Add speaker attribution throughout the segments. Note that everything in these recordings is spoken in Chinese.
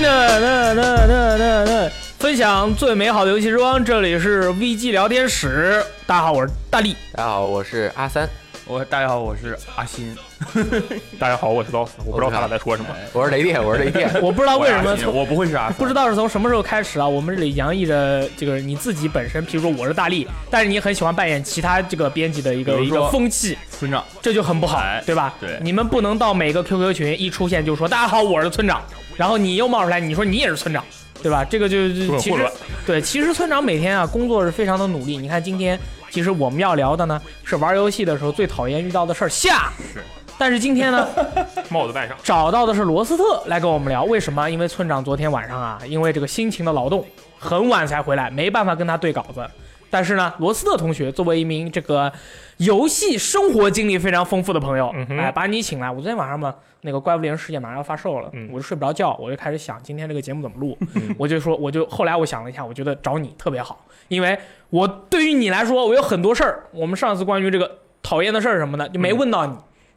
Speaker 1: 呢，那那那那那，分享最美好的游戏时光，这里是 VG 聊天室。大家好，我是大力。
Speaker 2: 大家好，我是阿三，
Speaker 3: 我大家好，我是阿新。
Speaker 4: 大家好，我是老死，我不知道他俩在说什么。
Speaker 2: 我是雷电，我是雷 电。
Speaker 1: 我不知道为什么
Speaker 3: 我是阿新我不会是阿三，
Speaker 1: 不知道是从什么时候开始啊，我们这里洋溢着这个你自己本身，比如说我是大力，但是你很喜欢扮演其他这个编辑的一个
Speaker 3: 有
Speaker 1: 一
Speaker 3: 一种
Speaker 1: 个风气，
Speaker 3: 村长，
Speaker 1: 这就很不好
Speaker 3: 哎，
Speaker 1: 对吧？
Speaker 3: 对
Speaker 1: 你们不能到每个 QQ 群一出现就说大家好，我是村长，然后你又冒出来，你说你也是村长，对吧？这个就
Speaker 4: 就
Speaker 1: 就
Speaker 4: 很
Speaker 1: 其
Speaker 4: 混
Speaker 1: 实
Speaker 4: 乱
Speaker 1: 对，其实村长每天啊工作是非常的努力。你看今天，其实我们要聊的呢是玩游戏的时候最讨厌遇到的事儿下。
Speaker 4: 是。
Speaker 1: 但是今天呢，
Speaker 4: 帽子戴上，
Speaker 1: 找到的是罗斯特来跟我们聊，为什么？因为村长昨天晚上啊，因为这个辛勤的劳动，很晚才回来，没办法跟他对稿子。但是呢，罗斯特同学作为一名这个游戏生活经历非常丰富的朋友，
Speaker 4: 嗯哼
Speaker 1: 哎，把你请来。我昨天晚上嘛，那个《怪物猎人世界》马上要发售了，
Speaker 4: 嗯
Speaker 1: 我就睡不着觉，我就开始想今天这个节目怎么录。我就说，我就后来我想了一下，我觉得找你特别好，因为我对于你来说，我有很多事儿。我们上次关于这个讨厌的事儿什么的，就没问到你。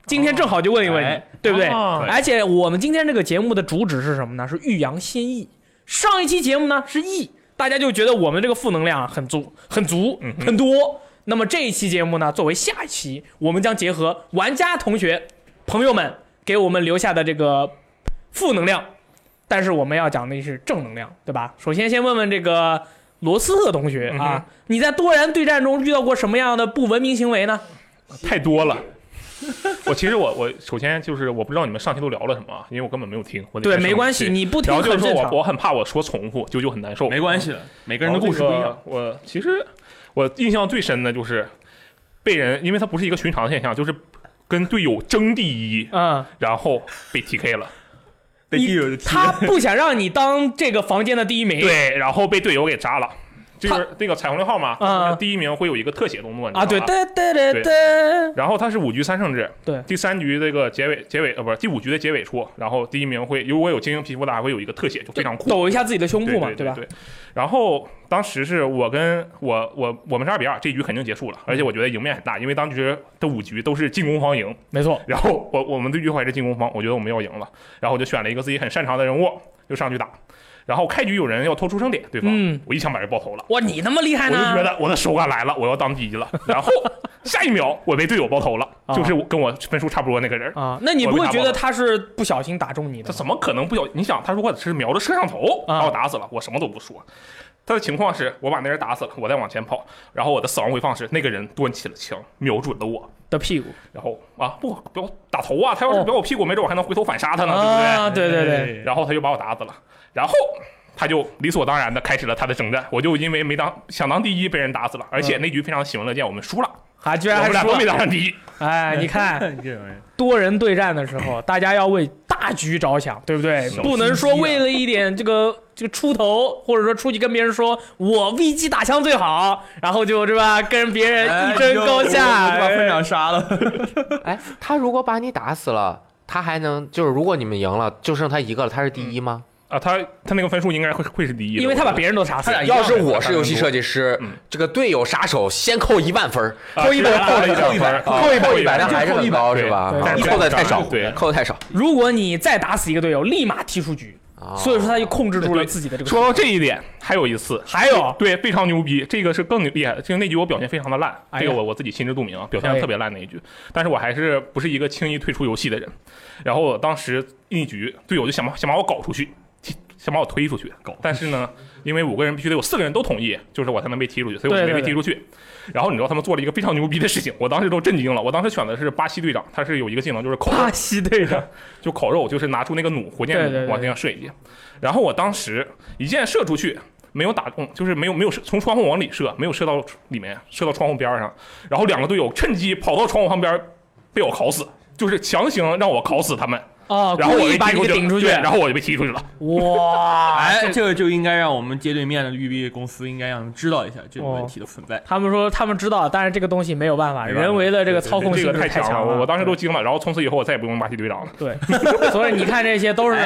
Speaker 1: 今天正好就问一问你，
Speaker 3: 哎
Speaker 1: 对不对？
Speaker 4: 嗯哦
Speaker 1: 而且我们今天这个节目的主旨是什么呢？是欲扬先抑。上一期节目呢是抑，大家就觉得我们这个负能量啊很足、很足、
Speaker 4: 嗯
Speaker 1: 很多。那么这一期节目呢，作为下一期，我们将结合玩家同学、朋友们给我们留下的这个负能量，但是我们要讲的是正能量，对吧？首先先问问这个罗斯特同学
Speaker 4: 嗯哼
Speaker 1: 啊，你在多人对战中遇到过什么样的不文明行为呢？
Speaker 4: 太多了。我其实我我首先就是我不知道你们上期都聊了什么，啊因为我根本没有听。我得
Speaker 1: 对，
Speaker 4: 先
Speaker 1: 没
Speaker 4: 上
Speaker 1: 关
Speaker 4: 去
Speaker 1: 系，你不听
Speaker 4: 然后就是
Speaker 1: 很
Speaker 4: 说
Speaker 1: 正
Speaker 4: 我
Speaker 1: 常。
Speaker 4: 我很怕我说重复，就就很难受。
Speaker 3: 没关系的，每个
Speaker 4: 然
Speaker 3: 人
Speaker 4: 后
Speaker 3: 的
Speaker 4: 这个
Speaker 3: 故事不一样。
Speaker 4: 我其实我印象最深的就是被人，因为它不是一个寻常现象，就是跟队友争第一，
Speaker 1: 嗯，
Speaker 4: 然后被 TK 了，
Speaker 3: 对
Speaker 1: 你
Speaker 3: 地有
Speaker 1: 他不想让你当这个房间的第一名。
Speaker 4: 对，然后被队友给扎了。就是那个彩虹六号嘛，
Speaker 1: 啊
Speaker 4: 第一名会有一个特写动作，你知道
Speaker 1: 啊，对，
Speaker 4: 吧
Speaker 1: 哒哒哒哒，
Speaker 4: 然后它是五局三胜制，
Speaker 1: 对
Speaker 4: 第三局这个结尾结尾呃不是第五局的结尾处，然后第一名会如果有精英皮肤的还会有一个特写，就非常酷，
Speaker 1: 抖一下自己的胸
Speaker 4: 对
Speaker 1: 部嘛，
Speaker 4: 对对
Speaker 1: 吧？
Speaker 4: 对然后当时是我跟我我我们是二比二，这一局肯定结束了，而且我觉得赢面很大，因为当时的五局都是进攻方赢，
Speaker 1: 没错，
Speaker 4: 然后我我们对局还是进攻方，我觉得我们要赢了，然后我就选了一个自己很擅长的人物就上去打，然后开局有人要投出生点，对方，
Speaker 1: 嗯
Speaker 4: 我一枪把人爆头了。
Speaker 1: 哇，你那么厉害
Speaker 4: 我就觉
Speaker 1: 呢？
Speaker 4: 得我的手感来了，我要当第一了。然后下一秒我被队友爆头了，
Speaker 1: 啊
Speaker 4: 就是我跟我分数差不多那个人。
Speaker 1: 啊，那你
Speaker 4: 我
Speaker 1: 不
Speaker 4: 被
Speaker 1: 会
Speaker 4: 打
Speaker 1: 觉
Speaker 4: 爆
Speaker 1: 得
Speaker 4: 了
Speaker 1: 他是不小心打中你的
Speaker 4: 他
Speaker 1: 吗？
Speaker 4: 怎么可能不小？你想，他如果是瞄着摄像头
Speaker 1: 啊
Speaker 4: 把我打死了，我什么都不说。他的情况是我把那人打死了，我再往前跑，然后我的死亡回放是那个人端起了枪，瞄准了我，
Speaker 1: 的屁股
Speaker 4: 然后啊不不要打头啊！他要是
Speaker 1: 哦
Speaker 4: 瞄我屁股，没准我还能回头反杀他呢，对不对？哎
Speaker 1: 啊？对对对，
Speaker 4: 然后他就把我打死了，然后他就理所当然的开始了他的征战。我就因为没当想当第一被人打死了，而
Speaker 1: 嗯
Speaker 4: 且那局非常喜闻乐见，我们输了，
Speaker 1: 还啊居
Speaker 4: 我
Speaker 1: 然还
Speaker 4: 们俩
Speaker 1: 输
Speaker 4: 都没
Speaker 1: 了。
Speaker 4: 当上第一。
Speaker 1: 哎，你看
Speaker 3: 你这种人，
Speaker 1: 多人对战的时候，大家要为大局着想，对不对？
Speaker 4: 手
Speaker 1: 不能说
Speaker 3: 心机啊
Speaker 1: 为了一点这个这个出头，或者说出去跟别人说我 VG 打枪最好，然后就对吧，跟别哎人一争高下，
Speaker 3: 哎我我就把
Speaker 1: 哎
Speaker 3: 村长杀了。
Speaker 2: 哎，他如果把你打死了，他还能就是如果你们赢了，就剩他一个了，他是第一吗？
Speaker 4: 啊，他他那个分数应该会会是第一的，
Speaker 1: 因为他把
Speaker 4: 我觉哎
Speaker 1: 别人都杀死
Speaker 3: 他
Speaker 1: 了
Speaker 3: 俩。一样
Speaker 5: 要是我是游戏设计师
Speaker 4: 嗯，
Speaker 5: 这个队友杀手先扣一万分儿，
Speaker 4: 得啊
Speaker 1: 扣一百
Speaker 4: 直接扣了一
Speaker 3: 扣
Speaker 4: 点
Speaker 3: 一
Speaker 4: 分
Speaker 3: 百
Speaker 4: 儿，
Speaker 3: 扣
Speaker 4: 啊
Speaker 5: 一百，一百量还是很高
Speaker 4: 对
Speaker 5: 是吧
Speaker 1: 对？
Speaker 5: 啊
Speaker 4: 但是
Speaker 5: 扣的太
Speaker 4: 太
Speaker 5: 少，
Speaker 4: 对
Speaker 5: 扣的太少。
Speaker 1: 如果你再打死一个队友，立马踢出局。
Speaker 2: 哦
Speaker 5: 啊
Speaker 1: 所以说他就控制住了自己的这个。
Speaker 4: 说到这一点，还有一次，
Speaker 1: 还有
Speaker 4: 对非常牛逼，这个是更厉害。这个那局我表现非常的烂，
Speaker 1: 哎呀哎
Speaker 4: 这个我我自己心知肚明，啊表现的特别烂那一局。但是我还是不是一个轻易退出游戏的人。然后我当时一局队友就想把想把我搞出去，踢想把我推出去。但是呢，因为五个人必须得有四个人都同意，就是我才能被踢出去，所以我
Speaker 1: 对
Speaker 4: 就
Speaker 1: 对
Speaker 4: 没被踢出去。然后你知道他们做了一个非常牛逼的事情，我当时都震惊了。我当时选的是巴西队长，他是有一个技能就是口
Speaker 1: 巴西队长，
Speaker 4: 就烤肉，就是拿出那个弩，火箭
Speaker 1: 对对对
Speaker 4: 弩往天上射一箭。然后我当时一箭射出去，没有打中，就是没有没有射从窗户往里射，没有射到里面，射到窗户边儿上。然后两个队友趁机跑到窗户旁边，被我烤死， 就是强行让我烤死他们。
Speaker 1: 哦，
Speaker 4: 然后
Speaker 1: 故
Speaker 4: 我
Speaker 1: 意
Speaker 4: 被
Speaker 1: 把
Speaker 4: 踢
Speaker 1: 你给
Speaker 4: 出去了，
Speaker 1: 顶出去，
Speaker 4: 对然后我就被踢出去了。
Speaker 1: 哇！
Speaker 3: 哎，这个就应该让我们街对面的育碧公司应该让他们知道一下这个
Speaker 1: 哦
Speaker 3: 问题的存在。
Speaker 1: 他们说他们知道，但是这个东西没有办法，
Speaker 4: 没办法
Speaker 1: 人为的这个操控
Speaker 4: 这
Speaker 1: 性
Speaker 4: 个
Speaker 1: 质
Speaker 4: 太
Speaker 1: 强
Speaker 4: 了，我我当时
Speaker 1: 对
Speaker 4: 都惊了。然后从此以后我再也不用巴西队长了。
Speaker 1: 对，所以你看这些都是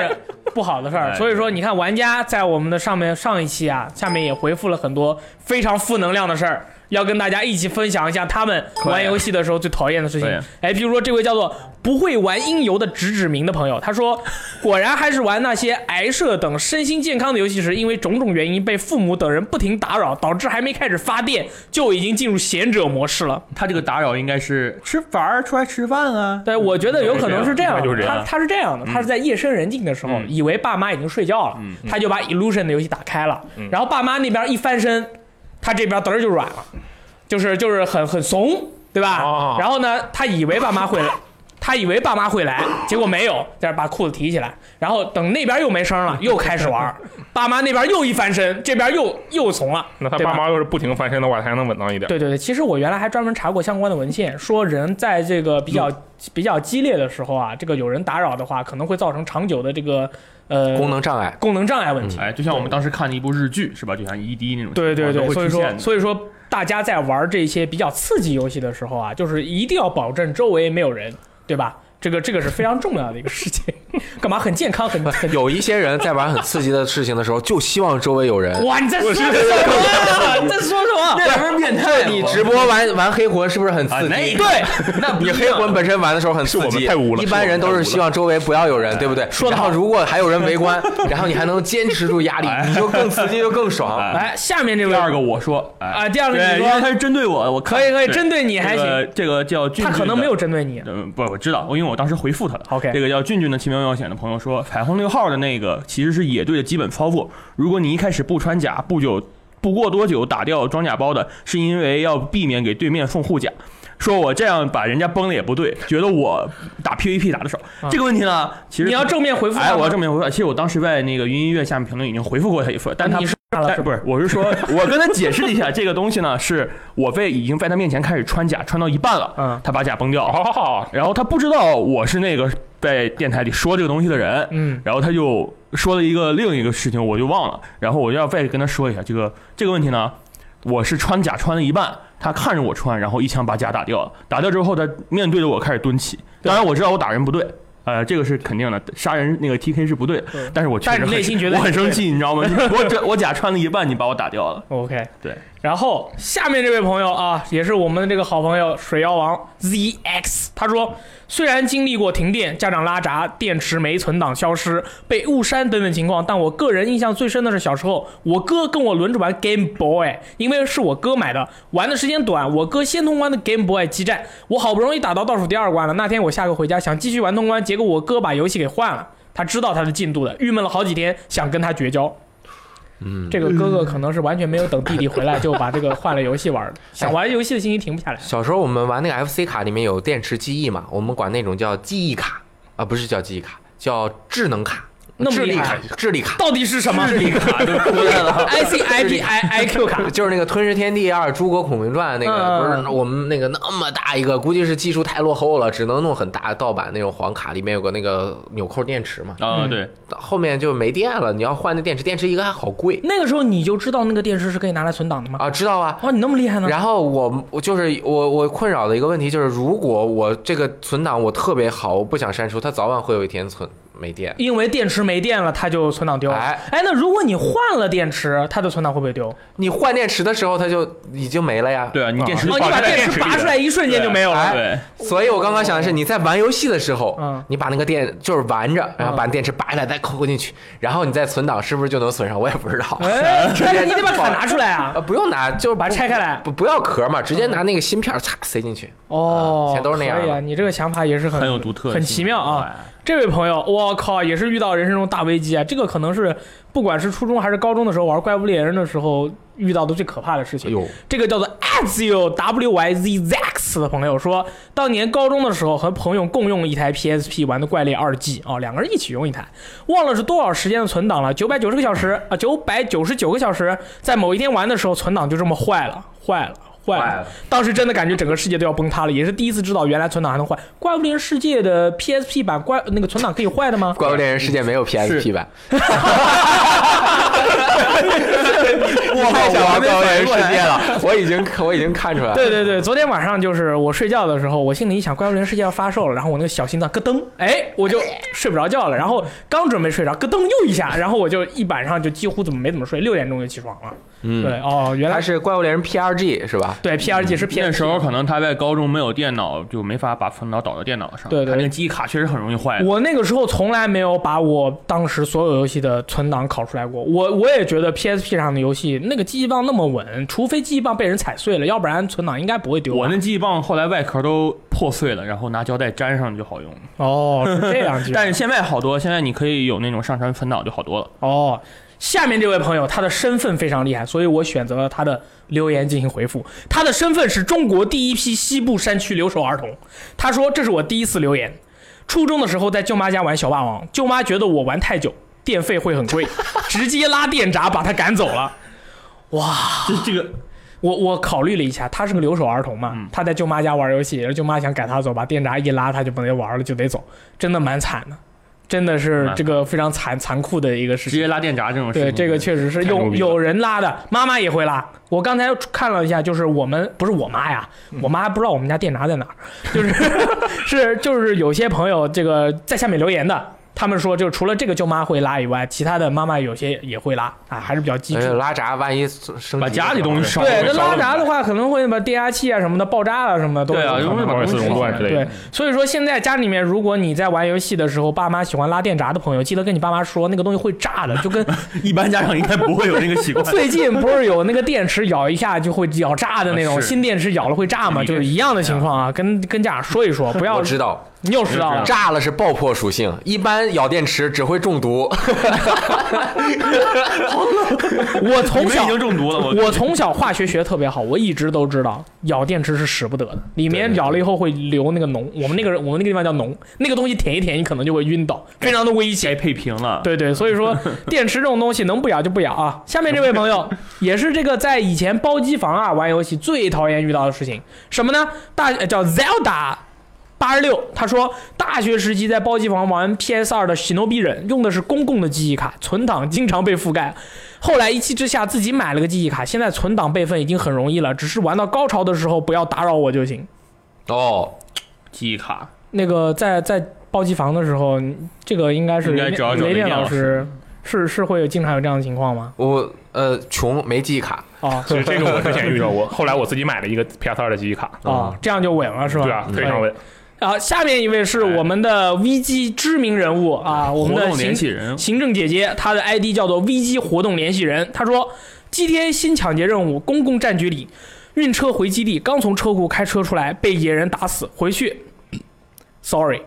Speaker 1: 不好的事儿。
Speaker 3: 哎
Speaker 1: 所以说，你看玩家在我们的上面上一期啊，下面也回复了很多非常负能量的事儿，要跟大家一起分享一下他们
Speaker 3: 以
Speaker 1: 玩游戏的时候最讨厌的事
Speaker 3: 可
Speaker 1: 情
Speaker 3: 以。
Speaker 1: 哎，比如说这位叫做不会玩音游的指指明的朋友，他说，果然还是玩那些癌社等身心健康的游戏时，因为种种原因被父母等人不停打扰，导致还没开始发电就已经进入贤者模式了。
Speaker 3: 他这个打扰应该是吃饭儿出来吃饭啊，
Speaker 1: 对，我觉得有可能是这样的，
Speaker 4: 就是这样嗯
Speaker 1: 他他是这样的，他是在夜深人静的时候，以为爸妈已经睡觉了，他就把 Illusion 的游戏打开了，
Speaker 4: 嗯
Speaker 1: 然后爸妈那边一翻身，他这边嘚儿就软了，就是就是很很怂，对吧？
Speaker 4: 哦
Speaker 1: 然后呢，他以为爸妈会来。他以为爸妈会来，结果没有，在这把裤子提起来，然后等那边又没声了，又开始玩，爸妈那边又一翻身，这边又又怂了，
Speaker 4: 那他
Speaker 1: 对吧
Speaker 4: 爸妈要是不停翻身的话，才能稳当一点。
Speaker 1: 对对对，其实我原来还专门查过相关的文献，说人在这个
Speaker 3: 嗯
Speaker 1: 比较比较激烈的时候啊，这个有人打扰的话，可能会造成长久的这个呃
Speaker 2: 功能障碍。
Speaker 1: 功能障碍问题。
Speaker 3: 哎，就像我们当时看的一部日剧是吧？就像 ED 那种情况
Speaker 1: 对对
Speaker 3: 都
Speaker 1: 对，
Speaker 3: 会
Speaker 1: 所以
Speaker 3: 出现
Speaker 1: 说
Speaker 3: 的
Speaker 1: 所以说大家在玩这些比较刺激游戏的时候啊，就是一定要保证周围没有人，对吧？这个这个是非常重要的一个事情， 干嘛很健 康很很。
Speaker 2: 有一些人在玩很刺激的事情的时候，就希望周围有人。
Speaker 1: 哇，你在说什么？你在说 什么？
Speaker 3: 那两个变态
Speaker 2: 你直播玩玩黑魂是不是很
Speaker 3: 啊
Speaker 2: 刺
Speaker 3: 那
Speaker 2: 激？
Speaker 3: 个
Speaker 1: 对，
Speaker 3: 那不一
Speaker 2: 你
Speaker 3: 样
Speaker 2: 黑
Speaker 1: 啊
Speaker 2: 魂本身玩的时候很刺
Speaker 4: 是我
Speaker 2: 激，
Speaker 4: 们太污了哎
Speaker 2: 一般人都是希望周围不要有人，对不对？
Speaker 1: 说得
Speaker 2: 然
Speaker 1: 好
Speaker 2: 后如果还有人围观，然后你还能坚持住压力，
Speaker 4: 哎
Speaker 2: 你就更刺激，就更爽。
Speaker 3: 哎
Speaker 1: 来下面这位
Speaker 3: 第二个我说哎
Speaker 1: 啊第二个你
Speaker 3: 对
Speaker 1: 说
Speaker 3: 因为他是针对我，我
Speaker 1: 可以可以，
Speaker 3: 对
Speaker 1: 针对你还
Speaker 3: 这
Speaker 1: 行，
Speaker 3: 个这个叫俊
Speaker 1: 他可
Speaker 3: 俊
Speaker 1: 能
Speaker 3: 的
Speaker 1: 没有针对你。啊
Speaker 3: 嗯，不，我知道，因为我当时回复他了。
Speaker 1: OK
Speaker 3: 这个叫俊俊的奇妙冒险的朋友说，彩虹六号的那个其实是野队的基本操作。如果你一开始不穿甲，不久不过多久打掉装甲包的，是因为要避免给对面送护甲。说我这样把人家崩了也不对，觉得我打 PVP 打的少。这个问题呢，其实
Speaker 1: 嗯你要正面回复
Speaker 3: 哎，
Speaker 1: 他
Speaker 3: 我要
Speaker 1: 吗
Speaker 3: 正面回复。其实我当时在那个云音乐下面评论已经回复过他一次，但他
Speaker 1: 啊你是看了
Speaker 3: 但
Speaker 1: 是吧
Speaker 3: 不是，我是说，我跟他解释了一下，这个东西呢，是我被已经在他面前开始穿甲，穿到一半了，
Speaker 1: 嗯
Speaker 3: 他把甲崩掉，
Speaker 4: 哦，
Speaker 3: 然后他不知道我是那个在电台里说这个东西的人，
Speaker 1: 嗯，
Speaker 3: 然后他就说了一个另一个事情，我就忘了，然后我就要再跟他说一下这个这个问题呢，我是穿甲穿了一半，他看着我穿，然后一枪把甲打掉了，打掉之后他面对着我开始蹲起，当然我知道我打人不对。呃，这个是肯定的，杀人那个 T K 是不对的
Speaker 1: 对，
Speaker 3: 但是我确实
Speaker 1: 但是你内
Speaker 3: 很
Speaker 1: 心觉得
Speaker 3: 我很
Speaker 1: 你对
Speaker 3: 生气，你知道吗？我这我甲穿了一半，你把我打掉了，
Speaker 1: OK，
Speaker 3: 对。
Speaker 1: 然后下面这位朋友啊，也是我们的这个好朋友水妖王 ZX，他说，虽然经历过停电、家长拉闸、电池没、存档消失、被误删等等情况，但我个人印象最深的是小时候，我哥跟我轮着玩 Game Boy，因为是我哥买的，玩的时间短，我哥先通关的 Game Boy 激战，我好不容易打到倒数第二关了，那天我下课回家想继续玩通关，结果我哥把游戏给换了。他知道他的进度的，郁闷了好几天，想跟他绝交。这个哥哥可能是完全没有等弟弟回来就把这个换了游戏玩的，想玩游戏的心情停不下来。
Speaker 2: 小时候我们玩那个 FC 卡里面有电池记忆嘛，我们管那种叫记忆卡啊，不是叫记忆卡，叫智能卡、
Speaker 1: 那么
Speaker 2: 智
Speaker 1: 厉
Speaker 2: 力卡
Speaker 1: 害，、
Speaker 2: 智力卡。
Speaker 1: 到底是什么
Speaker 2: 智 力卡都出来了，
Speaker 1: ？I C I P I I Q 卡，
Speaker 2: 就是那个《吞噬天地二》《诸葛孔明传》那
Speaker 1: 嗯
Speaker 2: 个，不是我们那个那么大一个，估计是技术太落后了，只能弄很大的盗版那种黄卡，里面有个那个纽扣电池嘛，
Speaker 3: 啊、
Speaker 1: 嗯
Speaker 3: 对，
Speaker 2: 后面就没电了，你要换那电池，电池一个还好贵
Speaker 1: 那个时候你就知道那个电视是可以拿来存档的吗？
Speaker 2: 啊，知道啊。
Speaker 1: 哇，你那么厉害呢？
Speaker 2: 然后我我就是我我困扰的一个问题就是，如果我这个存档我特别好，我不想删除，它早晚会有一天存没电。
Speaker 1: 因为电池没电了，它就存档丢了。
Speaker 2: 哎
Speaker 1: 哎，那如果你换了电池，它的存档会不会丢？哦，
Speaker 2: 你换电池的时候它就已经没了呀。
Speaker 3: 对啊，你电池
Speaker 1: 你
Speaker 3: 就
Speaker 4: 哦
Speaker 1: 把
Speaker 4: 在
Speaker 1: 电
Speaker 4: 电
Speaker 1: 池
Speaker 4: 池
Speaker 1: 拔
Speaker 4: 里
Speaker 1: 出来一瞬间就没有了。
Speaker 2: 哎
Speaker 3: 对，
Speaker 2: 所以我刚刚想的是，你在玩游戏的时候，
Speaker 1: 嗯
Speaker 2: 你把那个电就是玩着，然后把电池拔下来再扣进去，然后你再存档，是不是就能存上？我也不知道。
Speaker 1: 哎，但是你得把卡拿出来啊
Speaker 2: 呃，！不用拿，就是
Speaker 1: 把它拆开来
Speaker 2: 不不要壳嘛，直接拿那个芯片儿擦塞进去。
Speaker 1: 哦，
Speaker 2: 啊 现在都是那样
Speaker 1: 可以啊，
Speaker 2: 了
Speaker 1: 你这个想法也是很
Speaker 3: 很有独特性
Speaker 1: 很奇妙啊。这位朋友，我靠，也是遇到人生中大危机啊！这个可能是不管是初中还是高中的时候玩怪物猎人的时候遇到的最可怕的事
Speaker 2: 哎
Speaker 1: 情。
Speaker 2: 呦，
Speaker 1: 这个叫做 Azio W Y Z Zax 的朋友说，当年高中的时候和朋友共用一台 PSP 玩的《怪猎二 G》哦，两个人一起用一台，忘了是多少时间的存档了，九百九十个小时啊，九百九十九个小时，在某一天玩的时候，存档就这么坏了，坏了。坏
Speaker 2: 坏了
Speaker 1: 当时真的感觉整个世界都要崩塌了，也是第一次知道原来存档还能坏。怪物猎人世界的 PSP 版怪那个存档可以坏的吗？
Speaker 2: 怪物猎人世界没有 PSP 版，
Speaker 3: 我
Speaker 2: 太想玩怪物猎人世界了，我已经我已经看出来了。
Speaker 1: 对对对，昨天晚上就是我睡觉的时候，我心里一想，怪物猎人世界要发售了，然后我那个小心脏咯噔，哎，我就睡不着觉了。然后刚准备睡着，咯噔又一下，然后我就一晚上就几乎怎么没怎么睡，六点钟就起床了。
Speaker 2: 嗯，
Speaker 1: 对，哦，原
Speaker 2: 它
Speaker 1: 来
Speaker 2: 是怪物猎人 PRG 是吧？
Speaker 1: 对 P R G 是 P
Speaker 3: 那时候可能他在高中没有电脑，就没法把电脑导到电脑上。
Speaker 1: 对对
Speaker 3: 他那个记忆卡确实很容易坏。
Speaker 1: 我那个时候从来没有把我当时所有游戏的存档拷出来过。我我也觉得 PSP 上的游戏那个记忆棒那么稳，除非记忆棒被人踩碎了，要不然存档应该不会丢吧。
Speaker 3: 我那记忆棒后来外壳都破碎了，然后拿胶带粘上就好用了。
Speaker 1: 哦是这样
Speaker 3: ，但是现在好多，现在你可以有那种上传存档就好多了。
Speaker 1: 哦，下面这位朋友他的身份非常厉害，所以我选择了他的留言进行回复。他的身份是中国第一批西部山区留守儿童。他说：“这是我第一次留言，初中的时候在舅妈家玩小霸王，舅妈觉得我玩太久，电费会很贵， 直接拉电闸把他赶走了。”
Speaker 3: 这这个
Speaker 1: 我我考虑了一下，他是个留守儿童嘛，他在舅妈家玩游戏，然后舅妈想赶他走，把电闸一拉，他就不能玩了，就得走，真的蛮惨的，真的是
Speaker 3: 蛮
Speaker 1: 这个非常残残酷的一个事
Speaker 3: 直
Speaker 1: 情。
Speaker 3: 接拉电闸这种事
Speaker 1: 对，
Speaker 3: 情，
Speaker 1: 这个确实是
Speaker 3: 太牛
Speaker 1: 有
Speaker 3: 逼
Speaker 1: 有人拉的，妈妈也会拉。我刚才看了一下，就是我们不是我妈呀，
Speaker 3: 嗯
Speaker 1: 我妈不知道我们家电闸在哪儿， 就是是就是有些朋友这个在下面留言的，他们说就除了这个舅妈会拉以外，其他的妈妈有些也会拉啊，还是比较机
Speaker 2: 哎
Speaker 1: 智的。
Speaker 2: 拉闸，万一升
Speaker 3: 把家里东西烧了
Speaker 1: 对，那
Speaker 3: 烧了
Speaker 1: 拉闸的话，可能会把电压器啊什么的爆炸啊什么的都
Speaker 3: 对啊，
Speaker 1: 有
Speaker 3: 容
Speaker 1: 可
Speaker 3: 易
Speaker 1: 能
Speaker 3: 把
Speaker 4: 不好
Speaker 3: 东
Speaker 4: 意思
Speaker 3: 西
Speaker 4: 垄断之类的
Speaker 1: 对，所以说现在家里面，如果你在玩游戏的时候，爸妈喜欢拉电闸的朋友，记得跟你爸妈说那个东西会炸的，就跟。
Speaker 3: 一般家长应该不会有那个习 惯
Speaker 1: 最近不是有那个电池咬一下就会咬炸的那种，
Speaker 3: 啊是
Speaker 1: 新电池咬了会炸嘛，
Speaker 3: 是
Speaker 1: 就是一样的情况啊，跟跟家长说一说，不要
Speaker 2: 我知道，
Speaker 1: 你又知道了，啊
Speaker 2: 炸了是爆破属性，一般咬电池只会中毒。
Speaker 1: 我
Speaker 3: 你
Speaker 1: 从
Speaker 3: 们已
Speaker 1: 小
Speaker 3: 经中毒了，我
Speaker 1: 我从小化学学特别好，我一直都知道咬电池是使不得的，里面咬了以后会流那个脓。我们那个我们那个地方叫脓，那个东西舔一舔，你可能就会晕倒，非常的危
Speaker 3: 该
Speaker 1: 险。
Speaker 3: 配平了。
Speaker 1: 对对，所以说电池这种东西能不咬就不咬啊。下面这位朋友也是这个在以前包机房啊玩游戏最讨厌遇到的事情，什么呢？大呃叫 Zelda 八十六，他说大学时期在包机房玩 PS 二的《喜诺比人》，用的是公共的记忆卡，存档经常被覆盖。后来一气之下自己买了个记忆卡，现在存档备份已经很容易了，只是玩到高潮的时候不要打扰我就行。
Speaker 2: 哦，
Speaker 3: 记忆 卡
Speaker 1: 那个在在包机房的时候，这个应该是
Speaker 3: 应该
Speaker 1: 雷
Speaker 3: 找找
Speaker 1: 雷
Speaker 3: 雷
Speaker 1: 电
Speaker 3: 电老
Speaker 1: 师是是会有经常有这样的情况吗？
Speaker 2: 我呃穷没记忆卡，
Speaker 1: 哦
Speaker 4: 其实这个我之前遇到过，后来我自己买了一个 PS 二的记忆卡，
Speaker 1: 哦，这样就稳了是吧？
Speaker 4: 对啊，非常
Speaker 1: 可以。
Speaker 4: 稳。
Speaker 1: 啊，下面一位是我们的 VG 知名人物啊，我
Speaker 3: 哎活
Speaker 1: 们的
Speaker 3: 动
Speaker 1: 行
Speaker 3: 联系人，
Speaker 1: 行政姐姐，她的 ID 叫做 VG 活动联系人。她说，GTA 新抢劫任务，公共战局里，运车回基地，刚从车库开车出来，被野人打死，回去，sorry。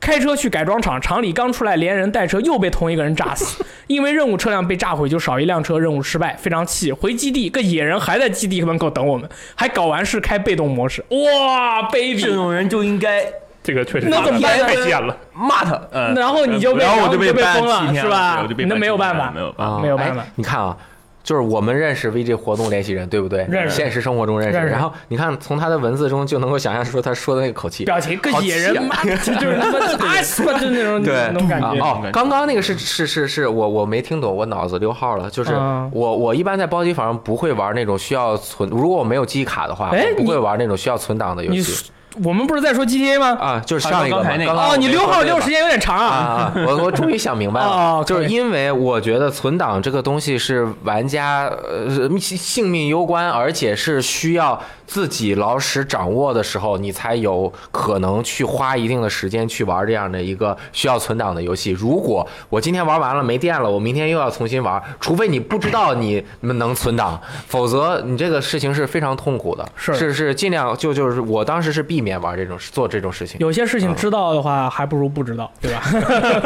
Speaker 1: 开车去改装厂，厂里刚出来，连人带车又被同一个人炸死。 因为任务车辆被炸毁，就少一辆车，任务失败，非常气。回基地，个野人还在基地门口等我们，还搞完事开被动模式。哇
Speaker 3: 这
Speaker 1: ，baby！
Speaker 3: 种人就应该
Speaker 4: 这个确实
Speaker 1: 那怎么办呢
Speaker 4: 太贱了，
Speaker 3: 骂他。呃，
Speaker 1: 然后你就被
Speaker 3: 然后我就
Speaker 1: 然后你就被
Speaker 3: 办
Speaker 1: 封了
Speaker 3: 七天
Speaker 1: 是吧
Speaker 3: 对我就被
Speaker 1: 那
Speaker 3: 办
Speaker 1: 没有
Speaker 3: 七天
Speaker 1: 办法
Speaker 3: 了没有办法。
Speaker 2: 啊，
Speaker 1: 没有办法
Speaker 2: 哎你看啊，就是我们认识 VG 活动联系人，对不对？
Speaker 1: 认识
Speaker 2: 现实生活中认识。
Speaker 1: 认识
Speaker 2: 然后你看，从他的文字中就能够想象出他说的那个口气。
Speaker 1: 表情跟
Speaker 2: 好
Speaker 1: 野
Speaker 2: 气
Speaker 1: 人
Speaker 2: 啊
Speaker 1: 妈 的，就就是他妈打死吧，就那种
Speaker 2: 对
Speaker 1: 那种感
Speaker 2: 啊
Speaker 1: 觉。
Speaker 2: 哦，刚刚那个是是是是我我没听懂，我脑子溜号了。就是
Speaker 1: 嗯
Speaker 2: 我我一般在包机房不会玩那种需要存，如果我没有记忆卡的话，
Speaker 1: 哎
Speaker 2: 我不
Speaker 1: 你
Speaker 2: 会玩那种需要存档的游
Speaker 1: 你
Speaker 2: 戏
Speaker 1: 我们不是在说 GTA 吗？
Speaker 2: 啊。就是上一个
Speaker 3: 刚
Speaker 2: 嘛
Speaker 3: 才那个
Speaker 2: 刚刚
Speaker 1: 哦，
Speaker 2: 我
Speaker 1: 你
Speaker 2: 没
Speaker 1: 溜
Speaker 2: 说
Speaker 1: 号
Speaker 2: 对
Speaker 1: 溜
Speaker 2: 吧
Speaker 1: 时间有点长
Speaker 2: 啊
Speaker 1: 啊。
Speaker 2: 啊！我我终于想明白
Speaker 1: 哦哦
Speaker 2: 了，就
Speaker 1: 可
Speaker 2: 是
Speaker 1: 以
Speaker 2: 因为我觉得存档这个东西是玩家呃性性命攸关，而且是需要自己老实掌握的时候，你才有可能去花一定的时间去玩这样的一个需要存档的游戏。如果我今天玩完了没电了，我明天又要重新玩，除非你不知道你能存档，否则你这个事情是非常痛苦的。
Speaker 1: 是
Speaker 2: 是是，尽量就就是我当时是避免玩这种做这种事情，
Speaker 1: 有些事
Speaker 3: 啊
Speaker 1: 情知道的话，还不如不知道，对吧？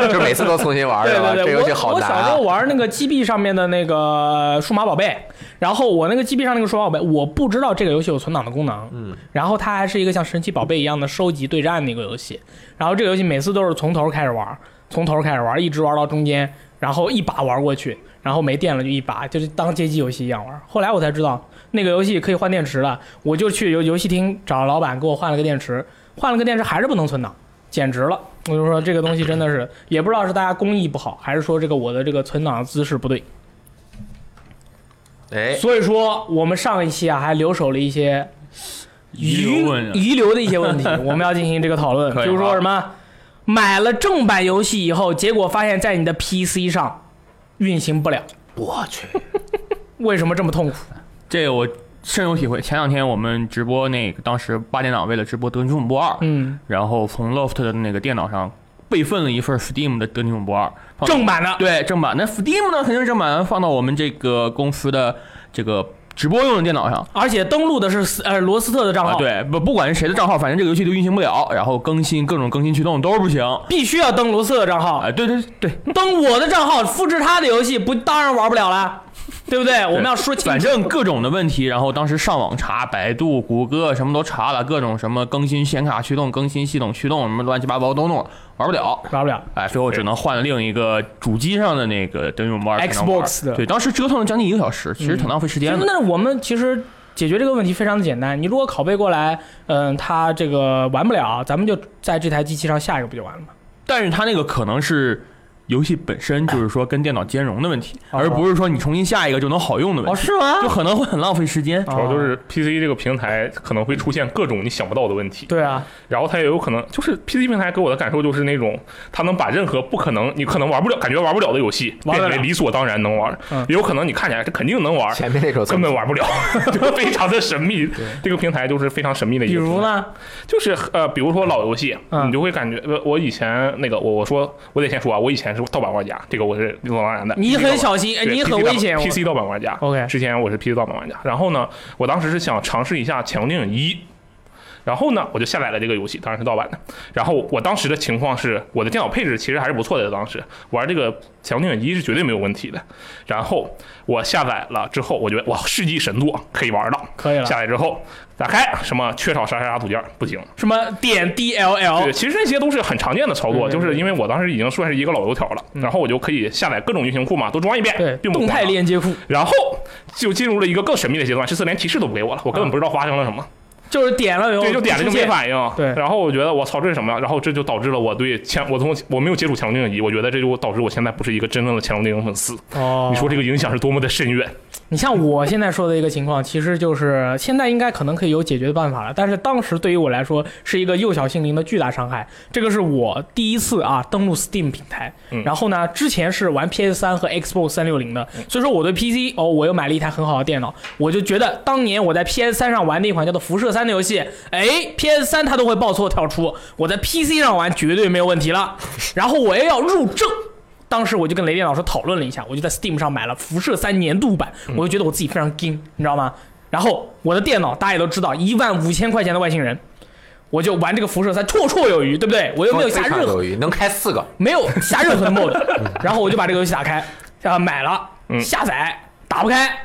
Speaker 2: 就是每次都重新 玩，
Speaker 1: 对
Speaker 2: 是吧？
Speaker 1: 对
Speaker 2: 这
Speaker 1: 对，
Speaker 2: 游戏
Speaker 1: 我
Speaker 2: 好
Speaker 1: 我
Speaker 2: 难啊。
Speaker 1: 小时候玩那个 GB 上面的那个数码宝贝，然后我那个 GB 上那个数码宝贝，我不知道这个游戏有存档的功能，嗯，然后它还是一个像神奇宝贝一样的收集对战的一个游戏，然后这个游戏每次都是从头开始玩，从头开始玩，一直玩到中间，然后一把玩过去，然后没电了就一把，就是当街机游戏一样玩。后来我才知道那个游戏可以换电池了，我就去游游戏厅找老板给我换了个电池，换了个电池还是不能存档。简直了！我就说这个东西真的是，也不知道是大家工艺不好，还是说这个我的这个存档姿势不对。
Speaker 5: 哎，
Speaker 1: 所以说我们上一期啊还留守了一些
Speaker 3: 遗
Speaker 1: 遗
Speaker 3: 留问题
Speaker 1: 遗留的一些问 题，我们要进行这个讨论，
Speaker 3: 可以
Speaker 1: 比如说
Speaker 3: 好
Speaker 1: 什么买了正版游戏以后，结果发现在你的 PC 上运行不了，
Speaker 2: 我去，
Speaker 1: 为什么这么痛苦？
Speaker 3: 这个我深有体会。前两天我们直播那个，当时八点档为了直播《德军总部二》，
Speaker 1: 嗯，
Speaker 3: 然后从 Loft 的那个电脑上备份了一份 Steam 的《德军总部二》放，
Speaker 1: 正版的，
Speaker 3: 对正版。那 Steam 呢，肯定是正版，放到我们这个公司的这个直播用的电脑上。
Speaker 1: 而且登录的是斯呃罗斯特的账
Speaker 3: 啊，
Speaker 1: 号，
Speaker 3: 对，不不管是谁的账号，反正这个游戏都运行不了，然后更新各种更新驱动都是不行。
Speaker 1: 必须要登罗斯特的账号，
Speaker 3: 啊，对对对，
Speaker 1: 登我的账号复制他的游戏，不当然玩不了了，对不对？我们要说清楚，
Speaker 3: 反正各种的问题，然后当时上网查，百度、谷歌什么都查了，各种什么更新显卡驱动、更新系统驱动，什么乱七八糟都弄了，玩不了。
Speaker 1: 玩不了。
Speaker 3: 哎，最后只能换了另一个主机上的那个登用玩儿才能玩儿
Speaker 1: Xbox 的嗯
Speaker 3: 对，当时折腾了将近一个小时，其实挺浪费时
Speaker 1: 其
Speaker 3: 间
Speaker 1: 实
Speaker 3: 的。
Speaker 1: 那我们其实解决这个问题非常的简单，你如果拷贝过来，嗯，它这个玩不了，咱们就在这台机器上下一个不就完了吗？
Speaker 3: 但是它那个可能是游戏本身就是说跟电脑兼容的问题，
Speaker 1: 哦
Speaker 3: 而不是说你重新下一个就能好用的问题，
Speaker 1: 是吗
Speaker 3: 就可能会很浪费时间。
Speaker 1: 主
Speaker 4: 主哦要就是啊哦 PC 这个平台可能会出现各种你想不到的问题，
Speaker 1: 对啊，
Speaker 4: 然后它也有可能就是 PC 平台给我的感受就是那种它能把任何不可能你可能玩不了、感觉玩不了的游戏
Speaker 1: 玩
Speaker 4: 变
Speaker 1: 得了
Speaker 4: 为理所当然能玩
Speaker 1: 嗯，
Speaker 4: 也有可能你看起来这肯定能玩，
Speaker 2: 前面那首
Speaker 4: 根本玩不了， 就非常的神秘。这个平台就是非常神秘的一
Speaker 1: 比
Speaker 4: 个平台。
Speaker 1: 如呢，
Speaker 4: 就是呃，比如说老游戏，
Speaker 1: 嗯
Speaker 4: 你就会感觉，呃我以前那个，我我说我得先说啊，我以前是盗版玩家，这个我是理所当然的。
Speaker 1: 你很小心，哎
Speaker 4: 对
Speaker 1: 你
Speaker 4: PC
Speaker 1: 很危险。
Speaker 4: 盗
Speaker 1: 我
Speaker 4: 版，PC 盗版玩家。
Speaker 1: OK
Speaker 4: 之前我是 PC 盗版玩家，然后呢，我当时是想尝试一下《潜龙谍影一》。然后呢，我就下载了这个游戏，当然是盗版的。然后我当时的情况是，我的电脑配置其实还是不错的，当时玩这个《潜龙谍影一》是绝对没有问题的。然后我下载了之后，我觉得哇，世纪神作可以玩了。
Speaker 1: 可以了
Speaker 4: 下载之后，打开什么缺少啥啥啥组件不行，
Speaker 1: 什么点 DLL
Speaker 4: 对，其实这些都是很常见的操作，
Speaker 1: 哦对对
Speaker 4: 就是
Speaker 1: 对嗯
Speaker 4: 因为我当时已经算是一个老油条了，然后我就可以下载各种运行库嘛，都装一遍，
Speaker 1: 对
Speaker 4: 并不
Speaker 1: 动态
Speaker 4: 慌
Speaker 1: 链接库，
Speaker 4: 然后就进入了一个更神秘的阶段，这次连提示都不给我了，我根本不知道发生了什么，
Speaker 1: 嗯就是点了以后
Speaker 4: 对，就点了就没
Speaker 1: 法。
Speaker 4: 反应。
Speaker 1: 对
Speaker 4: 然后我觉得我操这是什么呀？然后这就导致了我对前我从我没有接触《潜龙谍影一》，我觉得这就导致我现在不是一个真正的《潜龙谍影》粉丝。
Speaker 1: 哦
Speaker 4: 你说这个影响是多么的深远？
Speaker 1: 你像我现在说的一个情况，其实就是现在应该可能可以有解决的办法了，但是当时对于我来说是一个幼小心灵的巨大伤害。这个是我第一次啊登录 Steam 平台，
Speaker 4: 嗯
Speaker 1: 然后呢，之前是玩 PS 三和 Xbox 三六零的，
Speaker 2: 嗯
Speaker 1: 所以说我对 PC 哦，我又买了一台很好的电脑，我就觉得当年我在 PS 三上玩的一款叫做《辐射三》的游戏，哎，PS 三它都会报错跳出，我在 PC 上玩绝对没有问题 了。然后我又要入正。当时我就跟雷电老师讨论了一下，我就在 Steam 上买了《辐射三》年度版，
Speaker 2: 嗯
Speaker 1: 我就觉得我自己非常精，你知道吗？然后我的电脑大家也都知道，一万五千块钱的外星人，我就玩这个《辐射三》绰绰有余，对不对？我又没有下
Speaker 2: 哦非常
Speaker 1: 任何
Speaker 2: 有余，能开四个，
Speaker 1: 没有下任何的 mod，然后我就把这个游戏打开，啊买了，下载打不开，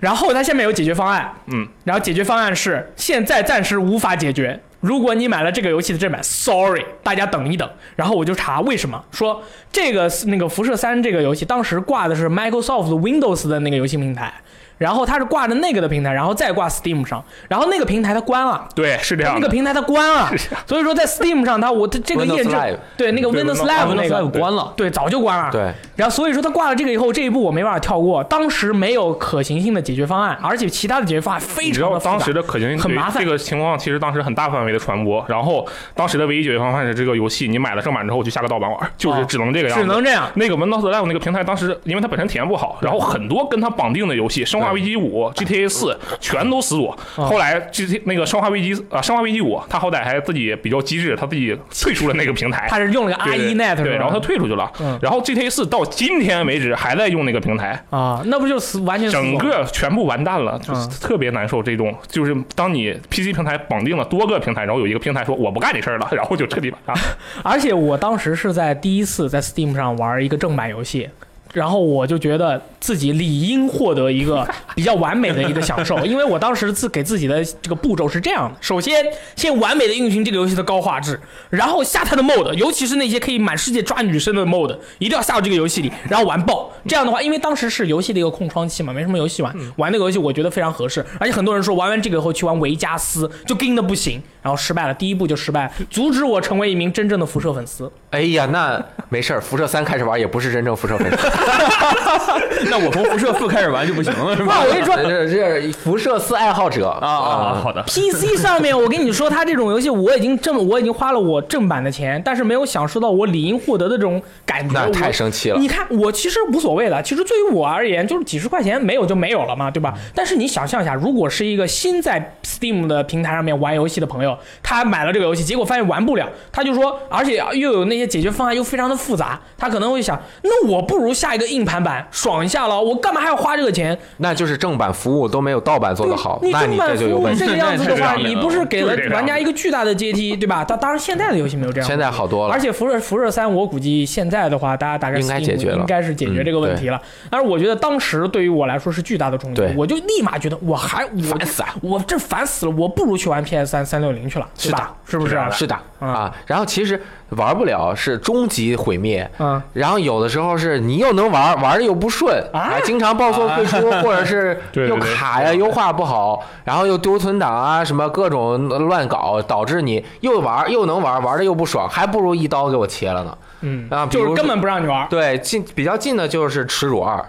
Speaker 1: 然后它下面有解决方案，
Speaker 4: 嗯，
Speaker 1: 然后解决方案是现在暂时无法解决。如果你买了这个游戏的正版，sorry，大家等一等。然后我就查为什么说这个那个辐射三这个游戏当时挂的是 Microsoft Windows 的那个游戏平台，然后它是挂的那个的平台，然后再挂 Steam 上，然后那个平台它关了，
Speaker 4: 对，是这样
Speaker 1: 那个
Speaker 4: 的。
Speaker 1: 平台它关了，所以说在 Steam 上它我它这个
Speaker 2: Windows
Speaker 1: 验证
Speaker 2: Live
Speaker 1: 对那个
Speaker 4: 对
Speaker 1: Windows
Speaker 4: Windows
Speaker 1: Live 那
Speaker 3: Windows
Speaker 1: 个
Speaker 3: Live 关了，
Speaker 1: 对早就关了。
Speaker 2: 对，
Speaker 1: 然后所以说他挂了这个以后，这一步我没办法跳过，当时没有可行性的解决方案，而且其他的解决方案非
Speaker 4: 你知
Speaker 1: 常
Speaker 4: 道
Speaker 1: 的复杂
Speaker 4: 当时的可行性
Speaker 1: 很麻烦
Speaker 4: 这个情况，其实当时很大范围的传播。然后当时的唯一解决方案是这个游戏，你买了正版之后去下个盗版玩，
Speaker 1: 哦
Speaker 4: 就是只能这个样子。
Speaker 1: 只能这样。
Speaker 4: 那个 Windows Live 那个平台，当时因为它本身体验不好，然后很多跟它绑定的游戏，《生化危机五》、GTA 四全都死锁。
Speaker 1: 啊
Speaker 4: 后来 G T 那个《生化危机》啊，《生化危机五》，它好歹还自己比较机智，它自己退出了那个平台。
Speaker 1: 他是用了个
Speaker 4: 对
Speaker 1: RE
Speaker 4: 对
Speaker 1: Net，是吧
Speaker 4: 对，然后它退出去了
Speaker 1: 嗯。
Speaker 4: 然后 GTA 四到今天为止还在用那个平台，
Speaker 1: 啊，那不就死完全死
Speaker 4: 整
Speaker 1: 亡
Speaker 4: 个全部完蛋了，就是
Speaker 1: 嗯
Speaker 4: 特别难受。这种就是当你 PC 平台绑定了多个平台，然后有一个平台说我不干这事儿了，然后就彻底把它
Speaker 1: 而且我当时是在第一次在 Steam 上玩一个正版游戏，然后我就觉得自己理应获得一个比较完美的一个享受，因为我当时自给自己的这个步骤是这样的：首先，先完美的运行这个游戏的高画质，然后下它的 mod，尤其是那些可以满世界抓女生的 mod，一定要下到这个游戏里，然后玩爆。这样的话，因为当时是游戏的一个空窗期嘛，没什么游戏玩，玩那个游戏我觉得非常合适。而且很多人说玩完这个以后去玩维加斯就跟的不行，然后失败了，第一步就失败，阻止我成为一名真正的辐射粉丝。 啊
Speaker 2: 哎呀，那没事儿，辐射三开始玩也不是真正辐射粉丝，
Speaker 3: 那我从辐射四开始玩就不行了，是吧？
Speaker 1: 那我跟你说，
Speaker 2: 呃这这辐射四爱好者
Speaker 3: 啊啊，好 的，
Speaker 1: PC 上面，我跟你说，它这种游戏我已经这么，我已经花了我正版的钱，但是没有享受到我理应获得的这种感觉。
Speaker 2: 那太
Speaker 1: 我
Speaker 2: 生气了。
Speaker 1: 你看，我其实无所谓了。其实对于我而言，就是几十块钱没有就没有了嘛，对吧？但是你想象一下，如果是一个新在 Steam 的平台上面玩游戏的朋友，他买了这个游戏，结果发现玩不了，他就说，而且又有那些解决方案又非常的复杂，他可能会想，那我不如下一个硬盘版爽一下了，我干嘛还要花这个钱？
Speaker 2: 那就是正版服务都没有盗版做得好，
Speaker 1: 你
Speaker 2: 那
Speaker 1: 正
Speaker 2: 你
Speaker 1: 版
Speaker 2: 这
Speaker 1: 服
Speaker 2: 就有
Speaker 1: 务
Speaker 2: 问题。
Speaker 1: 这个样子的话，你不是给了
Speaker 4: 就是这样
Speaker 1: 玩家一个巨大的阶梯，对吧？但当然现在的游戏没有这样，
Speaker 2: 现在好多了
Speaker 1: 而，且辐射辐射三，我估计现在的话，大家大概
Speaker 2: 应该
Speaker 1: Steam
Speaker 2: 解决了嗯
Speaker 1: 应该是解决这个问题了。但是我觉得当时对于我来说是巨大的冲击
Speaker 2: 对，
Speaker 1: 我就立马觉得我还我烦死
Speaker 2: 啊
Speaker 1: 了，我这烦死了，我不如去玩 PS 三三六零去了，对吧？是不是？
Speaker 2: 是的
Speaker 1: 嗯
Speaker 2: 啊。然后其实玩不了是终极毁灭，
Speaker 1: 嗯，
Speaker 2: 然后有的时候是你又能玩，玩的又不顺，
Speaker 1: 啊
Speaker 2: 还经常报错退出，或者是
Speaker 4: 对对啊
Speaker 2: 又
Speaker 4: 对
Speaker 2: 卡呀、优化不好，然后又丢存档啊，什么各种乱搞，导致你又玩又能玩，玩的又不爽，还不如一刀给我切了呢。
Speaker 1: 嗯，
Speaker 2: 啊，比
Speaker 1: 就是
Speaker 2: 如说
Speaker 1: 根本不让你玩。
Speaker 2: 对近比较近的就是耻辱二，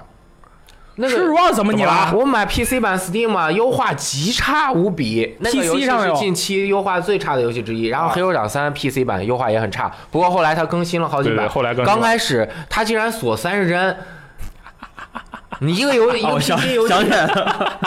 Speaker 2: 那个
Speaker 1: 吃肉怎么你了？
Speaker 2: 我买 PC 版 Steam 啊，优化极差无比。那个游
Speaker 1: PC
Speaker 2: 戏
Speaker 1: 上有啊
Speaker 2: 是近期优化最差的游戏之一。然后《黑手党三》PC 版优化也很差，不过后来它更新了好几
Speaker 4: 对对
Speaker 2: 版。
Speaker 4: 后来更新了
Speaker 2: 刚开始它竟然锁三十帧。你一个
Speaker 4: 啊
Speaker 2: 游一
Speaker 3: 哦
Speaker 2: 个
Speaker 3: 我想
Speaker 2: PC 游戏，
Speaker 3: 想起来了，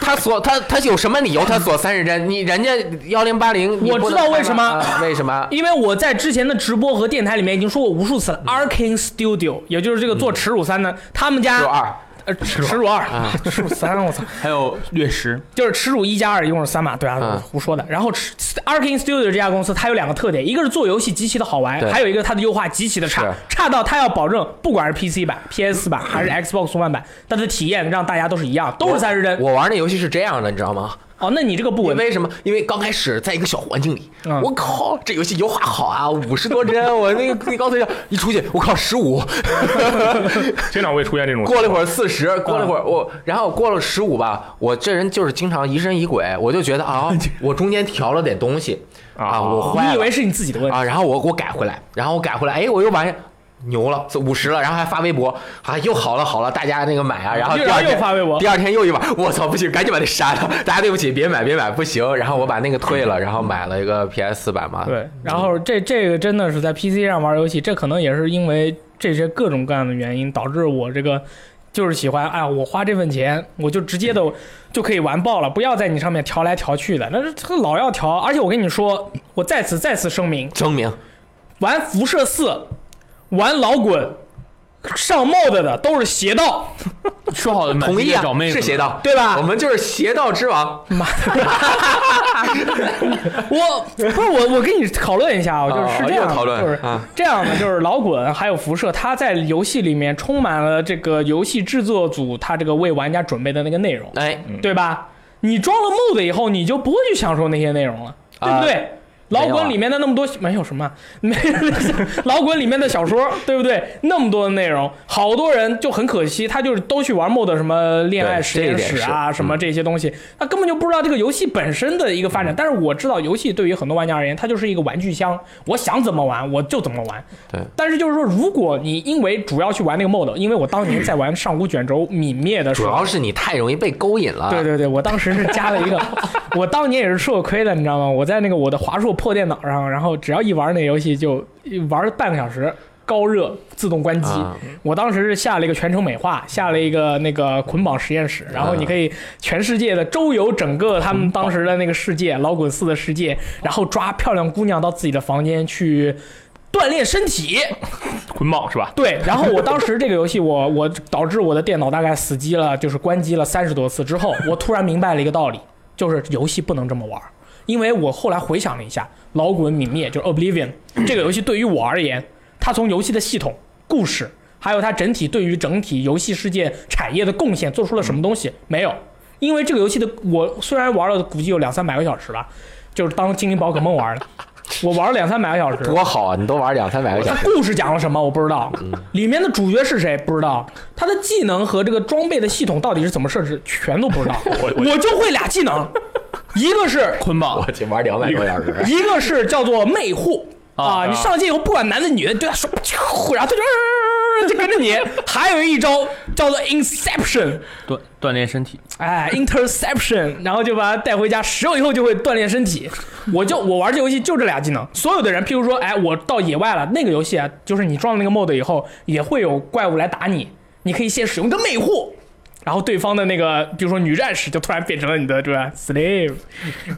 Speaker 2: 它锁它它有什么理由？它锁三十帧？你人家幺零八零，
Speaker 1: 我知道为什么
Speaker 2: 啊为什 么？
Speaker 1: 因为我在之前的直播和电台里面已经说过无数次
Speaker 2: 嗯
Speaker 1: 了，Arkane Studio，也就是这个做《耻辱三》的，他们家
Speaker 2: 只有二，
Speaker 1: 呃，耻辱二，
Speaker 2: 啊
Speaker 1: 耻辱三，我操，
Speaker 3: 还有掠食，
Speaker 1: 就是耻辱一加二一共是三嘛，对啊，
Speaker 2: 嗯
Speaker 1: 我胡说的。然后耻 Arkane Studio 这家公司，它有两个特点，一个是做游戏极其的好玩，
Speaker 2: 对
Speaker 1: 还有一个它的优化极其的差
Speaker 2: 是，
Speaker 1: 差到它要保证不管是 PC 版、PS 版还是 Xbox One 版，它的体验让大家都是一样，都是三十帧。
Speaker 2: 我玩那游戏是这样的，你知道吗？
Speaker 1: 哦，那你这个不
Speaker 2: 因
Speaker 1: 稳
Speaker 2: 为什么？因为刚开始在一个小环境里，
Speaker 1: 嗯
Speaker 2: 我靠，这游戏优化好啊，五十多帧，我那个那刚才讲一出去，我靠十五，
Speaker 4: 经常会出现这种。
Speaker 2: 过了一会儿四十，过了一会
Speaker 1: 嗯
Speaker 2: 儿我，然后过了十五吧，我这人就是经常疑神疑鬼，我就觉得 啊，我中间调了点东西啊，
Speaker 4: 啊
Speaker 2: 我坏了，
Speaker 1: 你以为是你自己的问题？
Speaker 2: 啊，然后我我改回来，然后我改回来，哎，我又把牛了，五十了，然后还发微博啊，又好了好了，大家那个买啊，然后第
Speaker 1: 又
Speaker 2: 二天
Speaker 1: 又发微博
Speaker 2: 第二天又一把，我操，不行，赶紧把这删了，大家对不起，别买别买，不行，然后我把那个退了，然后买了一个 PS 四版嘛，
Speaker 1: 嗯对，然后这这个真的是在 PC 上玩游戏，这可能也是因为这些各种各样的原因导致我这个就是喜欢，哎呀，我花这份钱，我就直接的就可以完爆了，不要在你上面调来调去的，那这这老要调。而且我跟你说，我再次再次声明，
Speaker 2: 声明
Speaker 1: 玩辐射四，玩老滚，上 mod 的都是邪道，
Speaker 3: 说好的满世
Speaker 2: 同
Speaker 3: 界
Speaker 2: 意啊
Speaker 3: 找妹，子
Speaker 2: 是邪道，
Speaker 1: 对嗯吧
Speaker 2: 我们就是邪道之王，
Speaker 1: 我 不是我，我跟你讨论一下啊，就是是这样
Speaker 2: 又
Speaker 1: 的，
Speaker 2: 讨论
Speaker 1: 就是
Speaker 2: 啊
Speaker 1: 这样的，就是老滚还有辐射，它在游戏里面充满了这个游戏制作组他这个为玩家准备的那个内容，
Speaker 2: 哎，
Speaker 1: 对吧？你装了 MOD 以后，你就不会去享受那些内容了，对不对？老
Speaker 2: 啊没有
Speaker 1: 滚
Speaker 2: 啊
Speaker 1: 里面的那么多没有什么，啊 没老滚里面的小说， 对不对？那么多的内容，好多人就很可惜，他就是都去玩 MOD 什么恋爱
Speaker 2: 对
Speaker 1: 实验
Speaker 2: 这一点
Speaker 1: 室啊，
Speaker 2: 是
Speaker 1: 什么
Speaker 2: 嗯
Speaker 1: 这些东西，他根本就不知道这个游戏本身的一个发展。但是我知道，游戏对于很多玩家而言，它就是一个玩具箱，我想怎么玩我就怎么玩。
Speaker 2: 对
Speaker 1: 但是就是说，如果你因为主要去玩那个 MOD，因为我当年在玩上古卷轴泯灭的时
Speaker 2: 主
Speaker 1: 候，
Speaker 2: 要是你太容易被勾引了，
Speaker 1: 对对对，我当时是加了一个，我当年也是吃过亏的，你知道吗？我在那个我的华硕破电脑上，然后只要一玩那游戏就玩半个小时。高热自动关机，
Speaker 2: 啊
Speaker 1: 我当时是下了一个全程美化，下了一个那个捆绑实验室，然后你可以全世界的周游整个他们当时的那个世界，老滚四的世界，然后抓漂亮姑娘到自己的房间去锻炼身体，
Speaker 4: 捆绑是吧？
Speaker 1: 对，然后我当时这个游戏我，我导致我的电脑大概死机了，就是关机了三十多次之后，我突然明白了一个道理，就是游戏不能这么玩儿。因为我后来回想了一下，《老滚泯灭》就是 Oblivion 这个游戏，对于我而言，它从游戏的系统、故事，还有它整体对于整体游戏世界产业的贡献，做出了什么东西？没有，因为这个游戏的我虽然玩了估计有两三百个小时吧，就是当精灵宝可梦玩的，我玩了两三百个小时，
Speaker 2: 多好啊，你都玩两三百个 小
Speaker 1: 他
Speaker 2: 时，
Speaker 1: 故事讲了什么我不知道，里面的主角是谁不知道，他的技能和这个装备的系统到底是怎么设置全都不知道。我就会俩技能，一个是
Speaker 3: 捆绑
Speaker 2: 我去玩两百多小时。
Speaker 1: 一个是叫做魅惑
Speaker 3: 啊
Speaker 1: 啊，你上街以后不管男的女的，对他说，然后他就就就跟着你。还有一招叫做 Inception，
Speaker 3: 锻锻炼身体，
Speaker 1: 哎，interception，然后 就把它带回家，食用以后就会锻炼身体。我就我玩这游戏就这俩技能，所有的人，譬如说，哎，我到野外了，那个游戏啊，就是你装了那个 mod 以后，也会有怪物来打你，你可以先使用你的魅惑。然后对方的那个，比如说女战士，就突然变成了你的这个 slave，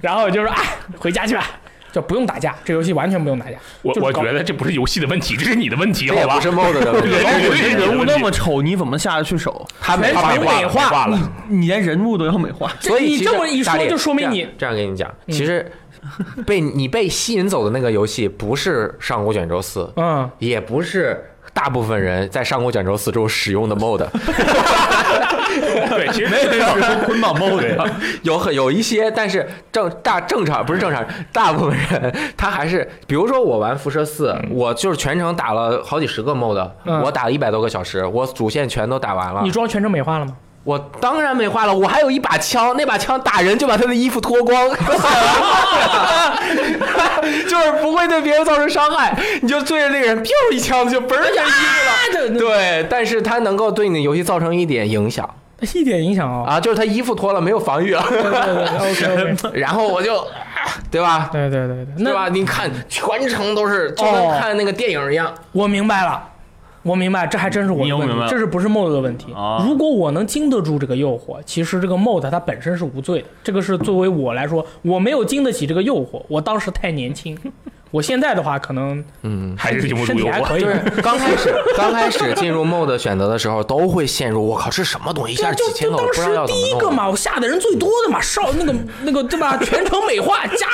Speaker 1: 然后就是哎，回家去吧，就不用打架，这游戏完全不用打架。
Speaker 4: 我
Speaker 1: 就是
Speaker 4: 我
Speaker 1: 搞
Speaker 4: 觉得这不是游戏的问题，这是你的问题，
Speaker 2: 这
Speaker 4: 好
Speaker 2: 也不
Speaker 4: 吧？
Speaker 2: 是 mod 的问题，
Speaker 4: 对
Speaker 3: 人
Speaker 4: 这
Speaker 3: 物
Speaker 4: 是人
Speaker 3: 人物
Speaker 4: 物
Speaker 3: 那么丑，你怎么下得去手？啊
Speaker 2: 他没
Speaker 1: 全
Speaker 2: 法
Speaker 1: 美
Speaker 2: 美
Speaker 1: 化
Speaker 2: 了。
Speaker 3: 你连人物都要美化，
Speaker 1: 这
Speaker 2: 所以
Speaker 1: 你
Speaker 2: 其
Speaker 1: 这
Speaker 2: 实
Speaker 1: 么一
Speaker 2: 大
Speaker 1: 说，
Speaker 2: 力
Speaker 1: 就说明
Speaker 2: 这
Speaker 1: 你嗯
Speaker 2: 样这样跟你讲，其实被你被吸引走的那个游戏不是《上古卷轴四》，
Speaker 1: 嗯，
Speaker 2: 也不是大部分人在《上古卷轴四》中使 用的 mod，
Speaker 4: 对，其实
Speaker 3: 没人是捆绑 mod，
Speaker 2: 有很有一些，但是正大正常不是正常，大部分人他还是，比如说我玩辐射四，我就是全程打了好几十个 mod，
Speaker 1: 嗯
Speaker 2: 我打了一百多个小时，我主线全都打完了
Speaker 1: 你。装全程美化了吗？
Speaker 2: 我当然美化了，我还有一把枪，那把枪打人就把他的衣服脱光， 就是不会对别人造成伤害，你就对着那个人 biu 一枪就嘣儿就衣服了。 对，但是他能够对你的游戏造成一点影响
Speaker 1: 一点影响哦。
Speaker 2: 啊，就是他衣服脱了没有防御了，
Speaker 1: OK OK，
Speaker 2: 然后我就，啊对 吧？
Speaker 1: 对对对对，
Speaker 2: 对
Speaker 1: 那
Speaker 2: 吧？你看全程都是就跟
Speaker 1: 哦
Speaker 2: 看那个电影一样，
Speaker 1: 我明白了。我明白，这还真是我
Speaker 3: 你
Speaker 1: 的
Speaker 3: 又
Speaker 1: 问
Speaker 3: 明白
Speaker 1: 题，
Speaker 3: 了
Speaker 1: 这是不是 mod 的问题
Speaker 3: 啊？
Speaker 1: 如果我能经得住这个诱惑，其实这个 mod 它本身是无罪的。这个是作为我来说，我没有经得起这个诱惑，我当时太年轻。 我现在的话，可能
Speaker 2: 嗯。
Speaker 4: 还是经不
Speaker 1: 身
Speaker 4: 住
Speaker 1: 体
Speaker 4: 诱
Speaker 1: 还
Speaker 4: 惑。
Speaker 1: 可以
Speaker 2: 就，是刚开始， 刚开始进入 mod 选择的时候，都会陷入我靠，这什么东西，一
Speaker 1: 对
Speaker 2: 下
Speaker 1: 啊就
Speaker 2: 几千
Speaker 1: 就
Speaker 2: 个，我不
Speaker 1: 当
Speaker 2: 知道要
Speaker 1: 时
Speaker 2: 怎
Speaker 1: 第
Speaker 2: 么
Speaker 1: 一
Speaker 2: 弄。啊
Speaker 1: 个嘛，我下的人最多的嘛，少那 个那个对吧？全程美化加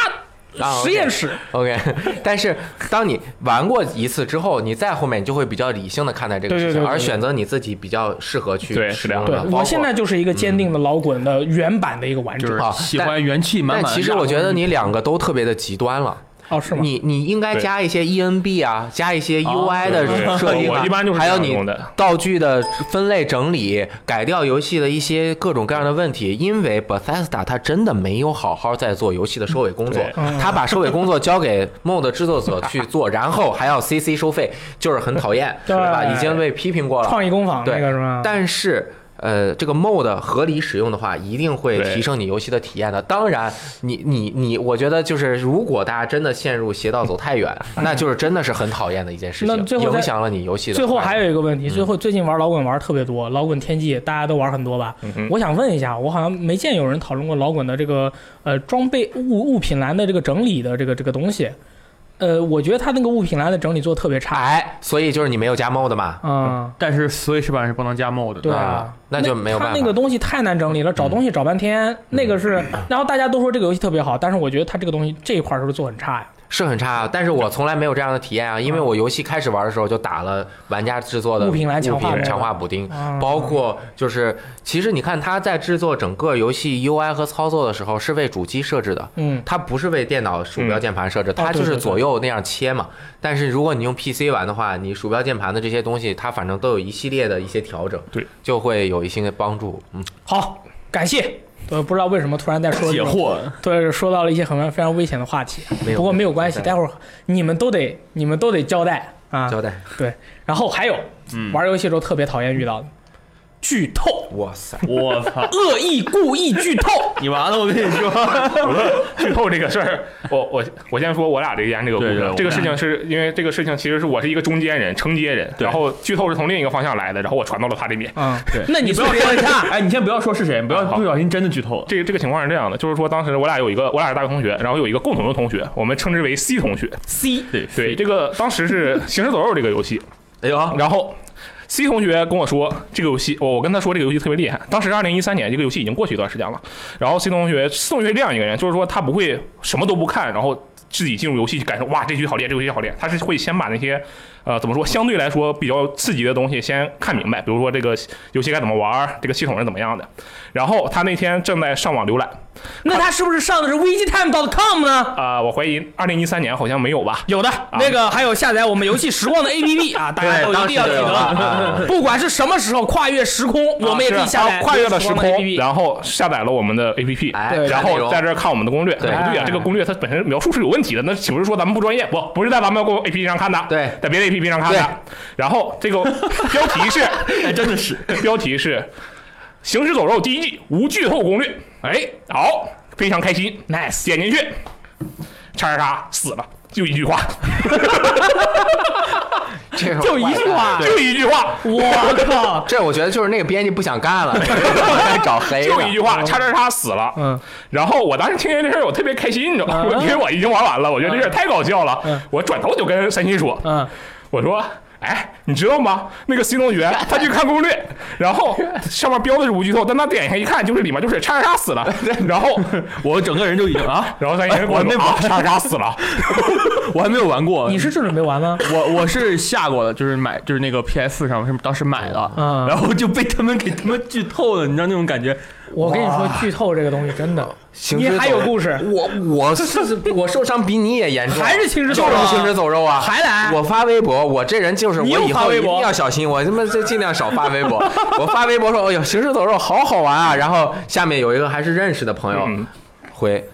Speaker 2: 啊
Speaker 1: 实验室，
Speaker 2: OK，但 是当你玩过一次之后，你再后面你就会比较理性的看待这个
Speaker 1: 对
Speaker 2: 事
Speaker 1: 对
Speaker 2: 情，
Speaker 1: 对对
Speaker 2: 而选择你自己比较适合去
Speaker 4: 对
Speaker 2: 使
Speaker 4: 是这样
Speaker 2: 用
Speaker 4: 的
Speaker 1: 对
Speaker 2: 的。嗯包括
Speaker 1: 我现在就是一个坚定的老滚的原版的一个完
Speaker 3: 就
Speaker 1: 整
Speaker 3: 是。喜欢元气满
Speaker 2: 但
Speaker 3: 满。
Speaker 2: 其实我觉得你两个都特别的极端了，
Speaker 1: 哦，是吗？
Speaker 2: 你你应该
Speaker 4: 对
Speaker 2: 加一些 ENB 啊，加一些 UI
Speaker 4: 对
Speaker 2: 的
Speaker 4: 对对
Speaker 2: 设定啊，
Speaker 4: 我一般就是
Speaker 2: 还
Speaker 4: 这
Speaker 2: 有
Speaker 4: 样
Speaker 2: 你
Speaker 4: 用的
Speaker 2: 道具的分类整理，改掉游戏的一些各种各样的问题。因为 Bethesda 它真的没有好好在做游戏的收尾工作
Speaker 4: 对，
Speaker 1: 嗯
Speaker 2: 他把收尾工作交给 MOD 制作者去做，然后还要 CC 收费，就是很讨厌，
Speaker 1: 对
Speaker 2: 是吧？已经被批评过了。
Speaker 1: 创意工坊那
Speaker 2: 对
Speaker 1: 个是吗？
Speaker 2: 但是。呃，这个 mod 合理使用的话，一定会
Speaker 4: 对
Speaker 2: 提升你游戏的体验的。当然，你你你，我觉得就是，如果大家真的陷入邪道走太远，那就是真的是很讨厌的一件事情，
Speaker 1: 嗯那最后再
Speaker 2: 影响了你游戏的嗯快
Speaker 1: 最
Speaker 2: 乐。
Speaker 1: 后还有一个问题，最后最近玩老滚玩特别多，老滚天际大家都玩很多吧？
Speaker 2: 嗯
Speaker 1: 我想问一下，我好像没见有人讨论过老滚的这个呃装备物物品栏的这个整理的这个这个东西。呃，我觉得他那个物品栏的整理做得特别差。
Speaker 2: 哎，所以就是你没有加 mod 嘛，
Speaker 1: 嗯，
Speaker 3: 但是 Switch 版是不能加 mod
Speaker 1: 对
Speaker 3: 的，
Speaker 1: 啊
Speaker 2: 啊，那就没有办
Speaker 1: 他
Speaker 2: 法嗯
Speaker 1: 那个东西太难整理了，找东西找半天，那个是。然后大家都说这个游戏特别好，但是我觉得他这个东西这一块儿是不是做很差呀？
Speaker 2: 是很差啊。但是我从来没有这样的体验啊，因为我游戏开始玩的时候就打了玩家制作的
Speaker 1: 物品栏强化
Speaker 2: 物
Speaker 1: 模
Speaker 2: 品
Speaker 1: 式
Speaker 2: 强化补丁，
Speaker 1: 啊
Speaker 2: 包括就是，其实你看他在制作整个游戏 UI 和操作的时候是为主机设置的，
Speaker 1: 嗯，
Speaker 2: 它不是为电脑鼠标键盘设置，它
Speaker 1: 哦对
Speaker 2: 就
Speaker 1: 对
Speaker 2: 是
Speaker 1: 对
Speaker 2: 左右那样切嘛。但是如果你用 PC 玩的话，你鼠标键盘的这些东西，它反正都有一系列的一些调整，
Speaker 4: 对，
Speaker 2: 就会有一些帮助。嗯，
Speaker 1: 好，感谢。呃，不知道为什么突然在说这
Speaker 3: 解
Speaker 1: 种
Speaker 3: 惑。
Speaker 1: 对，说到了一些很非常危险的话题
Speaker 2: 没，有
Speaker 1: 不过没有关系，待会儿你们都得你们都得交代啊。
Speaker 2: 交代。
Speaker 1: 对，然后还有，玩游戏的时候特别讨厌遇到的剧透，
Speaker 2: 哇塞，
Speaker 3: 我 操！
Speaker 1: 恶意故意剧 透。
Speaker 3: 你完了，我跟你说，
Speaker 4: 剧透这个事儿，我我我先说我俩之间这个故
Speaker 3: 对对
Speaker 4: 事
Speaker 3: 我，们
Speaker 4: 这个事情是因为这个事情其实是我是一个中间人承接人，
Speaker 3: 对
Speaker 4: 然后剧透是从另一个方向来的，然后我传到了他这边。
Speaker 1: 嗯，
Speaker 3: 对
Speaker 1: 那你
Speaker 3: 你不要
Speaker 1: 说
Speaker 3: 说一下，哎，你先不要说是谁，不要
Speaker 4: 好
Speaker 3: 不小心真的剧透了。
Speaker 4: 这个这个情况是这样的，就是说当时我俩有一个我俩是大学同学，然后有一个共同的同学，我们称之为 C 同学。
Speaker 1: C
Speaker 3: 对
Speaker 4: 对，这个当时是《行尸走肉》这个游戏，
Speaker 2: 哎呦，
Speaker 4: 然后 C 同学跟我说，这个游戏，我我跟他说这个游戏特别厉害。当时二零一三年，这个游戏已经过去一段时间了。然后 C 同学，C 同学这样一个人，就是说他不会什么都不看，然后自己进入游戏去感受，哇，这局好厉害，这个游戏好厉害。他是会先把那些，呃，怎么说，相对来说比较刺激的东西先看明白，比如说这个游戏该怎么玩儿，这个系统是怎么样的。然后他那天正在上网浏览，
Speaker 1: 那他是不是上的是 VGTime.com 呢？
Speaker 4: 啊、我怀疑二零一三年好像没有吧？
Speaker 1: 有的，那个还有下载我们游戏时光的 APP 啊，大家都一定要记
Speaker 2: 对
Speaker 3: 啊
Speaker 2: 当时就
Speaker 1: 得，不管是什么时候跨越时空，我们也可以下载
Speaker 4: 啊跨越了时
Speaker 1: 时
Speaker 4: 空
Speaker 1: 光的 APP。
Speaker 4: 然后下载了我们的 APP，
Speaker 2: 哎
Speaker 1: 对
Speaker 4: 然后在这儿看我们的攻略。对
Speaker 1: 哎
Speaker 4: 对啊，这个攻略它本身描述是有问题的，那岂不是说咱们不专业？不，不是在咱们 APP 上看的，
Speaker 2: 对
Speaker 4: 在别的 APP 上看的
Speaker 2: 对。哎
Speaker 4: 然后这 个标题是，真的是 标题是《行尸走肉》第一季无剧透攻略。哎，好，非常开心，
Speaker 1: Nice，
Speaker 4: 点进去，叉叉叉死了，就一句话，
Speaker 2: 这种
Speaker 1: 就一句话
Speaker 2: 坏蛋
Speaker 4: 就一句话，
Speaker 1: 我靠，
Speaker 2: 这我觉得就是那个编辑不想干了， 在找黑
Speaker 4: 就哎一
Speaker 2: 的。
Speaker 4: 句话，叉叉叉死了。
Speaker 1: 嗯，
Speaker 4: 然后我当时听见这事儿，我特别开心，你知道吗？
Speaker 1: 嗯
Speaker 4: 因为我已经玩完了，我觉得这事儿太搞笑了。
Speaker 1: 嗯
Speaker 4: 我转头就跟三星说，
Speaker 1: 嗯，
Speaker 4: 我说。哎，你知道吗？那个新同学他去看攻略，然后上面标的是无剧透，但他点开一看，就是里面就是叉叉叉死了。然后，
Speaker 3: 我整个人就已经啊，
Speaker 4: 然后三星
Speaker 3: 我
Speaker 4: 我
Speaker 3: 那
Speaker 4: 啊叉叉叉死了，
Speaker 3: 我还没有玩过。
Speaker 1: 你是正准备玩吗？
Speaker 3: 我我是下过的，就是买就是那个 PS 上是当时买的，
Speaker 1: 嗯
Speaker 3: 然后就被他们给他们剧透了，你知道那种感觉？
Speaker 1: 我跟你说，剧透这个东西真的，
Speaker 2: 行
Speaker 1: 你
Speaker 2: 尸
Speaker 1: 还
Speaker 2: 走
Speaker 1: 有
Speaker 2: 肉
Speaker 1: 故事
Speaker 2: 我我是我受伤比你也严重，
Speaker 1: 还是行尸走
Speaker 2: 就
Speaker 1: 肉啊
Speaker 2: 是行尸走肉啊！
Speaker 1: 还来
Speaker 2: 我发微博，我这人就是我
Speaker 1: 你又
Speaker 2: 以
Speaker 1: 发
Speaker 2: 后
Speaker 1: 微
Speaker 2: 一
Speaker 1: 博
Speaker 2: 定要小心，我他妈就尽量少发微博。我发微博说，哎呦，行尸走肉好好玩啊！然后下面有一个还是认识的朋友
Speaker 4: 嗯
Speaker 2: 回，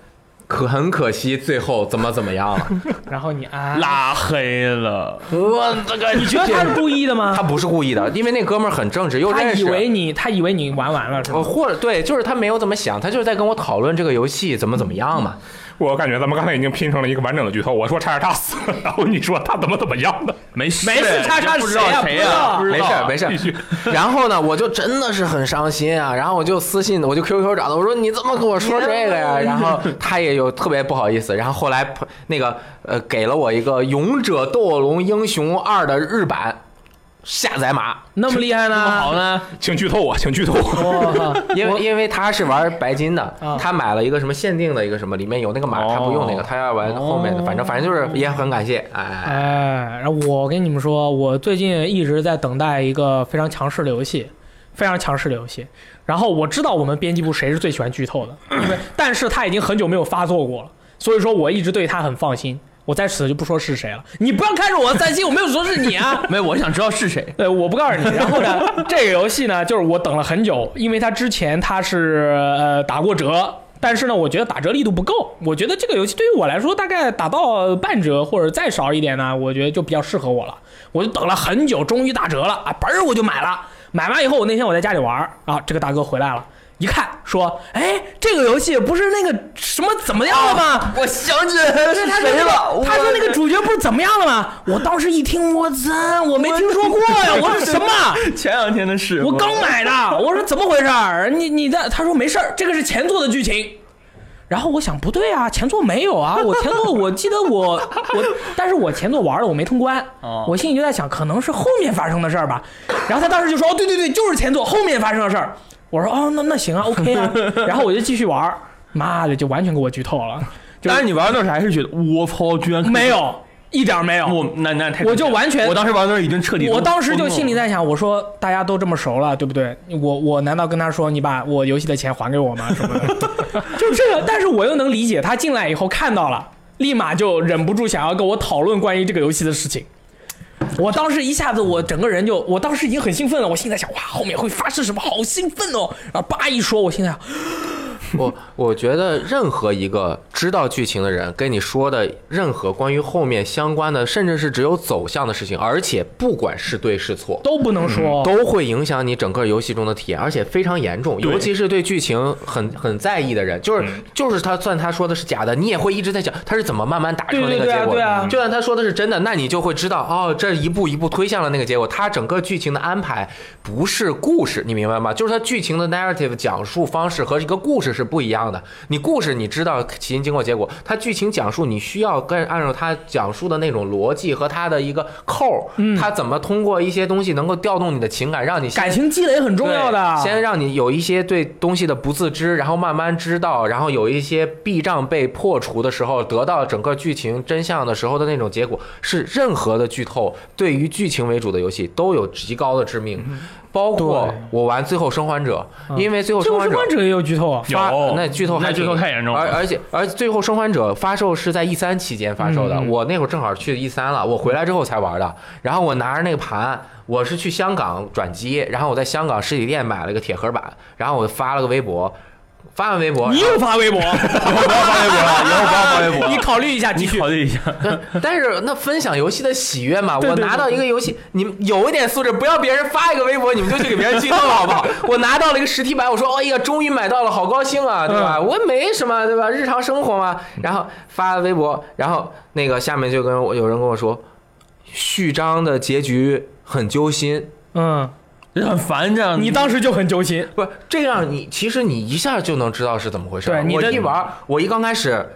Speaker 2: 可很可惜，最后怎么怎么样 了？
Speaker 1: 然后你啊，
Speaker 3: 拉黑了，
Speaker 2: 我这个
Speaker 1: 你觉得他是故意的吗
Speaker 2: 他？不是故意的，因为那哥们儿很正直，又
Speaker 1: 他
Speaker 2: 认识。
Speaker 1: 以为你，他以为你玩完了是
Speaker 2: 呃，
Speaker 1: 吗？
Speaker 2: 或者对，就是他没有怎么想，他就是在跟我讨论这个游戏怎么怎么样嘛。
Speaker 4: 我感觉咱们刚才已经拼成了一个完整的剧透。我说叉叉叉死了，然后你说他怎么怎么样的，
Speaker 3: 没事
Speaker 1: 没事叉叉
Speaker 3: 啊不知道
Speaker 1: 谁呀
Speaker 3: 谁
Speaker 1: 不知道
Speaker 3: 呀，不知
Speaker 2: 没事
Speaker 3: 道啊
Speaker 2: 儿没事
Speaker 4: 必须
Speaker 2: 儿， 然后呢，我就真的是很伤心啊，然后我就私信，我就 QQ 找他，我说你怎么跟我说这个 呀？然后他也有特别不好意思，然后后来那个呃给了我一个《勇者斗恶龙英雄二》的日版下载码，
Speaker 1: 那么厉害
Speaker 3: 那么
Speaker 1: 呢？
Speaker 3: 好呢？
Speaker 4: 请剧透我，请剧透我。
Speaker 1: 哇，
Speaker 2: 因为因为他是玩白金
Speaker 1: 啊
Speaker 2: 的，他买了一个什么限定的一个什么，里面有那个码，
Speaker 3: 哦
Speaker 2: 他不用那个，他要玩后面的，
Speaker 1: 哦
Speaker 2: 反正反正就是也很感谢，哎，
Speaker 1: 哎，然后我跟你们说，我最近一直在等待一个非常强势的游戏，非常强势的游戏。然后我知道我们编辑部谁是最喜欢剧 透的，因为但是他已经很久没有发作过了，所以说我一直对他很放心。我在此就不说是谁了，你不要看着我担心，我没有说是你啊。
Speaker 3: 没有，我想知道是谁。
Speaker 1: 对，我不告诉你。然后呢，这个游戏呢，就是我等了很久，因为它之前它是呃打过折，但是呢，我觉得打折力度不够。我觉得这个游戏对于我来说，大概打到半折或者再少一点呢，我觉得就比较适合我了。我就等了很久，终于打折了啊，嘣儿我就买了。买完以后，我那天我在家里玩儿啊，这个大哥回来了。一看说，哎，这个游戏不是那个什么怎么样了吗？
Speaker 5: 我想起来
Speaker 1: 对，他说那个，他说那个主角不是怎么样了吗？我当时一听，我操，我没听说过呀，我说什 么？
Speaker 3: 前两天的事，
Speaker 1: 我刚买的，我说怎么回事儿？你你的，他说没事儿，这个是前作的剧情。然后我想不对啊，前作没有啊，我前作我记得我 我，但是我前作玩了，我没通关
Speaker 3: 哦，
Speaker 1: 我心里就在想，可能是后面发生的事儿吧。然后他当时就说，哦，对对对，就是前作后面发生的事儿。我说哦，那那行啊，OK 啊。然后我就继续玩儿，妈的，就完全给我剧透了，就
Speaker 3: 但是你玩到时还是觉得我操，居然
Speaker 1: 没有一点儿没有，
Speaker 3: 我那那太
Speaker 1: 我就完全
Speaker 3: 我当时玩到时已经彻底，
Speaker 1: 我当时就心里在想，我说大家都这么熟了，对不对？我我难道跟他说你把我游戏的钱还给我吗？什 么的，就这个。但是我又能理解，他进来以后看到了，立马就忍不住想要跟我讨论关于这个游戏的事情。我当时一下子，我整个人就，我当时已经很兴奋了，我心里在想，哇，后面会发生什么？好兴奋哦！然后叭一说，我心里想，
Speaker 2: 我我觉得任何一个知道剧情的人跟你说的任何关于后面相关的，甚至是只有走向的事情，而且不管是对是错。
Speaker 1: 都不能说，
Speaker 2: 嗯都会影响你整个游戏中的体验，而且非常严重，
Speaker 4: 对
Speaker 2: 尤其是对剧情很很在意的人，就是
Speaker 4: 嗯
Speaker 2: 就是他算他说的是假的，你也会一直在想他是怎么慢慢达成
Speaker 1: 对
Speaker 2: 那个
Speaker 1: 对对啊
Speaker 2: 结果
Speaker 1: 对啊
Speaker 2: 的。就算他说的是真的，那你就会知道哦，这一步一步推向了那个结果。他整个剧情的安排不是故事，你明白吗？就是他剧情的 narrative 讲述方式和一个故事是不一样的。你故事你知道起因、经过、结果，他剧情讲述你需要跟按照他讲述的那种逻辑和他的一个扣儿，他怎么通过一些东西能够调动你的情感，让你先
Speaker 1: 感情积累很重要的。
Speaker 2: 对先让你有一些对东西的不自知，然后慢慢知道，然后有一些避障被破除的时候，得到整个剧情真相的时候的那种结果，是任何的剧透对于剧情为主的游戏都有极高的致命。包括
Speaker 1: 对
Speaker 2: 我玩《最后生还者
Speaker 1: 嗯》，
Speaker 2: 因为《最后
Speaker 1: 最
Speaker 2: 生
Speaker 1: 后
Speaker 2: 还
Speaker 1: 生
Speaker 2: 者
Speaker 1: 还》者也有剧透啊，
Speaker 3: 有
Speaker 2: 发那剧透还
Speaker 3: 那剧透
Speaker 2: 挺
Speaker 3: 太严重
Speaker 2: 而
Speaker 3: 了。
Speaker 2: 而且而最后《生还者》发售是在 E 三期间发售的，
Speaker 1: 嗯嗯
Speaker 2: 我那会儿正好去 E 三了，我回来之后才玩的。然后我拿着那个盘，我是去香港转机，然后我在香港实体店买了个铁盒版，然后我发了个微博，发完微博，
Speaker 1: 你又发微博，
Speaker 2: 不要发微博了，以后不要发微博了
Speaker 1: 你考虑一下，继
Speaker 3: 你
Speaker 1: 续
Speaker 3: 考虑一下，
Speaker 2: 但是那分享游戏的喜悦嘛，
Speaker 1: 对
Speaker 2: 我
Speaker 1: 对
Speaker 2: 拿
Speaker 1: 对
Speaker 2: 到一个游戏，你们有一点素质，不要别人发一个微博，你们就去给别人剧透了，好不好？我拿到了一个实体版，我说，哎呀，终于买到了，好高兴啊，
Speaker 1: 嗯
Speaker 2: 对吧？我没什么，对吧？日常生活嘛。然后发微博，然后那个下面就跟我有人跟我说，序章的结局很揪心。
Speaker 1: 嗯，
Speaker 3: 人很烦这
Speaker 2: 嗯
Speaker 3: 样。
Speaker 1: 你当时就很揪心，
Speaker 2: 不，这样你其实你一下就能知道是怎么回事儿。
Speaker 1: 对你
Speaker 2: 我
Speaker 1: 的
Speaker 2: 一玩，我一刚开始，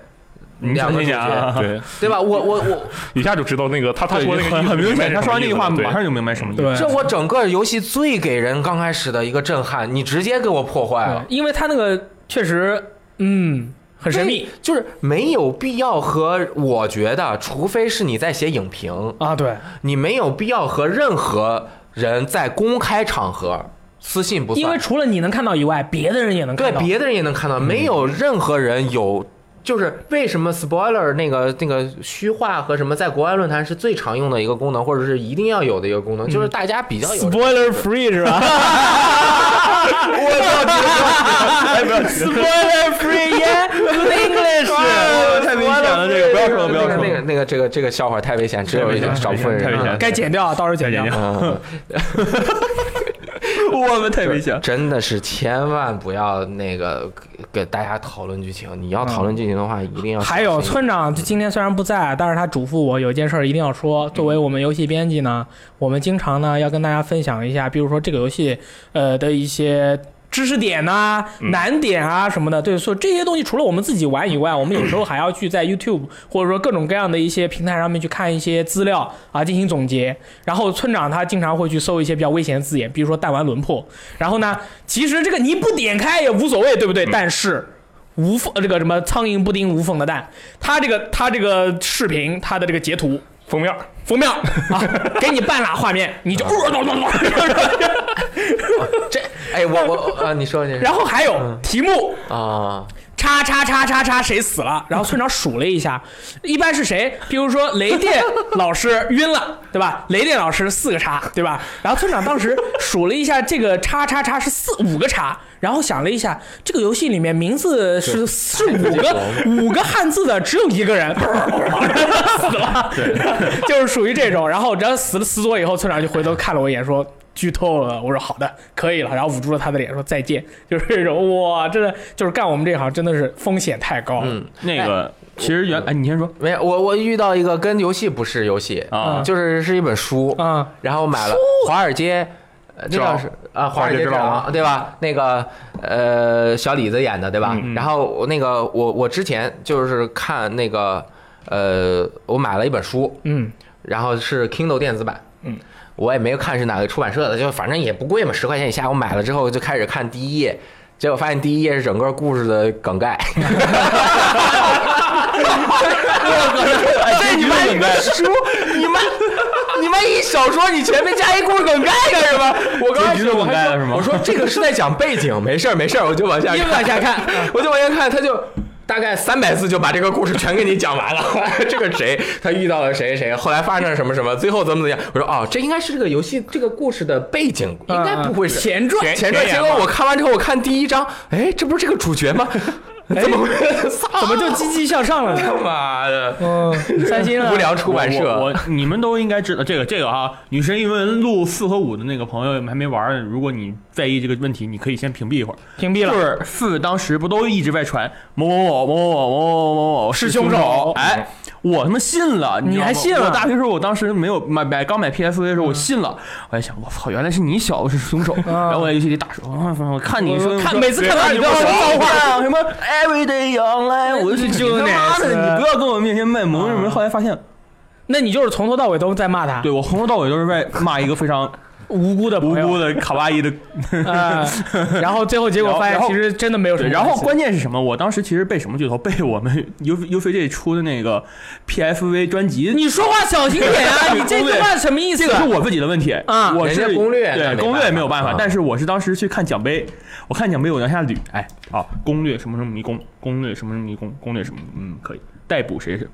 Speaker 3: 你
Speaker 2: 两
Speaker 3: 想
Speaker 2: 个
Speaker 3: 一
Speaker 2: 主
Speaker 3: 想
Speaker 2: 角，
Speaker 3: 啊，
Speaker 4: 对，
Speaker 2: 对吧？我我我，
Speaker 4: 一下就知道那个他他
Speaker 3: 对
Speaker 4: 说那个
Speaker 3: 很很明显，他说完那句话，马
Speaker 4: 上
Speaker 3: 上就明白什么意思。
Speaker 1: 对
Speaker 2: 这我整个游戏最给人刚开始的一个震撼，你直接给我破坏了
Speaker 1: 对，，因为他那个确实，嗯，很神秘
Speaker 2: 对，就是没有必要和我觉得，除非是你在写影评，
Speaker 1: 啊，对，
Speaker 2: 你没有必要和任何人在公开场合私信不算，
Speaker 1: 因为除了你能看到以外，别的人也能
Speaker 2: 对
Speaker 1: 看到，
Speaker 2: 别的人也能看到，没有任何人有。就是为什么 spoiler 那个那个虚化和什么在国外论坛是最常用的一个功能，或者是一定要有的一个功能，就是大家比较有
Speaker 1: spoiler free 是吧？spoiler free yeah English，
Speaker 3: 哎太危险了，这个不要说了，不要说
Speaker 2: 那个
Speaker 3: 了。
Speaker 2: 那个这个这个笑话太危险，只有
Speaker 3: 太危险了
Speaker 2: 少部分
Speaker 3: 太危
Speaker 2: 人
Speaker 3: 险嗯了
Speaker 2: 啊
Speaker 1: 该剪掉啊，到时候剪
Speaker 3: 剪
Speaker 1: 掉
Speaker 3: 掉。
Speaker 2: 嗯，
Speaker 3: 我们太危险了。
Speaker 2: 真的是千万不要那个给给大家讨论剧情。你要讨
Speaker 3: 嗯
Speaker 2: 论剧情的话，一定要
Speaker 1: 还有
Speaker 2: 小心
Speaker 1: 村长今天虽然不在，但是他嘱咐我有一件事儿一定要说。作为我们游戏编辑呢，我们经常呢要跟大家分享一下，比如说这个游戏呃的一些。知识点呐、
Speaker 2: 嗯
Speaker 1: 难点啊什么的，对，所以这些东西除了我们自己玩以外，我们有时候还要去在 YouTube 或者说各种各样的一些平台上面去看一些资料啊，进行总结。然后村长他经常会去搜一些比较危险的字眼，比如说弹丸轮破。然后呢，其实这个你不点开也无所谓，对不对？
Speaker 2: 嗯
Speaker 1: 但是无缝呃这个什么苍蝇不叮无缝的蛋，他这个他这个视频他的这个截图
Speaker 4: 封面，
Speaker 1: 封面啊，给你半拉画面，你就呃
Speaker 2: 这哎，我我呃，你说这
Speaker 1: 然后还有题目
Speaker 2: 啊，
Speaker 1: 叉叉叉叉叉谁死了，然后村长数了一下，一般是谁？比如说雷电老师晕了，对吧？雷电老师四个叉，对吧？然后村长当时数了一下，这个叉叉叉是四五个叉，然后想了一下，这个游戏里面名字是是五个五个汉字的，只有一个人 死了， 就是属于这种。然后然后死了死左以后，村长就回头看了我一眼，说。剧透了，我说好的，可以了，然后捂住了他的脸，说再见，就是这种哇，真的就是干我们这行真的是风险太高了。
Speaker 2: 嗯，
Speaker 3: 那个，其实原哎，你先说
Speaker 2: 没有，我我遇到一个跟游戏不是游戏，
Speaker 3: 啊
Speaker 1: 嗯。
Speaker 2: 就是是一本书，
Speaker 1: 啊，
Speaker 2: 然后买了《华尔街》呃，那
Speaker 4: 知道
Speaker 2: 个是啊，《华
Speaker 4: 华尔
Speaker 2: 尔
Speaker 4: 街
Speaker 2: 街之
Speaker 4: 之狼
Speaker 2: 狼》对吧？那个呃，小李子演的对吧？然后我那个我我之前就是看那个呃，我买了一本书，
Speaker 1: 嗯，
Speaker 2: 然后是 Kindle 电子版，嗯，我也没有看是哪个出版社的，就反正也不贵嘛，十块钱以下。我买了之后就开始看第一页，结果发现第一页是整个故事的梗概。哎这你妈一个书，你妈。你妈一小说，你前面加一故事梗概干什么？我刚开
Speaker 3: 结
Speaker 2: 始
Speaker 3: 局都
Speaker 2: 我
Speaker 3: 梗概
Speaker 2: 还
Speaker 3: 了
Speaker 2: 说
Speaker 3: 是吗
Speaker 2: 我说这个是在讲背景，没事儿没事儿，我就往下
Speaker 1: 又
Speaker 2: 看
Speaker 1: 往下看，
Speaker 2: 我就往下看，他就大概三百字就把这个故事全给你讲完了。 这个谁，他遇到了谁谁，后来发生了什么什么，最后怎么怎么样。我说哦，这应该是这个游戏这个故事的背景，应该不会是
Speaker 1: 前传
Speaker 4: 前
Speaker 2: 前传。
Speaker 4: 言
Speaker 2: 结
Speaker 4: 嘛
Speaker 2: 果我看完之后，我看第一章，哎，这不是这个主角吗？ 怎么会？ 操
Speaker 1: 怎么就积极向上了呢？
Speaker 2: 他妈的！
Speaker 1: 嗯， 三星了
Speaker 2: 无，聊出版
Speaker 3: 我
Speaker 2: 社，
Speaker 3: 我你们都应该知道这个这个啊，女神异闻录四和五的那个朋友还没玩儿，如果你在意这个问题，你可以先屏蔽一会儿。
Speaker 1: 屏蔽
Speaker 3: 就
Speaker 1: 了。
Speaker 3: 是四当时不都一直在传某某某某某某某某某是
Speaker 1: 凶
Speaker 3: 凶
Speaker 1: 手
Speaker 3: 哎，我他妈信了，
Speaker 1: 你
Speaker 3: 知道吗
Speaker 1: 还信了嗯
Speaker 3: 我大学时候，我当时没有买买刚买 PSV 的时候，我信了。我还想，我操，原来是你小子是凶手。然后我在游戏里打说，啊我看你说，
Speaker 1: 看每次看嗯到你都要说脏话，
Speaker 3: 话，什么 everyday young life，我就去
Speaker 1: 就
Speaker 3: 你
Speaker 1: 那
Speaker 3: 他妈的，
Speaker 1: 次嗯
Speaker 3: 你不要跟我面前卖萌什么。后来发现，
Speaker 1: 那你就是从头到尾都在骂他
Speaker 3: 对。我从头到尾都是在骂一个非常
Speaker 1: 无辜的
Speaker 3: 无
Speaker 1: 朋友，
Speaker 2: 哎
Speaker 3: 辜的卡哇 伊的。
Speaker 1: 啊、然后最后结果发现
Speaker 3: 然后
Speaker 1: 其实真的没有什
Speaker 3: 对，
Speaker 1: 么
Speaker 3: 然
Speaker 1: 关系。
Speaker 3: 后关键是什么？我当时其实被什么剧透？被我们 U U C J 出的那个 P F V 专辑。
Speaker 1: 你说话小心点 啊！你这句话什么意思？
Speaker 3: 这个是我自己的问题
Speaker 1: 啊
Speaker 3: 我
Speaker 2: 人
Speaker 3: 是
Speaker 2: 家攻略那
Speaker 3: 对
Speaker 2: 没
Speaker 3: 攻略
Speaker 2: 办法
Speaker 3: 没有办法
Speaker 2: 啊，
Speaker 3: 但是我是当时去看奖杯，我看奖杯我往下捋，哎，啊，攻略什么什么迷宫，攻略什么什么迷宫，攻略什么，嗯，可以逮捕谁 是，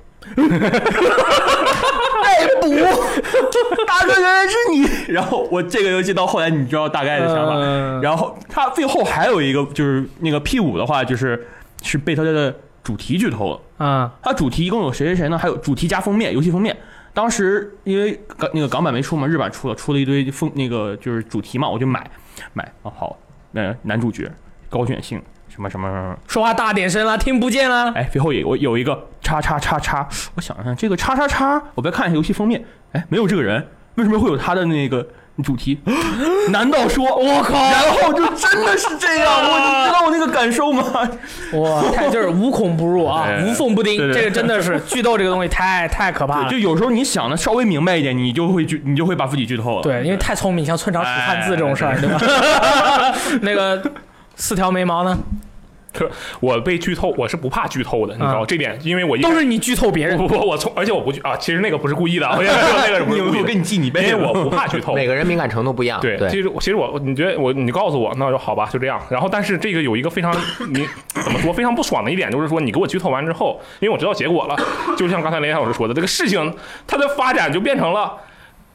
Speaker 2: 逮捕，
Speaker 3: 大哥原来是你，然后我这个游戏到后来你知道大概的想法，
Speaker 1: 嗯
Speaker 3: 然后它最后还有一个就是那个 P 五的话就是是被它的主题剧透了。
Speaker 1: 啊，
Speaker 3: 它主题一共有谁谁谁呢？还有主题加封面，游戏封面。当时因为港那个港版没出嘛，日版出了，出了一堆封那个就是主题嘛，我就买买啊好，那男主角高选性什么什么什么，
Speaker 1: 说话大点声啦，听不见啦。
Speaker 3: 哎，最后有我有一个叉叉叉叉，我想想这个叉叉叉，我再看一下游戏封面，哎，没有这个人，为什么会有他的那个主题？难道说我靠？然后就真的是这样，我就知道我那个感受吗？
Speaker 1: 哇，太就是无孔不入啊，
Speaker 3: 对
Speaker 1: 无缝不丁，
Speaker 3: 对对
Speaker 1: 这个真的是 剧透这个东西太太可怕了
Speaker 3: 对，就。有时候你想的稍微明白一点，你就会剧，你就会把自己剧透了。
Speaker 1: 对，因为太聪明，像村长数汉字这种事儿，对吧？ 那个四条眉毛呢，
Speaker 4: 我被剧透，我是不怕剧透的，你知道、
Speaker 1: 啊
Speaker 4: 这点，因为我一
Speaker 1: 都是你剧透别人
Speaker 4: 不。不不，我从而且我不剧啊，其实那个不是故意的，我跟你说那个是不是故意
Speaker 3: 我
Speaker 4: 的，
Speaker 3: 给你记你
Speaker 4: 因
Speaker 3: 背
Speaker 4: 为
Speaker 3: 了，
Speaker 4: 我不怕剧 透。
Speaker 2: 每个人敏感程度不一样，
Speaker 4: 对，其
Speaker 2: 对，
Speaker 4: 实我其实我，你觉得我，你告诉我，那就好吧，就这样。然后，但是这个有一个非常你怎么说非常不爽的一点，就是说你给我剧透完之后，因为我知道结果了，就像刚才雷老师说的，这个事情它的发展就变成了。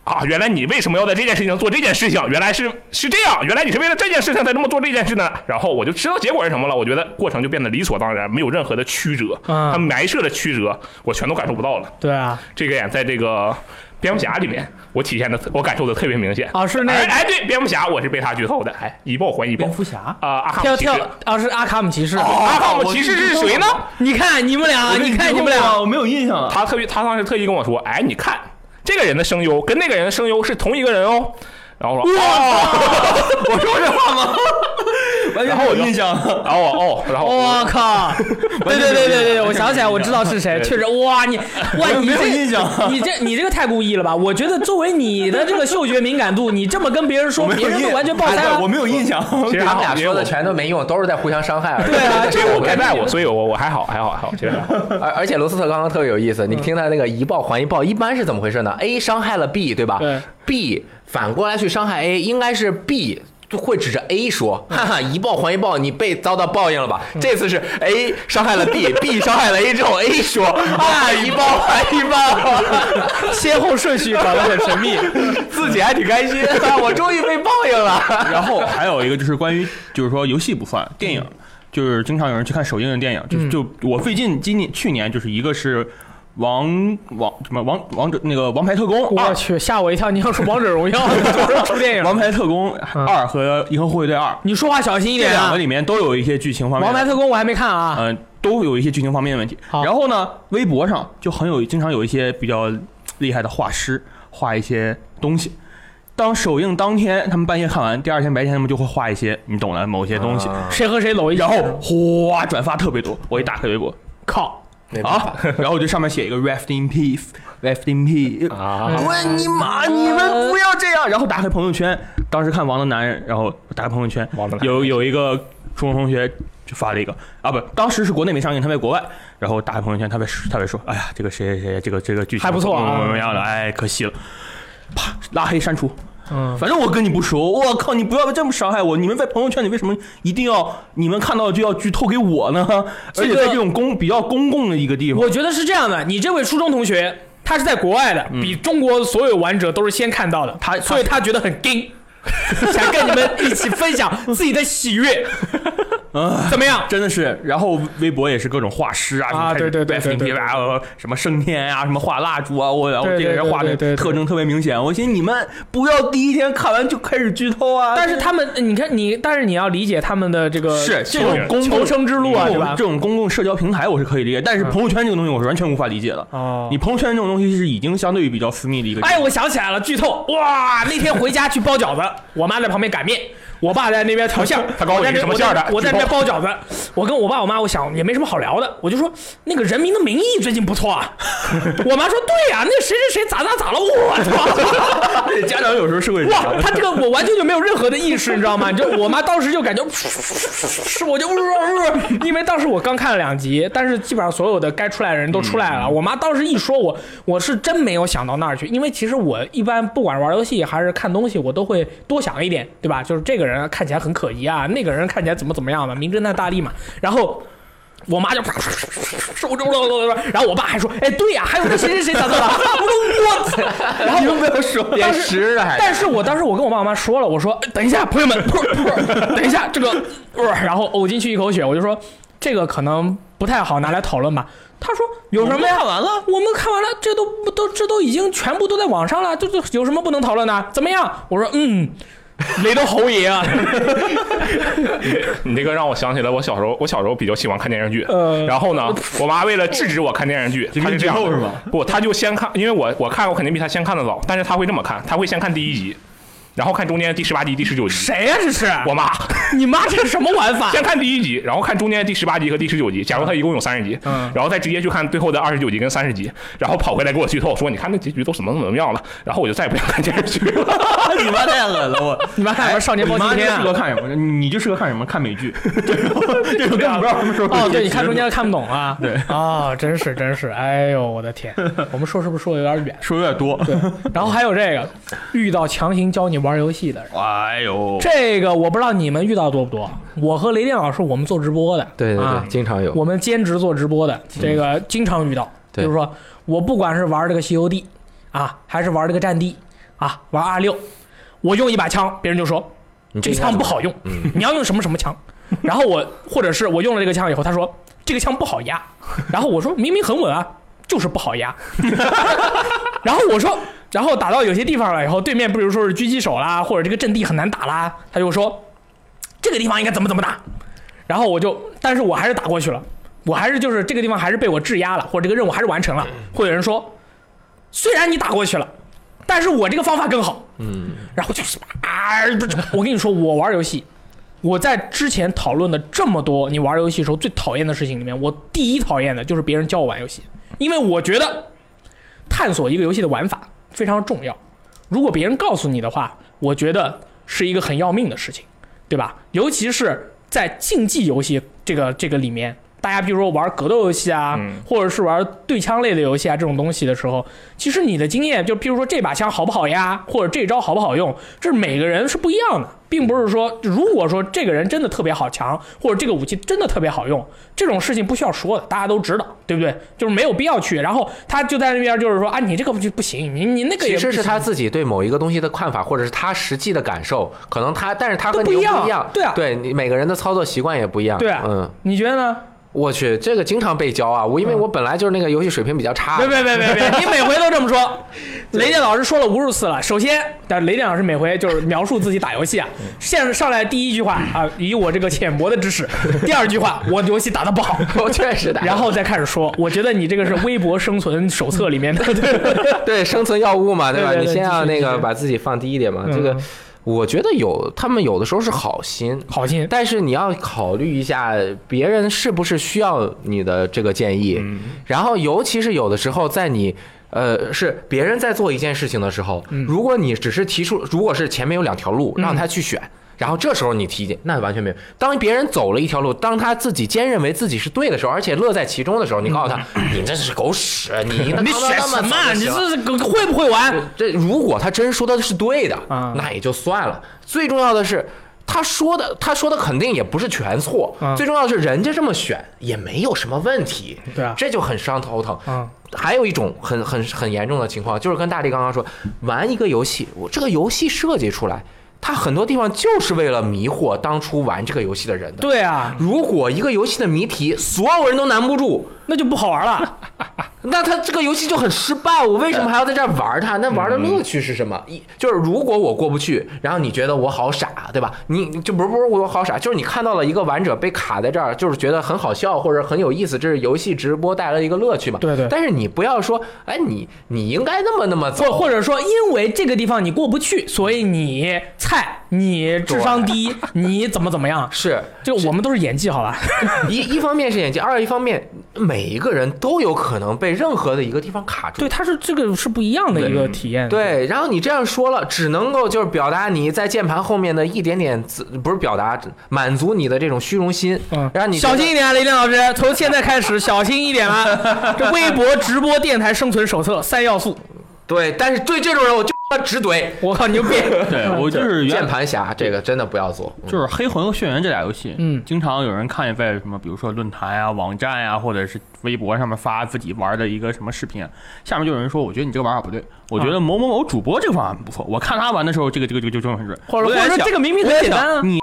Speaker 4: 啊，原来你为什么要在这件事情上做这件事情？原来是是这样，原来你是为了这件事情才这么做这件事呢。然后我就知道结果是什么了。我觉得过程就变得理所当然，没有任何的曲折，
Speaker 1: 嗯
Speaker 4: 它埋设的曲折我全都感受不到了。
Speaker 1: 对啊，
Speaker 4: 这个点在这个蝙蝠侠里面，我体现的我感受的特别明显。
Speaker 1: 啊是那
Speaker 4: 哎哎，对，蝙蝠侠我是被他剧透的，哎，一报还一报
Speaker 3: 蝙蝠侠
Speaker 4: 啊，阿卡姆
Speaker 1: 跳
Speaker 4: 骑士
Speaker 1: 跳，啊是阿卡姆骑士。
Speaker 4: 阿卡姆骑士是谁呢？
Speaker 1: 你看你们
Speaker 3: 啊
Speaker 1: 俩，你看你们俩，
Speaker 3: 我没有印象啊。
Speaker 4: 他特别，他当时特意跟我说，哎，你看这个人的声优跟那个人的声优是同一个人哦。然后我说，哦， 我说这话吗？
Speaker 3: 完全没有印象。
Speaker 4: 然后我哦，然后
Speaker 1: 我靠！对对对对对，我想起来，我知道是谁，确实哇，你哇，你
Speaker 3: 没有
Speaker 1: 这
Speaker 3: 印象
Speaker 1: 你这你这个太故意了吧？我觉得作为你的这个嗅觉敏感度，你这么跟别人说，别人都完全爆
Speaker 3: 爆
Speaker 1: 胎了
Speaker 3: 哎我。没有印象。
Speaker 4: 其实
Speaker 2: 他们俩
Speaker 4: 因为
Speaker 2: 说的
Speaker 4: 我
Speaker 2: 全都没用，都是在互相伤害而已。
Speaker 1: 对 啊，
Speaker 4: 因
Speaker 1: 这
Speaker 4: 为我该带我，所以我我还好还好还好，其 实还好
Speaker 2: 而而且罗斯特刚刚特别有意思，你
Speaker 4: 嗯
Speaker 2: 听他那个一报还一报，一般是怎么回事呢？A 伤害了 B，对吧？
Speaker 1: 对
Speaker 2: b 反过来去伤害 A，应该是 B。会指着 A 说：“
Speaker 4: 嗯
Speaker 2: 哈哈，一报还一报，你被遭到报应了吧？”这次是 A 伤害了 B，B 伤害了 A 之后，A 说：“啊，一报还一报，
Speaker 1: 先后顺序搞得很神秘。
Speaker 2: 自己还挺开心，啊我终于被报应了。
Speaker 3: 然 后 还有一个就是关于，就是说游戏不算，电
Speaker 1: 嗯
Speaker 3: 影就是经常有人去看首映的电影。就就我最近今年去年就是一个是王王什么王王者那个王牌特工
Speaker 1: 我
Speaker 3: 二。
Speaker 1: 去，吓我一跳！你要是王者荣耀 出电影，
Speaker 3: 王牌特工二和银河护卫队二
Speaker 1: 你说话小心一
Speaker 3: 这
Speaker 1: 点
Speaker 3: 两
Speaker 1: 啊
Speaker 3: 个！里面都有一些剧情方面
Speaker 1: 王
Speaker 3: 的
Speaker 1: 牌特工我还没看啊，
Speaker 3: 嗯，都有一些剧情方面的问题。
Speaker 1: 好
Speaker 3: 然后呢，微博上就很有经常有一些比较厉害的画师画一些东西。当首映当天，他们半夜看完，第二天白天他们就会画一些你懂的某些东西，
Speaker 1: 谁和谁搂一起
Speaker 3: 然后哗转发特别多。我一打开微博
Speaker 1: 靠，
Speaker 3: 啊，然后我就上面写一个 “rest in peace”，“rest in peace”，
Speaker 4: 啊，
Speaker 3: 我你妈！你们不要这样。然后打开朋友圈，当时看《王的男人》，然后打开朋友圈
Speaker 4: 王的，男人
Speaker 3: 有有一个初中同学就发了一个啊，不，当时是国内没上映，他在国外。然后打开朋友圈，他在他在说，哎呀，这个谁谁谁，这个这个剧情
Speaker 1: 还不错啊
Speaker 3: 怎么怎么样的，哎，可惜了，啪，拉黑删除。
Speaker 1: 嗯，
Speaker 3: 反正我跟你不熟，我靠，你不要这么伤害我！你们在朋友圈里为什么一定要你们看到就要剧透给我呢？
Speaker 1: 这
Speaker 3: 而且
Speaker 1: 个
Speaker 3: 在这种公比较公共的一个地方，
Speaker 1: 我觉得是这样的，你这位初中同学他是在国外的，比中国所有玩者都是先看到的，
Speaker 3: 嗯他
Speaker 1: 所以他觉得很惊， 想跟你们一起分 享自己的喜悦，怎么样？
Speaker 3: 真的是，然后微博也是各种画师啊，
Speaker 1: 啊
Speaker 3: 什么开始
Speaker 1: 对对对
Speaker 3: 摆
Speaker 1: 对对
Speaker 3: 屏蔽啊，呃什么升天啊，什么画蜡烛啊，我然后
Speaker 1: 对对
Speaker 3: 这个人画的
Speaker 1: 对对对对
Speaker 3: 特征特别明显，我寻思你们不要第一天看完就开始剧透啊。
Speaker 1: 但是他们，你看你，但是你要理解他们的这个
Speaker 3: 是这
Speaker 1: 这
Speaker 3: 种
Speaker 1: 种
Speaker 3: 公
Speaker 1: 求生之路啊，
Speaker 3: 这
Speaker 1: 对
Speaker 3: 种
Speaker 1: 吧嗯
Speaker 3: 这？种公共社交平台我是可以理解，但是朋友圈这个东西我是完全无法理解的。
Speaker 1: 哦
Speaker 3: 你朋友圈这种东西是已经相对于比较私密的一个，
Speaker 1: 哎，我想起来了，剧透！哇，那天回家去包饺子，我妈在旁边擀面，我爸在那边调馅儿，
Speaker 4: 他告诉
Speaker 1: 我
Speaker 4: 你
Speaker 1: 在
Speaker 4: 是什么馅儿的
Speaker 1: 我在我在那边包饺子，我跟我爸我妈，我想也没什么好聊的，我就说那个《人民的名义》最近不错啊。 我妈说对呀、那谁谁谁咋咋咋了，我操！
Speaker 3: 家长有时候是会这样
Speaker 1: 哇，他这个我完全就没有任何的意识，你知道吗？就我妈当时就感觉，是我就，因为当时我刚看了两集，但是基本上所有的该出来的人都出来了。
Speaker 3: 嗯
Speaker 1: 我妈当时一说我，我是真没有想到那儿去，因为其实我一般不管玩游戏还是看东西，我都会多想一点，对吧？就是这个人看起来很可疑啊，那个人看起来怎么怎么样嘛，名侦探大力嘛，然后。我妈就啪啪啪啪啪啪手肘了了了，然后我爸还说：“哎，对呀、还有那谁谁谁咋咋咋。”我说：“我，然后我没有说
Speaker 2: 点实了还
Speaker 1: 但是我当时我跟我爸我妈说了，我说：“哎等一下，朋友们，噗噗等一下，这个，呃然后呕进去一口血，我就说这个可能不太好拿来讨论吧。”他说：“有什么呀？看完了，我们看完了，这都不都这都已经全部都在网上了，这这有什么不能讨论的？怎么样？”我说：“嗯，雷都侯爷啊，
Speaker 4: 你这个让我想起来，我小时候，我小时候比较喜欢看电视剧。
Speaker 1: 呃
Speaker 4: 然 后呢，我妈为了制止我看电视剧，
Speaker 3: 就
Speaker 4: 她
Speaker 3: 跟
Speaker 4: 是这样
Speaker 3: 剧透
Speaker 4: 的
Speaker 3: 是吧
Speaker 4: 不，她就先看，因为我我看我肯定比她先看的早，但是她会这么看，她会先看第一集，然后看中间第十八集、第十九集。
Speaker 1: 谁呀、这是？啊
Speaker 4: 我妈
Speaker 1: 你妈这是什么玩法？
Speaker 4: 先看第一集，然后看中间第十八集和第十九集，假如它一共有三十集，
Speaker 1: 嗯
Speaker 4: 然后再直接去看最后的二十九集跟三十集，然后跑回来给我剧透说你看那结局都怎么怎么样了，然后我就再也不想看电视剧了。
Speaker 3: 哎你妈太狠了， 我。哎
Speaker 1: 你妈看什么少年包
Speaker 3: 你妈
Speaker 1: 青
Speaker 3: 就
Speaker 1: 天、
Speaker 3: 适
Speaker 1: 啊
Speaker 3: 合？看什么？你就适合看什么？看美 剧，这种根本不知道什么时候会
Speaker 1: 哦，
Speaker 3: 结
Speaker 1: 对，你
Speaker 3: 束
Speaker 1: 看中间看不懂啊。
Speaker 3: 对
Speaker 1: 啊、真是真是，哎呦我的 天，我们说是不是说的有点远？
Speaker 3: 说有点多。
Speaker 1: 对，然后还有这个，遇到强行教你玩游戏的人，
Speaker 3: 哎呦，
Speaker 1: 这个我不知道你们遇到多不多。我和雷电老师，我们做直播的，
Speaker 2: 对对对，
Speaker 1: 啊
Speaker 2: 经常有。
Speaker 1: 我们兼职做直播的，这个经常遇到。比
Speaker 2: 对
Speaker 1: 如说，我不管是玩这个《西游记》啊，还是玩这个《战地》啊，玩二六，我用一把枪，别人就说
Speaker 2: 你
Speaker 1: 这枪不好用，你要用什么什么枪。然后我或者是我用了这个枪以后，他说这个枪不好压，然后我说明明很稳啊，就是不好压。 然后我说，然后打到有些地方了以后，对面比如说是狙击手啦，或者这个阵地很难打啦，他就说这个地方应该怎么怎么打。然后我就，但是我还是打过去了，我还是就是这个地方还是被我制压了，或者这个任务还是完成了。会有人说，虽然你打过去了，但是我这个方法更好。
Speaker 2: 嗯，
Speaker 1: 然后就是啊，不是，我跟你说，我玩游戏，我在之前讨论的这么多你玩游戏时候最讨厌的事情里面，我第一讨厌的就是别人教我玩游戏，因为我觉得探索一个游戏的玩法非常重要。如果别人告诉你的话，我觉得是一个很要命的事情，对吧？尤其是在竞技游戏这个这个里面，大家比如说玩格斗游戏啊，或者是玩对枪类的游戏啊这种东西的时候，其实你的经验，就譬如说这把枪好不好压，或者这招好不好用，这每个人是不一样的，并不是说如果说这个人真的特别好强，或者这个武器真的特别好用，这种事情不需要说的，大家都知道，对不对？就是没有必要去。然后他就在那边就是说啊，你这个不不行，你你那个也
Speaker 2: 其
Speaker 1: 不
Speaker 2: 实
Speaker 1: 行
Speaker 2: 是他自己对某一个东西的看法，或者是他实际的感受，可能他，但是他和
Speaker 1: 都不
Speaker 2: 你又
Speaker 1: 一样
Speaker 2: 不一样，
Speaker 1: 对啊
Speaker 2: 对你每个人的操作习惯也不一样，
Speaker 1: 对啊嗯
Speaker 2: 嗯，
Speaker 1: 你觉得呢？
Speaker 2: 我去，这个经常被教啊，我因为我本来就是那个游戏水平比较差
Speaker 1: 别
Speaker 2: 的，
Speaker 1: 别别别别！你每回都这么说， 雷电老师说了无数次了。首先，但雷电老师每回就是描述自己打游戏啊， 现上来第一句话啊，以我这个浅薄的知识，第二句话我游戏打得不好，
Speaker 2: 我确实的。
Speaker 1: 然后再开始说，我觉得你这个是微博生存手册里面的，对
Speaker 2: 对生存药物嘛，吧？
Speaker 1: 对对对
Speaker 2: 你先要
Speaker 1: 继续
Speaker 2: 那
Speaker 1: 继
Speaker 2: 个
Speaker 1: 续
Speaker 2: 把自己放低一点嘛。
Speaker 1: 嗯
Speaker 2: 这个我觉得有，他们有的时候是好心，
Speaker 1: 好心。
Speaker 2: 但是你要考虑一下别人是不是需要你的这个建议，然后尤其是有的时候在你。呃，是别人在做一件事情的时候，如果你只是提出，如果是前面有两条路，让他去选，然后这时候你提点，那完全没有。当别人走了一条路，当他自己坚认为自己是对的时候，而且乐在其中的时候，你告诉他，你这是狗屎，你
Speaker 1: 你
Speaker 2: 你
Speaker 1: 选什么？啊你
Speaker 2: 这
Speaker 1: 这是会不会玩？
Speaker 2: 这如果他真说的是对的，
Speaker 1: 啊
Speaker 2: 那也就算了。最重要的是，他说的他说的肯定也不是全错。
Speaker 1: 啊
Speaker 2: 最重要的是，人家这么选也没有什么问题。
Speaker 1: 对啊
Speaker 2: 这就很伤头疼。
Speaker 1: 啊
Speaker 2: 还有一种很很很严重的情况，就是跟大力刚刚说，玩一个游戏，我这个游戏设计出来，它很多地方就是为了迷惑当初玩这个游戏的人的。
Speaker 1: 对啊，
Speaker 2: 如果一个游戏的谜题所有人都难不住，
Speaker 1: 那就不好玩了。
Speaker 2: 那他这个游戏就很失败，我为什么还要在这儿玩它？那玩
Speaker 1: 嗯
Speaker 2: 的乐趣是什么？一就是如果我过不去，然后你觉得我好傻，对吧？你就不是不是我好傻，就是你看到了一个玩者被卡在这儿，就是觉得很好笑或者很有意思，这是游戏直播带来的一个乐趣嘛？
Speaker 1: 对对
Speaker 2: 但是你不要说，哎，你你应该那么那么
Speaker 1: 或
Speaker 2: 走，
Speaker 1: 或者说，因为这个地方你过不去，所以你菜，你智商低，你怎么怎么样？
Speaker 2: 是
Speaker 1: 就我们都是演技，好吧？
Speaker 2: 一一方面是演技，二一方面每一个人都有可能被任何的一个地方卡住
Speaker 1: 对，。它是这个是不一样的一个体验。
Speaker 2: 对，然后你这样说了，只能够就是表达你在键盘后面的一点点自，不是表达，满足你的这种虚荣心，
Speaker 1: 嗯，
Speaker 2: 让你觉
Speaker 1: 小
Speaker 2: 得
Speaker 1: 心一点啊，雷电老师，从现在开始小心一点啊！这微博直播电台生存手册三要素，
Speaker 2: 对，但是对这种人我就直怼。
Speaker 1: 我靠牛逼！
Speaker 3: 对我就是原
Speaker 2: 键
Speaker 3: 来
Speaker 2: 盘侠这个真的不要做，嗯
Speaker 3: 就是黑魂和血缘这俩游戏，
Speaker 1: 嗯
Speaker 3: 经常有人看在什么，比如说论坛啊、网站啊，或者是微博上面发自己玩的一个什么视频啊，下面就有人说，我觉得你这个玩法不对，我
Speaker 1: 啊
Speaker 3: 觉得某某某主播这个方案不错，我看他玩的时候，这个这个这个就真的很准，
Speaker 1: 或者
Speaker 3: 我
Speaker 1: 或
Speaker 3: 在
Speaker 1: 者说
Speaker 3: 想
Speaker 1: 这个明明
Speaker 3: 我
Speaker 1: 很
Speaker 3: 在
Speaker 1: 简
Speaker 3: 想
Speaker 1: 单啊，
Speaker 3: 你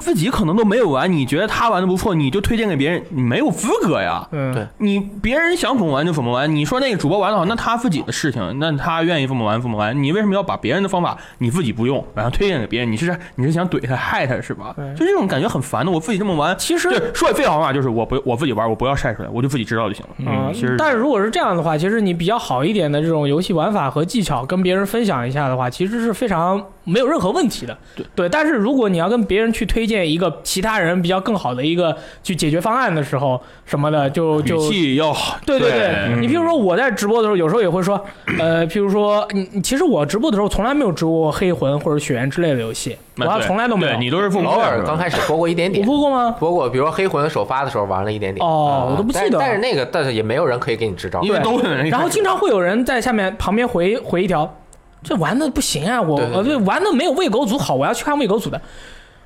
Speaker 3: 自己可能都没有玩，你觉得他玩的不错，你就推荐给别人，你没有资格呀。
Speaker 1: 嗯，
Speaker 2: 对
Speaker 3: 你别人想怎么玩就怎么玩，你说那个主播玩的好，那他自己的事情，那他愿意怎么玩怎么玩，你为什么要把别人的方法你自己不用，然后推荐给别人？你是你是想怼他害他是吧？就这种感觉很烦的，我自己这么玩，
Speaker 1: 其实
Speaker 3: 对，说最好方法就是我不我自己玩，我不要晒出来，我就自己知道就行了。嗯
Speaker 1: 啊、
Speaker 3: 其实
Speaker 1: 但是如果是这样的话，其实你比较好一点的这种游戏玩法和技巧跟别人分享一下的话，其实是非常没有任何问题的。
Speaker 3: 对
Speaker 1: 但是如果你要跟别人去推荐一个其他人比较更好的一个去解决方案的时候什么的，就
Speaker 3: 语
Speaker 1: 就
Speaker 3: 气要好，
Speaker 1: 对对对，
Speaker 3: 嗯
Speaker 1: 你譬如说我在直播的时候，有时候也会说，呃，譬如说你你其实我直播的时候从来没有直播过黑魂或者血缘之类的游戏，我
Speaker 3: 那
Speaker 1: 要
Speaker 3: 对
Speaker 1: 从来都没
Speaker 3: 对你
Speaker 1: 有。
Speaker 3: 都是父母
Speaker 2: 偶尔刚开始播过一点
Speaker 1: 我
Speaker 2: 点，
Speaker 1: 播过吗？
Speaker 2: 播过，比如说黑魂首发的时候玩了一点点。
Speaker 1: 哦
Speaker 2: 嗯
Speaker 1: 我都不记
Speaker 2: 但是
Speaker 1: 得了
Speaker 2: 但是那个，但是也没有人可以给你支招。
Speaker 3: 因为都有人，
Speaker 1: 然后经常会有人在下面旁边回回一条，这玩的不行啊，我
Speaker 2: 对对
Speaker 1: 我对玩的没有喂狗组好，我要去看喂狗组的。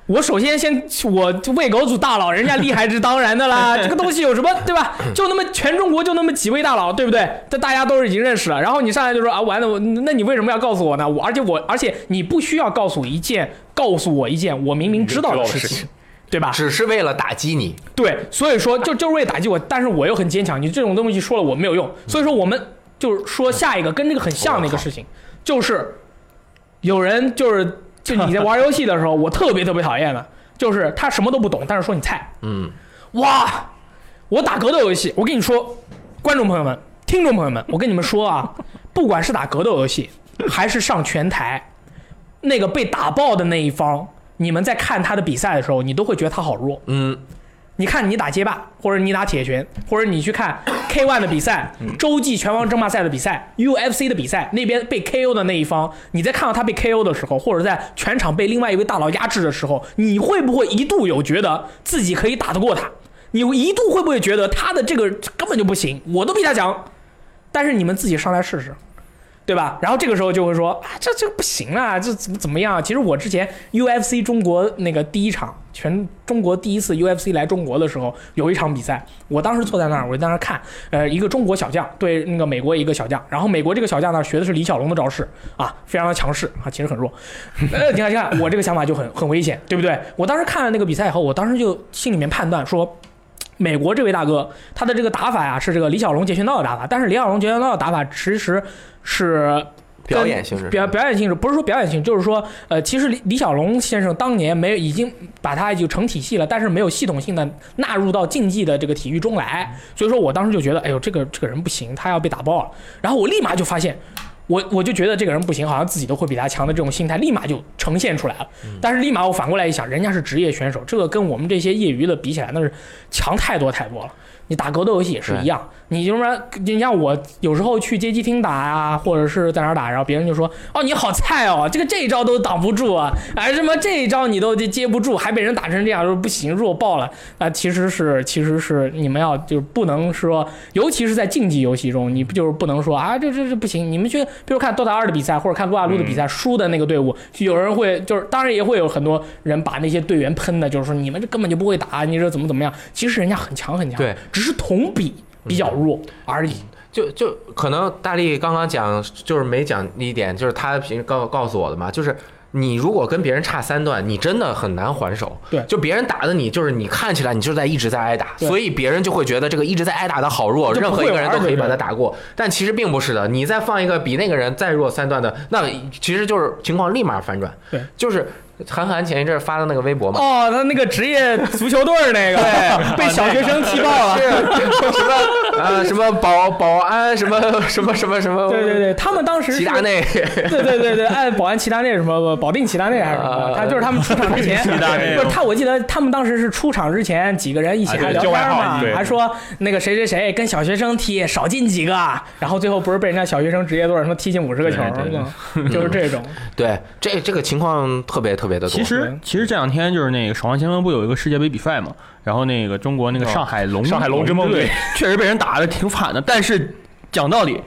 Speaker 1: 我首先先我喂狗组大佬，人家厉害是当然的 啦，这个东西有什么对吧？就那么全中国就那么几位大佬，对不对？这大家都是已经认识了，然后你上来就说啊玩的我，那你为什么要告诉我呢？我而且我而且你不需要告诉一件告诉我一件我明明知道的事情，对吧？
Speaker 2: 只是为了打击你，
Speaker 1: 对，所以说就就是为了打击我，但是我又很坚强。你这种东西说了我没有用，所以说我们就是说下一个跟这个很像的一个事情，就是有人就是就你在玩游戏的时候，我特别特别讨厌的，就是他什么都不懂，但是说你菜。
Speaker 2: 嗯，
Speaker 1: 哇，我打格斗游戏，我跟你说，观众朋友们、听众朋友们，我跟你们说啊，不管是打格斗游戏还是上拳台，那个被打爆的那一方，你们在看他的比赛的时候，你都会觉得他好弱。
Speaker 2: 嗯，
Speaker 1: 你看你打街霸，或者你打铁拳，或者你去看 K ONE 的比赛、洲际拳王争霸赛的比赛、UFC 的比赛，那边被 KO 的那一方，你在看到他被 KO 的时候，或者在全场被另外一位大佬压制的时候，你会不会一度有觉得自己可以打得过他？你一度会不会觉得他的这个根本就不行，我都比他强？但是你们自己上来试试，对吧？然后这个时候就会说啊，这这不行啊，这怎么怎么样、啊？其实我之前 UFC 中国那个第一场，全中国第一次 UFC 来中国的时候，有一场比赛，我当时坐在那儿，我就在那儿看，呃，一个中国小将对那个美国一个小将，然后美国这个小将呢学的是李小龙的招式啊，非常的强势啊，其实很弱。 呃，你看，你看，我这个想法就很很危险，对不对？我当时看了那个比赛以后，我当时就心里面判断说。美国这位大哥，他的这个打法呀、是这个李小龙截拳道的打法，但是李小龙截拳道的打法其实是跟
Speaker 2: 表演性质。
Speaker 1: 表表演性质，不是说表演性，就是说，呃，其实李李小龙先生当年没有已经把它就成体系了，但是没有系统性的纳入到竞技的这个体育中来，所以说我当时就觉得，哎呦，这个这个人不行，他要被打爆了，然后我立马就发现。我我就觉得这个人不行，好像自己都会比他强的这种心态，立马就呈现出来了。但是立马我反过来一想，人家是职业选手，这个跟我们这些业余的比起来，那是强太多太多了。你打格斗游戏也是一样，你就说，你像我有时候去街机厅打啊，或者是在哪儿打，然后别人就说，哦，你好菜哦，这个这一招都挡不住啊，哎，什么这一招你都接不住，还被人打成这样，说不行，弱爆了。啊、其实是其实是你们要就是不能说，尤其是在竞技游戏中，你不就是不能说啊，这这这不行。你们去，比如看《DOTA 二》的比赛或者看《撸啊撸》的比赛，输的那个队伍，就有人会就是，当然也会有很多人把那些队员喷的，就是说你们这根本就不会打，你这怎么怎么样。其实人家很强很强，
Speaker 2: 对，
Speaker 1: 只是同比比较弱而已。
Speaker 2: 就就可能大力刚刚讲就是没讲一点，就是他平时告告诉我的嘛，就是你如果跟别人差三段，你真的很难还手。
Speaker 1: 对
Speaker 2: 就别人打的你，就是你看起来你就是在一直在挨打，
Speaker 1: 对
Speaker 2: 所以别人就会觉得这个一直在挨打的好弱，
Speaker 1: 就
Speaker 2: 任
Speaker 1: 不
Speaker 2: 何
Speaker 1: 会
Speaker 2: 一个人
Speaker 1: 玩
Speaker 2: 都可
Speaker 1: 这
Speaker 2: 以
Speaker 1: 个
Speaker 2: 把他
Speaker 1: 人
Speaker 2: 打过。但其实并不是的，你再放一个比那个人再弱三段的，那其实就是情况立马反转。
Speaker 1: 对，
Speaker 2: 就是韩寒前一阵儿发的那个微博嘛，
Speaker 1: 哦，他那个职 业足球队儿那 个，被小学生踢爆了。
Speaker 2: 是啊什么啊什么保保安什么什么什么什么，
Speaker 1: 对对对，他们当时是
Speaker 2: 齐达内，
Speaker 1: 对对对对，按保安齐达内什么保定齐达内还是什么，
Speaker 2: 啊
Speaker 1: 他就是他们出场之前，
Speaker 3: 齐达内
Speaker 1: 不是他，我记得他们当时是出场之前几个人一起还聊天
Speaker 4: 啊对叫外
Speaker 1: 嘛
Speaker 4: 号对，
Speaker 1: 还说那个谁谁谁跟小学生踢少进几个，然后最后不是被人家小学生职业队什么踢进五十个球
Speaker 3: 对对对
Speaker 1: 吗？就是这种，
Speaker 2: 对这这个情况特别特别的多。
Speaker 3: 其实其实这两天就是那个《守望先锋》不有一个世界杯比赛嘛，然后那个中国那个 上海龙、
Speaker 4: 上海龙之梦
Speaker 3: 队
Speaker 4: 队
Speaker 3: 确实被人打的挺惨的，但是讲道理，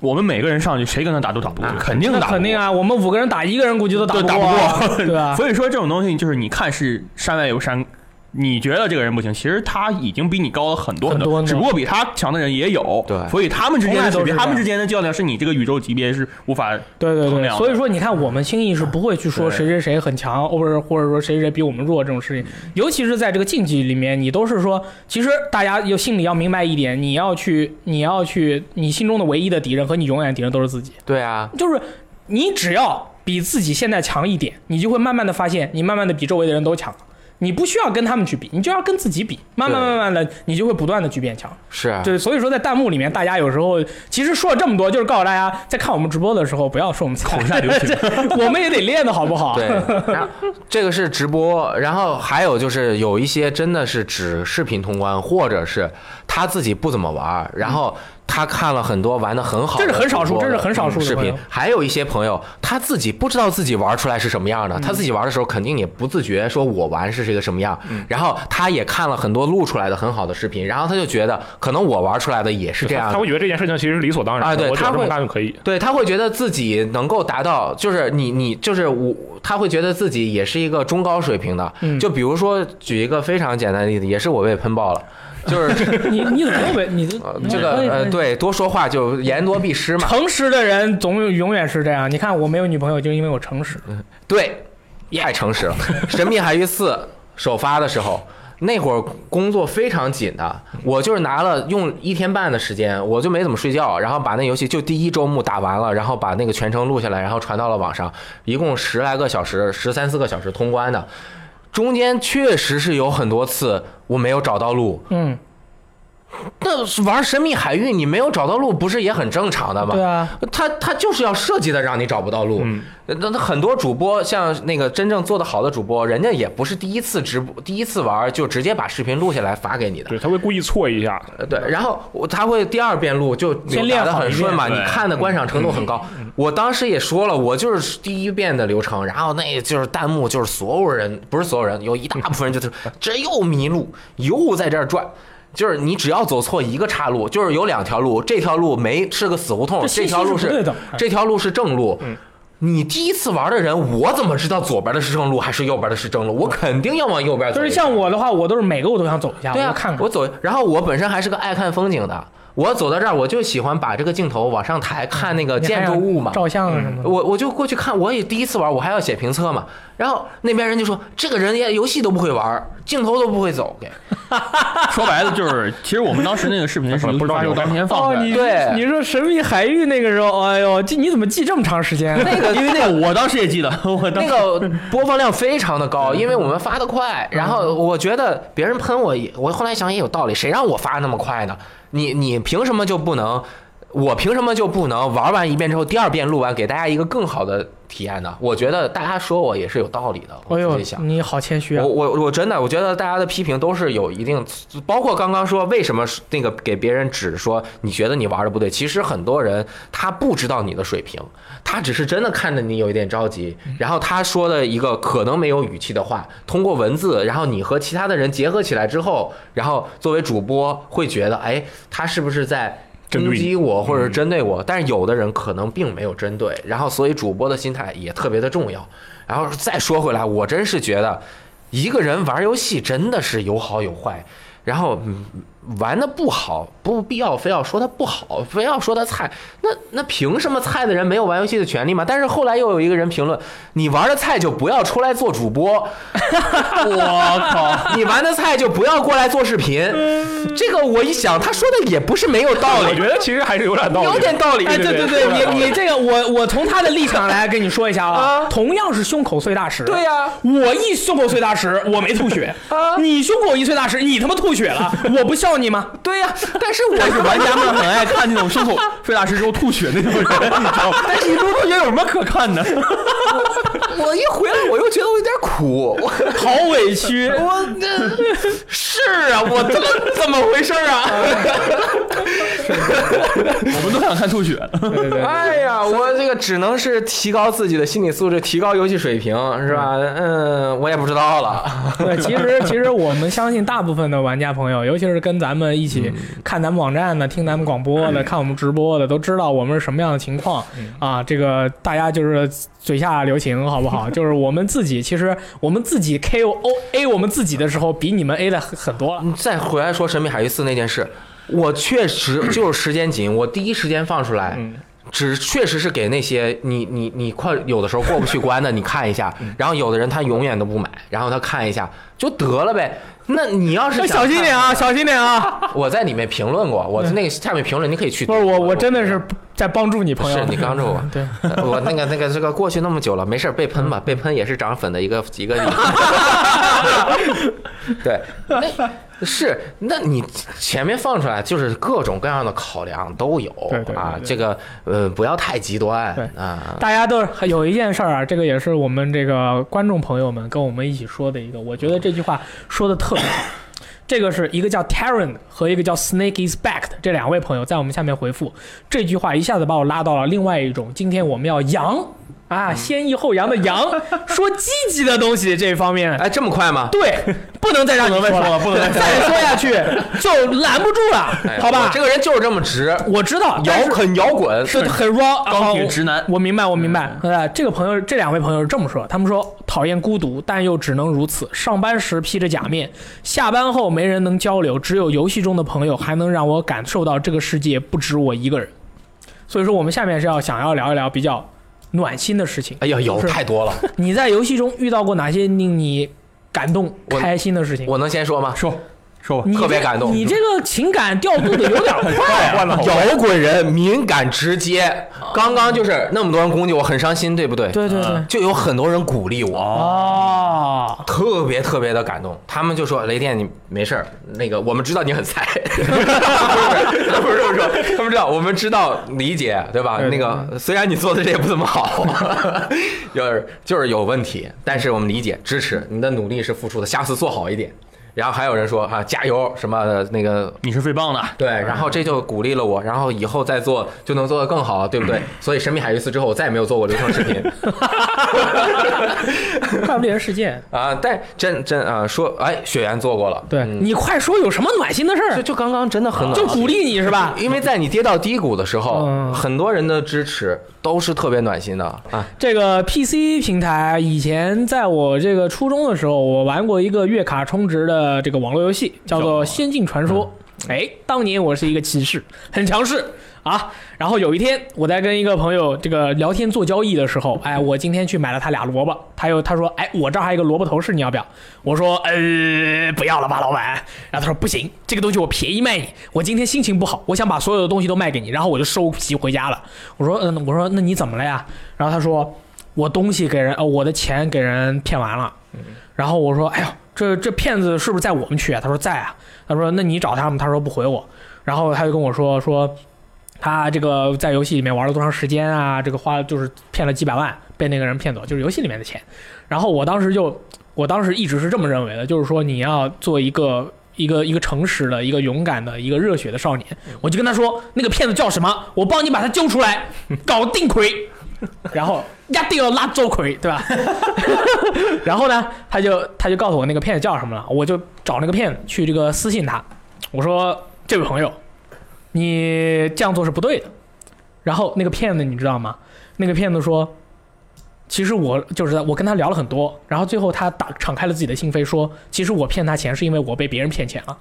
Speaker 3: 我们每个人上去谁跟他打都打不过，肯定
Speaker 1: 那
Speaker 3: 打不过
Speaker 1: 肯定啊，我们五个人打一个人估计都打
Speaker 3: 对，
Speaker 1: 不
Speaker 3: 打不
Speaker 1: 啊
Speaker 3: 过，
Speaker 1: 对吧？
Speaker 3: 所以说这种东西就是你看是山外有山，你觉得这个人不行，其实他已经比你高了很多
Speaker 1: 很多
Speaker 3: 多，
Speaker 1: 呢
Speaker 3: 只不过比他强的人也有。
Speaker 2: 对
Speaker 3: 所以他们之间的水
Speaker 1: 从来都是
Speaker 3: 平，
Speaker 1: 这样
Speaker 3: 他们之间的较量是你这个宇宙级别是无法。
Speaker 1: 对对
Speaker 3: 衡
Speaker 1: 对，
Speaker 3: 量
Speaker 1: 所以说你看，我们轻易是不会去说
Speaker 3: 对
Speaker 1: 谁谁谁很强，或者或者说谁谁谁比我们弱这种事情。尤其是在这个竞技里面，你都是说，其实大家有心里要明白一点，你要去，你要去，你心中的唯一的敌人和你永远的敌人都是自己。
Speaker 2: 对啊，
Speaker 1: 就是你只要比自己现在强一点，你就会慢慢的发现，你慢慢的比周围的人都强。你不需要跟他们去比，你就要跟自己比，慢慢
Speaker 2: 对
Speaker 1: 慢慢的，你就会不断的去变强。
Speaker 2: 是啊
Speaker 1: 对，所以说在弹幕里面，大家有时候其实说了这么多，就是告诉大家，在看我们直播的时候，不要说我们口
Speaker 3: 下留情
Speaker 1: 我们也得练的好不好？
Speaker 2: 对，然后这个是直播，然后还有就是有一些真的是只视频通关，或者是他自己不怎么玩儿，然后他看了很多玩的很好的
Speaker 1: 这
Speaker 2: 直播的，
Speaker 1: 是很少数这
Speaker 2: 嗯
Speaker 1: 是很少数的
Speaker 2: 视
Speaker 1: 朋
Speaker 2: 频
Speaker 1: 友。
Speaker 2: 还有一些朋友他自己不知道自己玩出来是什么样的，
Speaker 1: 嗯
Speaker 2: 他自己玩的时候肯定也不自觉说我玩是一个什么样，
Speaker 1: 嗯
Speaker 2: 然后他也看了很多录出来的很好的视频，然后他就觉得可能我玩出来的也是这样
Speaker 4: 他
Speaker 2: 的
Speaker 4: 他会觉得这件事情其实是理所当然的，
Speaker 2: 啊对
Speaker 4: 我只要
Speaker 2: 他
Speaker 4: 这么
Speaker 2: 会
Speaker 4: 干就可以。
Speaker 2: 对他会觉得自己能够达到，就是你你就是我，他会觉得自己也是一个中高水平的。
Speaker 1: 嗯
Speaker 2: 就比如说举一个非常简单的例子，也是我被喷爆了，就是
Speaker 1: 你你怎么被你
Speaker 2: 呃这个呃，对多说话就言多必失嘛。
Speaker 1: 诚实的人总永远是这样。你看我没有女朋友，就因为我诚
Speaker 2: 嗯
Speaker 1: 实。
Speaker 2: 对，太诚实了。《神秘海域四》首发的时候。那会儿工作非常紧的，我就是拿了用一天半的时间，我就没怎么睡觉，然后把那游戏就第一周目打完了，然后把那个全程录下来，然后传到了网上，一共十来个小时，十三四个小时通关的。中间确实是有很多次我没有找到路，
Speaker 1: 嗯，
Speaker 2: 那玩神秘海域你没有找到路，不是也很正常的吗？
Speaker 1: 对啊，
Speaker 2: 他他就是要设计的让你找不到路。那、那很多主播像那个真正做得好的主播，人家也不是第一次直播、第一次玩就直接把视频录下来发给你的。
Speaker 4: 对，他会故意错一下，
Speaker 2: 呃对，然后我他会第二遍录就
Speaker 1: 先
Speaker 2: 扭
Speaker 1: 练
Speaker 2: 打的
Speaker 1: 好
Speaker 2: 很
Speaker 1: 一遍
Speaker 2: 顺
Speaker 1: 嗯
Speaker 2: 嘛，你
Speaker 3: 对
Speaker 2: 看的观赏程度很高。我当时也说了，我就是第一遍的流程，然后那就是弹幕就是所有人，不是所有人，有一大部分人就是这又迷路，又在这儿转。就是你只要走错一个岔路，就是有两条路，这条路没是个死胡同，
Speaker 1: 信息
Speaker 2: 这条路
Speaker 1: 是不对
Speaker 2: 是
Speaker 1: 的。嗯
Speaker 2: 这条路是正路。你第一次玩的人，我怎么知道左边的是正路还是右边的是正路？我肯定要往右边走
Speaker 1: 就
Speaker 2: 一下。
Speaker 1: 是像我的话，我都是每个我都想走一下，
Speaker 2: 对啊，
Speaker 1: 我看看。
Speaker 2: 我走，然后我本身还是个爱看风景的，我走到这儿，我就喜欢把这个镜头往上抬，看那个
Speaker 1: 嗯你还
Speaker 2: 建
Speaker 1: 想
Speaker 2: 筑物嘛。嗯
Speaker 1: 照相啊什么的。
Speaker 2: 我我就过去看，我也第一次玩，我还要写评测嘛。然后那边人就说，这个人连游戏都不会玩，镜头都不会走。给
Speaker 3: 说白了就是，其实我们当时那个视频是
Speaker 4: 不 知道
Speaker 3: 发
Speaker 4: 你
Speaker 3: 售
Speaker 4: 有
Speaker 3: 当天放
Speaker 1: 哦，
Speaker 3: 出来
Speaker 1: 你
Speaker 3: 的。
Speaker 2: 对
Speaker 1: 你说神秘海域那个时候，哎呦，这你怎么记这么长时间啊？
Speaker 2: 那个
Speaker 3: 因为 那个我当时也记得，我当
Speaker 2: 那
Speaker 3: 时
Speaker 2: 个播放量非常的
Speaker 1: 嗯
Speaker 2: 高，因为我们发的快。然后我觉得别人喷我也，我后来想也有道理，谁让我发那么快呢？你你凭什么就不能？我凭什么就不能玩完一遍之后，第二遍录完，给大家一个更好的体验呢？我觉得大家说我也是有道理的。
Speaker 1: 哎
Speaker 2: 我自
Speaker 1: 呦
Speaker 2: 己想，，
Speaker 1: 你好谦虚啊
Speaker 2: 我！我我真的，我觉得大家的批评都是有一定，包括刚刚说为什么那个给别人指说你觉得你玩的不对，其实很多人他不知道你的水平，他只是真的看着你有一点着急，然后他说的一个可能没有语气的话，通过文字，然后你和其他的人结合起来之后，然后作为主播会觉得，哎，他是不是在？
Speaker 4: 针对
Speaker 2: 攻
Speaker 4: 你
Speaker 2: 击我或者针对我，但是有的人可能并没有针对，然后所以主播的心态也特别的重要。然后再说回来，我真是觉得一个人玩游戏真的是有好有坏。然后嗯玩的不好，不必要非要说他不好，非要说他菜，那那凭什么菜的人没有玩游戏的权利吗？但是后来又有一个人评论：你玩的菜就不要出来做主播，
Speaker 3: 我靠！
Speaker 2: 你玩的菜就不要过来做视频。 这个我一想，他说的也不是没有道
Speaker 4: 我
Speaker 2: 理
Speaker 4: 觉，得其实还是有点道理，
Speaker 2: 有点道理。
Speaker 1: 哎，对对
Speaker 4: 对
Speaker 1: 对，你你这个，我我从他的立场来跟你说一下啊，
Speaker 2: 啊
Speaker 1: 同样是胸口碎大石，
Speaker 2: 对呀
Speaker 1: 我一胸口碎大石，我没吐血，
Speaker 2: 啊
Speaker 1: 你胸口一碎大石，你他妈吐血了，我不笑你吗？
Speaker 2: 对呀、 但是我
Speaker 3: 但是玩家们很爱看那种胸 口费大师之后吐血那种人，你知道吗？但是你不觉得有什么可看的？
Speaker 2: 我一回来我又觉得我有点苦，我
Speaker 1: 好委屈，
Speaker 2: 我 这是啊，我他妈怎么回事啊？
Speaker 3: 我们都想看吐血。
Speaker 2: 哎呀，我这个只能是提高自己的心理素质，提高游戏水平，是吧？嗯，我也不知道了。
Speaker 1: 对，其实其实我们相信大部分的玩家朋友，尤其是跟咱们一起看咱们网站的、听咱们广播的、看我们直播的，都知道我们是什么样的情况啊。这个大家就是嘴下留情，好不好？就是我们自己，其实我们自己 K O O A 我们自己的时候，比你们 A 的很很多了。
Speaker 2: 你再回来说《神秘海域四》那件事，我确实就是时间紧，我第一时间放出来。只确实是给那些你你你快有的时候过不去关的，你看一下，然后有的人他永远都不买，然后他看一下就得了呗。那你要是 想
Speaker 1: 小心
Speaker 2: 看
Speaker 1: 点啊，小心点啊！
Speaker 2: 我在里面评论过，我那个下面评论你可以 去。
Speaker 1: 不是我，我真的是在帮助你朋友。，
Speaker 2: 是你刚住我
Speaker 1: 对，
Speaker 2: 呃 我那个那个这个过去那么久了，没事儿被
Speaker 1: 嗯
Speaker 2: 喷吧，被喷也是涨粉 的一个一个理由。 对，那是那你前面放出来就是各种各样的考量都有
Speaker 1: 对对对
Speaker 2: 啊
Speaker 1: 对，
Speaker 2: 这个呃不要太极端
Speaker 1: 对
Speaker 2: 啊。
Speaker 1: 大家都是有一件事儿啊，这个也是我们这个观众朋友们跟我们一起说的一个，我觉得这句话说的特别好。这个是一个叫 Taron 和一个叫 Snake is back 的这两位朋友在我们下面回复这句话，一下子把我拉到了另外一种，今天我们要扬啊，先抑后扬的扬，说积极的东西这一方面。
Speaker 2: 哎，这么快吗？
Speaker 1: 对，不能再让你
Speaker 3: 不能再说了不能再说
Speaker 1: 再说下去就拦不住
Speaker 2: 哎
Speaker 1: 了，好吧
Speaker 2: 我这？个人就是这么直，
Speaker 1: 我知道，
Speaker 2: 摇
Speaker 1: 但是
Speaker 2: 很摇滚，
Speaker 1: 是很 raw，
Speaker 3: 钢铁直男
Speaker 1: 啊我我明白，我明白。呃，这个朋友，这两位朋友是这么说，他们说讨厌孤独，但又只能如此。上班时披着假面，下班后没人能交流，只有游戏中的朋友还能让我感受到这个世界不止我一个人。所以说，我们下面是要想要聊一聊比较暖心的事 情。
Speaker 2: 哎呀，有
Speaker 1: 就是
Speaker 2: 太多 了。
Speaker 1: 你在游戏中遇到过哪些令你感动、
Speaker 2: 我
Speaker 1: 开心的事情？
Speaker 2: 我能先说吗？
Speaker 3: 说说吧，
Speaker 1: 你这
Speaker 2: 特别感动
Speaker 1: 你这个情感调度的有点 快
Speaker 4: 哎
Speaker 1: 啊！
Speaker 3: 换了好多
Speaker 2: 摇滚人敏感直接，刚刚就是那么多人攻击我，很伤心，对不对？
Speaker 1: 对对对，
Speaker 2: 就有很多人鼓励 我，
Speaker 1: 哦，
Speaker 2: 特别特别的感动。他们就说：“雷电，你没事儿，那个我们知道你很菜。”不是不是不是，他们知道，我们知道理解，对吧？那个虽然你做的这也不怎么好，就是就是有问题，但是我们理解支持你的努力是付出的，下次做好一点。然后还有人说啊，加油什么的那个
Speaker 3: 你是最棒的。
Speaker 2: 对，然后这就鼓励了我，然后以后再做就能做得更好，对不对？所以《神秘海域四》之后，我再也没有做过流畅视频
Speaker 1: 怪不得人世界。
Speaker 2: 啊。但真真啊，说哎，雪原做过了，
Speaker 1: 对、
Speaker 2: 嗯
Speaker 1: 你快说有什么暖心的事
Speaker 2: 就
Speaker 1: 儿，
Speaker 2: 就刚刚真的很暖
Speaker 1: 就
Speaker 2: 心
Speaker 1: 鼓励你是吧？
Speaker 2: 因为在你跌到低谷的时候，
Speaker 1: 嗯
Speaker 2: 很多人的支持都是特别暖心的啊。
Speaker 1: 这个 PC 平台以前在我这个初中的时候，我玩过一个月卡充值的这个网络游戏，叫做《仙境传说》。哎，当年我是一个骑士，很强势啊。然后有一天我在跟一个朋友这个聊天做交易的时候，哎，我今天去买了他俩萝卜，他又他说，哎，我这儿还有一个萝卜头饰，你要不要？我说，呃，不要了吧，老板。然后他说不行，这个东西我便宜卖你，我今天心情不好，我想把所有的东西都卖给你，然后我就收皮回家了。我说，嗯，我说那你怎么了呀？然后他说。我东西给人，呃，我的钱给人骗完了。然后我说，哎呦，这这骗子是不是在我们区啊？他说在啊。他说那你找他们，他说不回我。然后他就跟我说说，他这个在游戏里面玩了多长时间啊？这个花就是骗了几百万，被那个人骗走，就是游戏里面的钱。然后我当时就，我当时一直是这么认为的，就是说你要做一个。一个一个诚实的、一个勇敢的、一个热血的少年，我就跟他说，那个骗子叫什么？我帮你把他揪出来，搞定魁。然后压定要拉周奎， 对吧？然后呢，他就他就告诉我那个骗子叫什么了，我就找那个骗子去这个私信他，我说这位朋友，你这样做是不对的。然后那个骗子你知道吗？那个骗子说，其实我就是我跟他聊了很多，然后最后他打敞开了自己的心扉说，其实我骗他钱是因为我被别人骗钱了。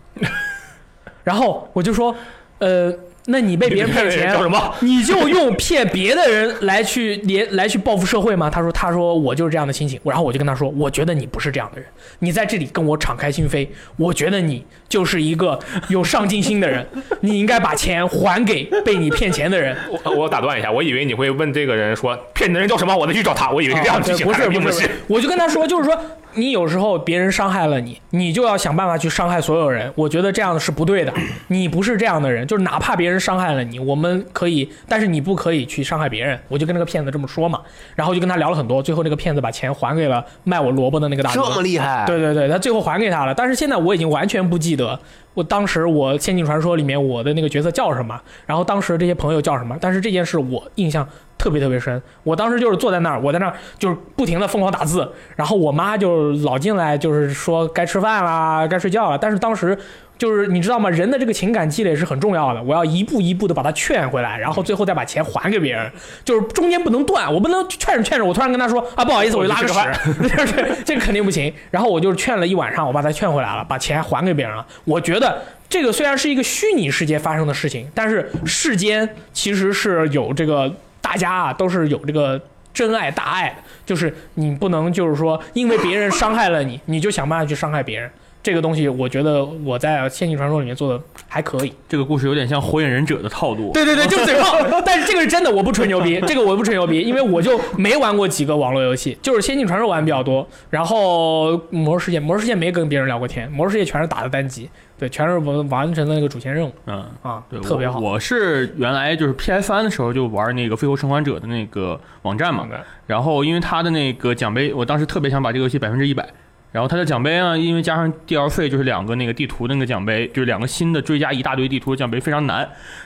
Speaker 1: 然后我就说，呃，那 你被别人骗钱
Speaker 4: 叫什么？
Speaker 1: 你就用骗别的人来去连来去报复社会吗？他说，他说我就是这样的心情。然后我就跟他说，我觉得你不是这样的人，你在这里跟我敞开心扉，我觉得你就是一个有上进心的人，你应该把钱还给被你骗钱的人。
Speaker 4: 我我打断一下，我以为你会问这个人说骗你的人叫什么，我再去找他。我以 为是这样
Speaker 1: 啊
Speaker 4: 的剧
Speaker 1: 对
Speaker 4: 情，
Speaker 1: 不是
Speaker 4: 但并
Speaker 1: 不
Speaker 4: 不
Speaker 1: 是， 我就跟他说，就是说你有时候别人伤害了你，你就要想办法去伤害所有人。我觉得这样是不 对的，你不是这样的人，就是哪怕别人伤害了你，我们可以，但是你不可以去伤害别人。我就跟那个骗子这么说嘛，然后就跟他聊了很多，最后那个骗子把钱还给了卖我萝卜的那个大哥。
Speaker 2: 厉害，
Speaker 1: 对对对，他最后还给他了。但是现在我已经完全不记得我当时我《仙境传说》里面我的那个角色叫什么，然后当时这些朋友叫什么。但是这件事我印象特别特别深。我当时就是坐在那儿，我在那儿就是不停的疯狂打字，然后我妈就老进来，就是说该吃饭啦，该睡觉啊了。但是当时。就是你知道吗？人的这个情感积累是很重要的，我要一步一步的把他劝回来，然后最后再把钱还给别人，就是中间不能断，我不能劝着劝着，我突然跟他说啊，不好意思，我去拉个屎，这 这肯定不行。然后我就劝了一晚上，我把他劝回来了，把钱还给别人了。我觉得这个虽然是一个虚拟世界发生的事情，但是世间其实是有这个大家啊都是有这个真爱大爱的，就是你不能就是说因为别人伤害了你，你就想办法去伤害别人。这个东西，我觉得我在《仙境传说》里面做的还可以。
Speaker 3: 这个故事有点像《火影忍者》的套路。
Speaker 1: 对对对，就嘴炮。但是这个是真的，我不吹牛逼， 这个我不吹牛逼，因为我就没玩过几个网络游戏，就是《仙境传说》玩比较多，然后《魔兽世界》，《魔兽世界》没跟别人聊过天，《魔兽世界》全是打的单机，对，全是完完成的那个主线任务
Speaker 3: 嗯，
Speaker 1: 啊
Speaker 3: 对，，
Speaker 1: 特别好。
Speaker 3: 我。我是原来就是 PFN 的时候就玩那个《飞狐生还者》的那个网站嘛，然后因为它的那个奖杯，我当时特别想把这个游戏百分之一百。然后它的奖杯呢，因为加上 DLC 就是两个那个地图的那个奖杯，就是两个新的追加一大堆地图的奖杯非常难。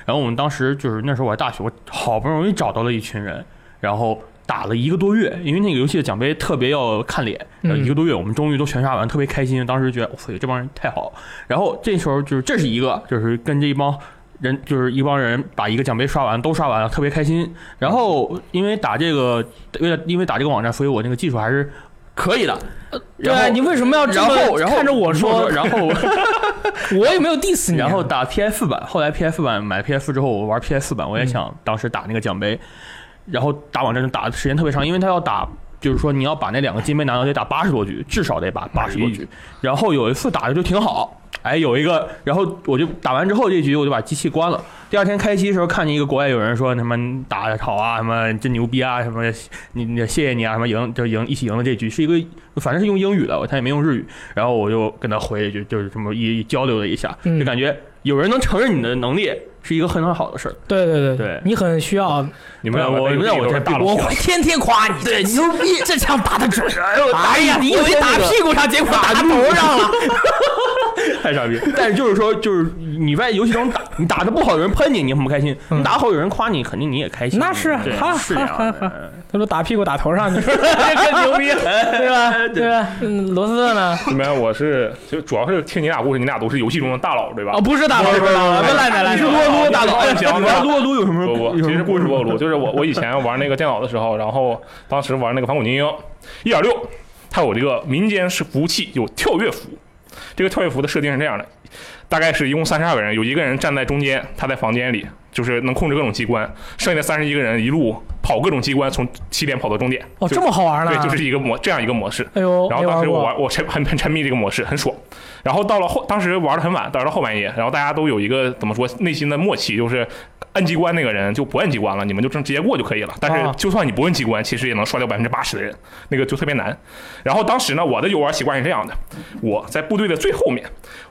Speaker 3: 然后我们当时就是那时候我还大学，我好不容易找到了一群人，然后打了一个多月，因为那个游戏的奖杯特别要看脸，然后
Speaker 1: 嗯
Speaker 3: 一个多月我们终于都全杀完，特别开心。当时觉得，我操，这帮人太好了。然后这时候就是这是一个，就是跟这一帮人就是一帮人把一个奖杯刷完，都刷完了，特别开心。然后因为打这个，为了因为打这个网站，所以我那个技术还是可以的。
Speaker 1: 对啊，
Speaker 3: 然后
Speaker 1: 你为什么要这
Speaker 3: 然后
Speaker 1: 么
Speaker 3: 然后
Speaker 1: 看着我说？
Speaker 3: 然 后
Speaker 1: 我又没有 diss 你啊。
Speaker 3: 然后打 PS 版，后来 PS 版买 PS 之后，我玩 PS 版，我
Speaker 1: 嗯
Speaker 3: 也想当时打那个奖杯，然后打网站就打的时间特别长，因为他要打。就是说，你要把那两个金杯拿到，得打八十多局，至少得把八十多
Speaker 1: 哎
Speaker 3: 局。然后有一次打的就挺好，哎，有一个，然后我就打完之后这局我就把机器关了。第二天开机的时候，看见一个国外有人说什么你打的好啊，什么真牛逼啊，什么你你谢谢你啊，什么赢就赢一起赢了这局，是一个反正是用英语的，他也没用日语。然后我就跟他回了一句，就是这么一一交流了一下，
Speaker 1: 嗯
Speaker 3: 就感觉有人能承认你的能力是一个很好的事儿。
Speaker 1: 对对对
Speaker 3: 对
Speaker 1: 你很需要，
Speaker 4: 你
Speaker 3: 对
Speaker 4: 们两个
Speaker 3: 我
Speaker 4: 在
Speaker 3: 那我
Speaker 4: 这
Speaker 3: 这
Speaker 4: 大佬
Speaker 1: 我会天天夸你，对，牛逼，这枪打的准。哎呀，你以
Speaker 2: 我
Speaker 1: 为
Speaker 2: 天
Speaker 1: 打
Speaker 2: 那个
Speaker 1: 屁股上，结果打头上了。
Speaker 3: 太傻逼了。但是就是说，就是你在游戏中打，你打的不好，有人喷你，你很不开心；你打好，有人夸你，肯定你也开心。
Speaker 1: 那是
Speaker 3: 对
Speaker 1: 哈
Speaker 3: 是这样
Speaker 1: 哈哈
Speaker 3: 的。
Speaker 1: 他说打屁股打头 上，你说更牛逼，对吧？对吧？嗯，罗斯特呢？
Speaker 4: 你们我 是就主要是听你俩故事，你俩都是游戏中的大佬，对吧？
Speaker 1: 哦，不是大佬，不是大佬，不赖你赖
Speaker 3: 你是
Speaker 1: 你
Speaker 3: 撸啊撸大佬，
Speaker 4: 你
Speaker 3: 你玩撸啊撸有什么
Speaker 4: 不 不，
Speaker 3: 有
Speaker 4: 其
Speaker 3: 什
Speaker 4: 实
Speaker 3: 么故
Speaker 4: 不
Speaker 3: 事
Speaker 4: 是
Speaker 3: 吗
Speaker 4: 撸啊撸，就是我我以前玩那个电脑的时候，然后当时玩那个反恐精英一点六，它有这个民间是服务器有跳跃服，这个跳跃服的设定是这样的，大概是一共三十二个人，有一个人站在中间，他在房间里就是能控制各种机关，剩下的三十一个人一路跑各种机关，从起点跑到终点。
Speaker 1: 哦，
Speaker 4: 就
Speaker 1: 这么好玩呢？
Speaker 4: 对，就是一个模这样一个模式。
Speaker 1: 哎呦，
Speaker 4: 然后
Speaker 1: 没
Speaker 4: 当时我
Speaker 1: 过
Speaker 4: 玩，我沉很很沉迷这个模式，很爽。然后到了后，当时玩的很晚，玩到后半夜，然后大家都有一个怎么说内心的默契，就是按机关那个人就不按机关了，你们就正直接过就可以了。但
Speaker 1: 啊
Speaker 4: 是就算你不按机关，其实也能刷掉百分之八十的人，那个就特别难。然后当时呢，我的游玩习惯是这样的：我在部队的最后面，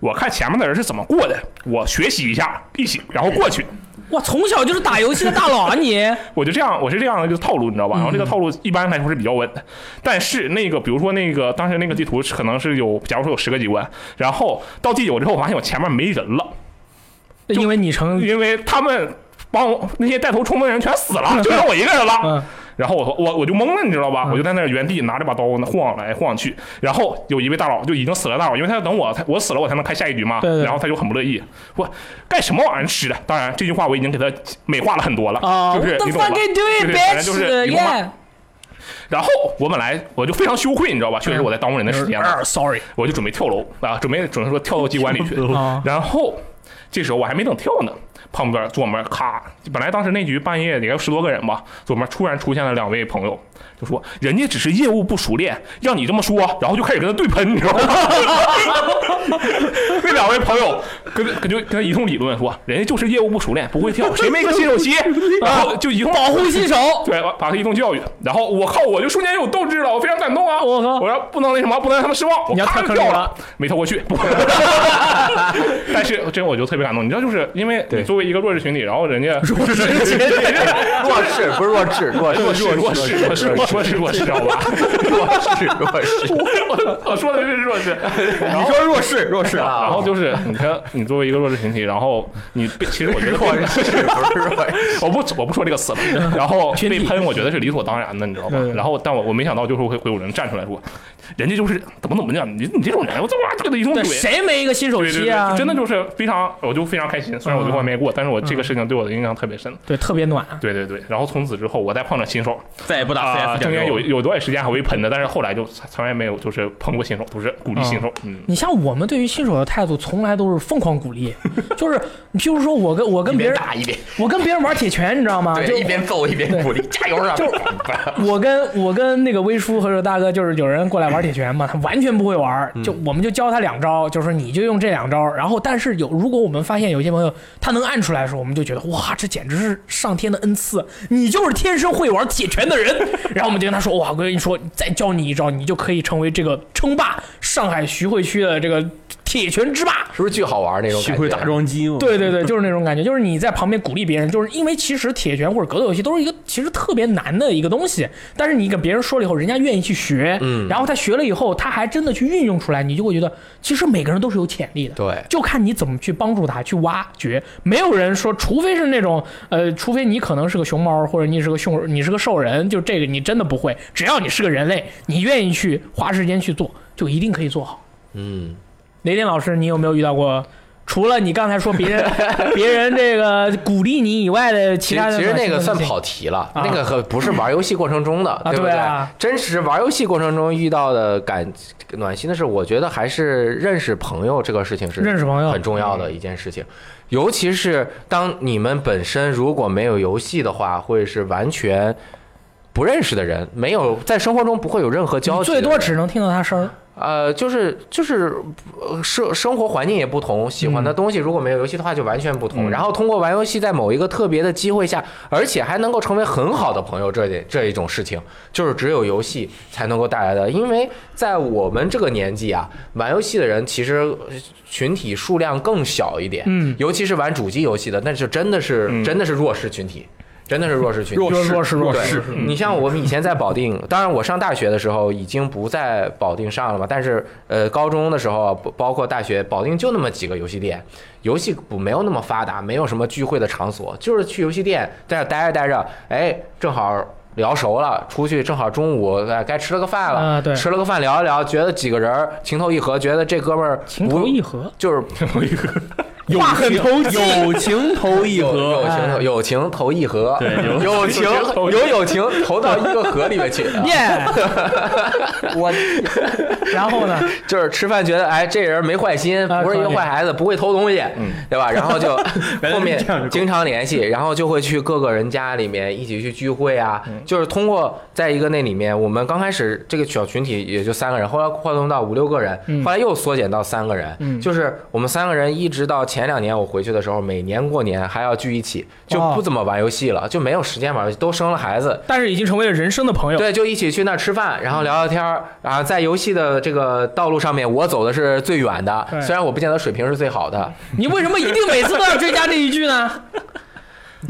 Speaker 4: 我看前面的人是怎么过的，我学习一下，一起然后过去。
Speaker 1: 哇，从小就是打游戏的大佬啊 你！
Speaker 4: 我就这样，我是这样的一个套路，你知道
Speaker 1: 嗯
Speaker 4: 吧？然后这个套路一般来说是比较稳的，但是那个比如说那个当时那个地图是可能是有，假如说有十个机关，然后到第九之后，我发现我前面没人了，
Speaker 1: 因为你成
Speaker 4: 因为他们帮我那些带头冲锋的人全死了，就剩我一个人了。
Speaker 1: 嗯
Speaker 4: 然后我我我就懵了，你知道吧？我就在那儿原地拿着把刀呢晃来晃去。然后有一位大佬就已经死了，大佬，因为他要等我，他我死了我才能开下一局嘛。
Speaker 1: 对对
Speaker 4: 然后他就很不乐意，我干什么玩意儿吃的？当然这句话我已经给他美化了很多了，
Speaker 1: 啊
Speaker 4: 就是
Speaker 1: ，What
Speaker 4: 你
Speaker 1: the
Speaker 4: 懂吧？
Speaker 1: fuck you
Speaker 4: 对
Speaker 1: doing,
Speaker 4: 对反正就是
Speaker 1: bitch？
Speaker 4: 你懂吧
Speaker 1: 呃 Yeah，
Speaker 4: 然后我本来我就非常羞愧，你知道吧？确实我在耽误人的时间了。
Speaker 1: 啊，sorry，
Speaker 4: 我就准备跳楼啊，准备准备说跳到机关里去。
Speaker 1: 啊
Speaker 4: 然后这时候我还没等跳呢，旁边左边咔，本来当时那局半夜也有十多个人吧，左边突然出现了两位朋友，就说人家只是业务不熟练，让你这么说，然后就开始跟他对喷，你知道吗？那两位朋友跟他跟就跟他一通理论说，人家就是业务不熟练，不会跳，谁没个新手期？然后就一通保护
Speaker 1: 新手，
Speaker 4: 对，把把他一通教育，然后我靠，我就瞬间有斗志了，我非常感动啊！我
Speaker 1: 靠
Speaker 4: 我说不能那什么，不能让他们失望，我
Speaker 1: 你要
Speaker 4: 咔
Speaker 1: 跳坑
Speaker 4: 就
Speaker 1: 里
Speaker 4: 跳
Speaker 1: 了，
Speaker 4: 没跳过去。但是真我就特别感动，你知道，就是因为你作为一个弱势群体，然后人家弱势群体，
Speaker 2: 弱势不是弱智，弱
Speaker 4: 弱
Speaker 2: 势
Speaker 4: 势弱势弱势弱势弱势，知道吧？
Speaker 2: 弱势弱势，
Speaker 4: 我我说的是弱势，
Speaker 2: 你说弱势弱势啊，
Speaker 4: 然后就是你看，你作为一个弱势群体，然后你被其实我觉得
Speaker 2: 弱势不是弱势。
Speaker 4: 我不我不说这个词了，然后
Speaker 1: 群体
Speaker 4: 被喷，我觉得是理所当然的，你知道吧
Speaker 1: 嗯？
Speaker 4: 然后，但我我没想到就是会会有人站出来说，人家就是怎么怎么讲，你你这种人，我怎么这个一通
Speaker 1: 对，
Speaker 4: 怼。
Speaker 1: 谁没一个新手
Speaker 4: 对对
Speaker 1: 期
Speaker 4: 对
Speaker 1: 啊？，
Speaker 4: 真的就是非常，我就非常开心。虽然我最后还没过，但是我这个事情对我的印象特别深。
Speaker 1: 对，特别暖。
Speaker 4: 对对对，然后从此之后，我再碰上新手，
Speaker 5: 再也不
Speaker 4: 啊，
Speaker 5: 打 CS
Speaker 4: 中
Speaker 5: 了
Speaker 4: 间有有段时间还会喷的，但是后来就从来没有就是碰过新手，不是鼓励新手，嗯，
Speaker 1: 你像我们对于新手的态度，从来都是疯狂鼓 励，就是你譬如说我跟我跟
Speaker 5: 一
Speaker 1: 别
Speaker 5: 边
Speaker 1: 人，
Speaker 5: 打一边
Speaker 1: 我跟别人玩铁拳，你知道吗？就
Speaker 5: 对，一边揍一边鼓励，加油 啊！
Speaker 1: 我跟我跟那个微叔和这大哥，就是有人过来玩铁拳嘛，他完全不会玩，就我们就教他两招，就说你就用这两招。然后，但是有如果我们发现有些朋友他能按出来的时候，我们就觉得哇，这简直是上天的恩赐，你就是天生会玩铁拳的人。然后我们就跟他说，哇，我跟你说，再教你一招，你就可以成为这个称霸上海徐汇区的这个铁拳之霸。
Speaker 2: 是不是巨好玩那种
Speaker 3: 学
Speaker 2: 感
Speaker 3: 会
Speaker 2: 觉？
Speaker 3: 打桩机嘛？
Speaker 1: 对对对，就是那种感觉，就是你在旁边鼓励别人，就是因为其实铁拳或者格斗游戏都是一个其实特别难的一个东西，但是你跟别人说了以后，人家愿意去学，嗯，然后他学了以后，他还真的去运用出来，你就会觉得其实每个人都是有潜力的，
Speaker 2: 对
Speaker 1: 就看你怎么去帮助他去挖掘。没有人说，除非是那种呃，除非你可能是个熊猫，或者你是个熊，你是个兽人，就这个你真的不会。只要你是个人类，你愿意去花时间去做，就一定可以做好。
Speaker 2: 嗯，
Speaker 1: 雷电老师，你有没有遇到过？除了你刚才说别 人别人这个鼓励你以外的其
Speaker 2: 其实
Speaker 1: 他的
Speaker 2: 其实那个算
Speaker 1: 事情
Speaker 2: 跑题了，那个可不是玩游戏过程中的，不
Speaker 1: 对
Speaker 2: 对？
Speaker 1: 啊
Speaker 2: 真实玩游戏过程中遇到的感暖心的是，我觉得还是认识朋友这个事情是
Speaker 1: 认识朋友嗯
Speaker 2: 很重要的一件事情，尤其是当你们本身如果没有游戏的话，会是完全不认识的人，没有在生活中不会有任何交
Speaker 1: 你
Speaker 2: 集，
Speaker 1: 最多只能听到他声儿。
Speaker 2: 呃，就是就是呃生生活环境也不同，喜欢的东西如果没有游戏的话就完全不同。然后通过玩游戏，在某一个特别的机会下，而且还能够成为很好的朋友，这点这一种事情，就是只有游戏才能够带来的。因为在我们这个年纪啊，玩游戏的人其实呃群体数量更小一点，
Speaker 1: 嗯
Speaker 2: 尤其是玩主机游戏的，那就真的是、
Speaker 4: 嗯
Speaker 2: 真的是弱势群体，真的是弱势群体，
Speaker 3: 弱势
Speaker 1: 弱势弱
Speaker 3: 弱
Speaker 1: 势
Speaker 3: 势，
Speaker 2: 你像我们以前在保定，当然我上大学的时候已经不在保定上了嘛，但是呃，高中的时候包包括大学，保定就那么几个游戏店，游戏不没有那么发达，没有什么聚会的场所，就是去游戏店在那待着待着，哎，正好。聊熟了，出去正好中午，哎，该吃了个饭了，
Speaker 1: 啊对
Speaker 2: 吃了个饭聊一聊，觉得几个人儿情投意合，觉得这哥们儿
Speaker 1: 情投意合，
Speaker 2: 不就是
Speaker 4: 嗯
Speaker 3: 友情友情投意
Speaker 2: 有
Speaker 3: 合，
Speaker 2: 情友情投意合，
Speaker 3: 对有
Speaker 2: 友情有友情投到一个河里面去，啊
Speaker 1: 耶、我，然后呢？
Speaker 2: 就是吃饭觉得哎，这人没坏心，
Speaker 1: 啊
Speaker 2: 不是一个坏孩子，不会偷东西，对吧？然后就后面
Speaker 3: 这样就
Speaker 2: 经常联系，然后就会去各个人家里面一起去聚会啊。就是通过在一个那里面，我们刚开始这个小群体也就三个人，后来扩充到五六个人，后来又缩减到三个人。就是我们三个人一直到前两年我回去的时候，每年过年还要聚一起，就
Speaker 1: 哦
Speaker 2: 不怎么玩游戏了，就没有时间玩游戏，都生了孩子，
Speaker 1: 但是已经成为了人生的朋友。
Speaker 2: 对，就一起去那儿吃饭，然后聊聊天儿啊，在游戏的这个道路上面，我走的是最远的
Speaker 1: 对，
Speaker 2: 虽然我不见得水平是最好的，
Speaker 1: 你为什么一定每次都要追加这一句呢？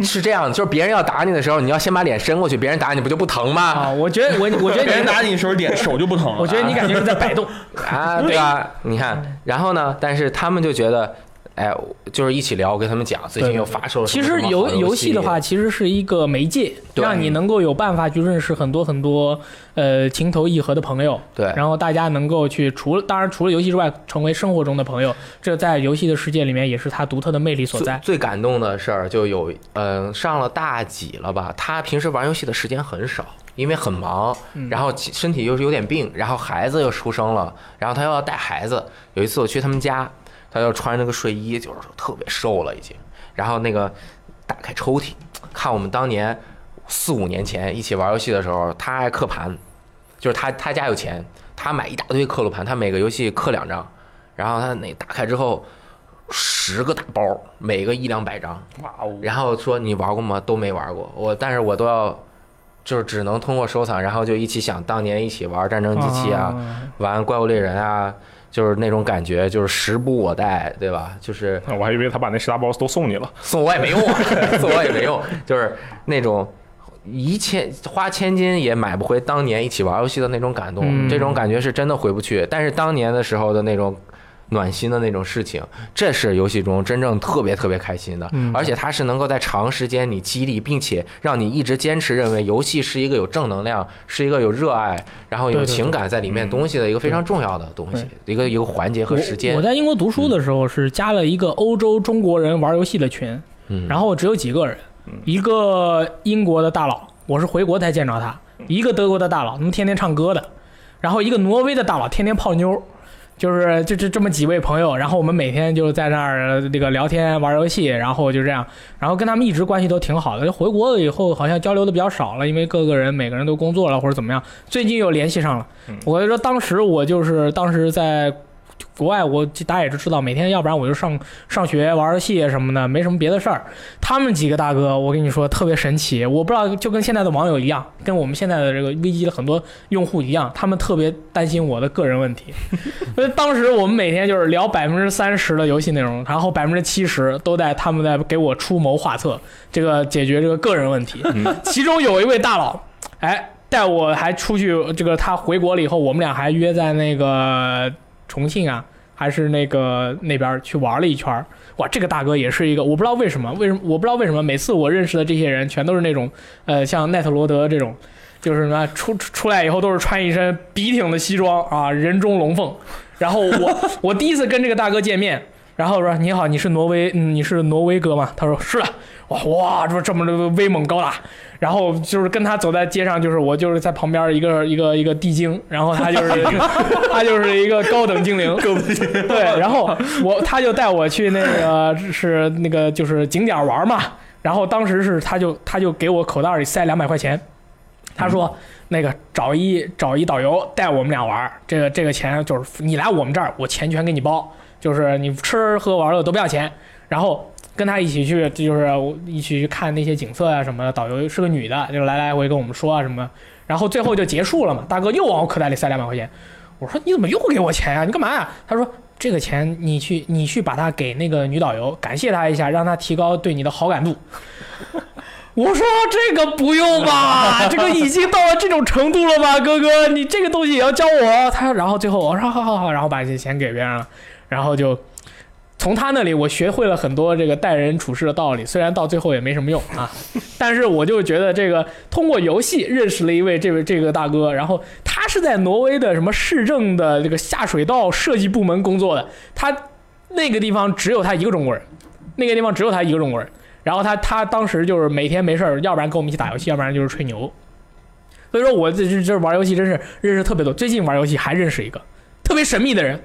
Speaker 2: 是这样的，就是别人要打你的时候，你要先把脸伸过去，别人打你不就不疼
Speaker 1: 啊，
Speaker 2: 吗？
Speaker 1: 我觉得我我觉
Speaker 3: 别
Speaker 1: 得
Speaker 3: 人
Speaker 1: 你，
Speaker 3: 打你的时候脸手就不疼了。
Speaker 1: 我觉得你感觉是在摆动。
Speaker 2: 啊，对吧？你看，然后呢，但是他们就觉得。哎，就是一起聊，我跟他们讲最近又发售了什
Speaker 1: 其
Speaker 2: 么什么
Speaker 1: 实
Speaker 2: 好
Speaker 1: 游游戏的
Speaker 2: 的
Speaker 1: 话，，其实是一个媒介，
Speaker 2: 对
Speaker 1: 让你能够有办法去认识很多很多呃情投意合的朋友。
Speaker 2: 对
Speaker 1: 然后大家能够去除了当然除了游戏之外，成为生活中的朋友，这在游戏的世界里面也是它独特的魅力所
Speaker 2: 最
Speaker 1: 在。
Speaker 2: 最感动的事儿就有，嗯、上了大几了吧？他平时玩游戏的时间很少，因为很忙，
Speaker 1: 嗯
Speaker 2: 然后其身体又是有点病，然后孩子又出生了，然后他又要带孩子。有一次我去他们家，他就穿着个睡衣，就是特别瘦了已经。然后那个打开抽屉，看我们当年四五年前一起玩游戏的时候，他还刻盘，就是他他家有钱，他买一大堆刻录盘，他每个游戏刻两张，然后他那打开之后。十个大包，每个一两百张，
Speaker 4: 哇哦，
Speaker 2: 然后说你玩过吗？都没玩过，我但是我都要，就是只能通过收藏，然后就一起想当年一起玩战争机器啊，玩怪物猎人啊，就是那种感觉，就是时不我待，对吧？就是
Speaker 4: 我还以为他把那十大 boss 都送你了，
Speaker 2: 送我也没用啊， 送我也没用，就是那种。一千花千金也买不回当年一起玩游戏的那种感动，
Speaker 1: 嗯
Speaker 2: 这种感觉是真的回不去。但是当年的时候的那种暖心的那种事情，这是游戏中真正特别特别开心的，
Speaker 1: 嗯
Speaker 2: 而且它是能够在长时间你激励，并且让你一直坚持认为游戏是一个有正能量，是一个有热爱，然后
Speaker 1: 对
Speaker 2: 有
Speaker 1: 对对
Speaker 2: 情感在里面东西的一个非常重要的东西，一个一个环节和时
Speaker 1: 我我
Speaker 2: 间。
Speaker 1: 在英国读书的时候是加了一个欧洲中国人玩游戏的群，
Speaker 2: 嗯
Speaker 1: 然后只有几个人，一个英国的大佬，我是回国才见着他，一个德国的大佬，他们天天唱歌的，然后一个挪威的大佬天天泡妞。就是就这这么几位朋友，然后我们每天就在那儿这个聊天玩游戏，然后就这样，然后跟他们一直关系都挺好的。就回国了以后，好像交流的比较少了，因为各个人每个人都工作了或者怎么样，最近又联系上了。我就说当时我就是当时在国外我大家也都知道，每天要不然我就上上学玩游戏什么的，没什么别的事儿。他们几个大哥，我跟你说特别神奇，我不知道就跟现在的网友一样，跟我们现在的这个危机的很多用户一样，他们特别担心我的个人问题。因为当时我们每天就是聊百分之三十的游戏内容，然后百分之七十都在他们在给我出谋划策，这个解决这个个人问题。其中有一位大佬，哎。带我还出去，这个他回国了以后，我们俩还约在那个重庆啊，还是那个那边儿去玩了一圈儿。哇，这个大哥也是一个，我不知道为什么，为什么我不知道为什么，每次我认识的这些人全都是那种，呃，像奈特罗德这种，就是什么出出出来以后都是穿一身笔挺的西装啊，人中龙凤。然后我我第一次跟这个大哥见面，然后说你好，你是挪威，嗯你是挪威哥吗？他说是的。哇哇，这这么的威猛高大。然后就是跟他走在街上，就是我就是在旁边一个一个一个地精，然后他就是他就是一个高等精灵， 对，然后我他就带我去那个是那个就是景点玩嘛，然后当时是他就他就给我口袋里塞两百块钱，他说、那个找一找一导游带我们俩玩儿，这个这个钱就是你来我们这儿，我钱全给你包，就是你吃喝玩乐都不要钱，然后。跟他一起去，就是我一起去看那些景色啊什么的。导游是个女的，就来来回跟我们说啊什么的。然后最后就结束了嘛。大哥又往我口袋里塞两百块钱，我说你怎么又给我钱啊？你干嘛呀、他说这个钱你去你去把它给那个女导游，感谢她一下，让她提高对你的好感度。我说这个不用吧，这个已经到了这种程度了吧，哥哥，你这个东西也要教我。他然后最后我说好好好，然后把这钱给别人了，然后就从他那里我学会了很多这个待人处事的道理，虽然到最后也没什么用啊，但是我就觉得这个通过游戏认识了一位这位这个大哥，然后他是在挪威的什么市政的这个下水道设计部门工作的，他那个地方只有他一个中国人，那个地方只有他一个中国人。然后他他当时就是每天没事儿，要不然跟我们一起打游戏，要不然就是吹牛。所以说我这这这玩游戏真是认识特别多，最近玩游戏还认识一个特别神秘的人，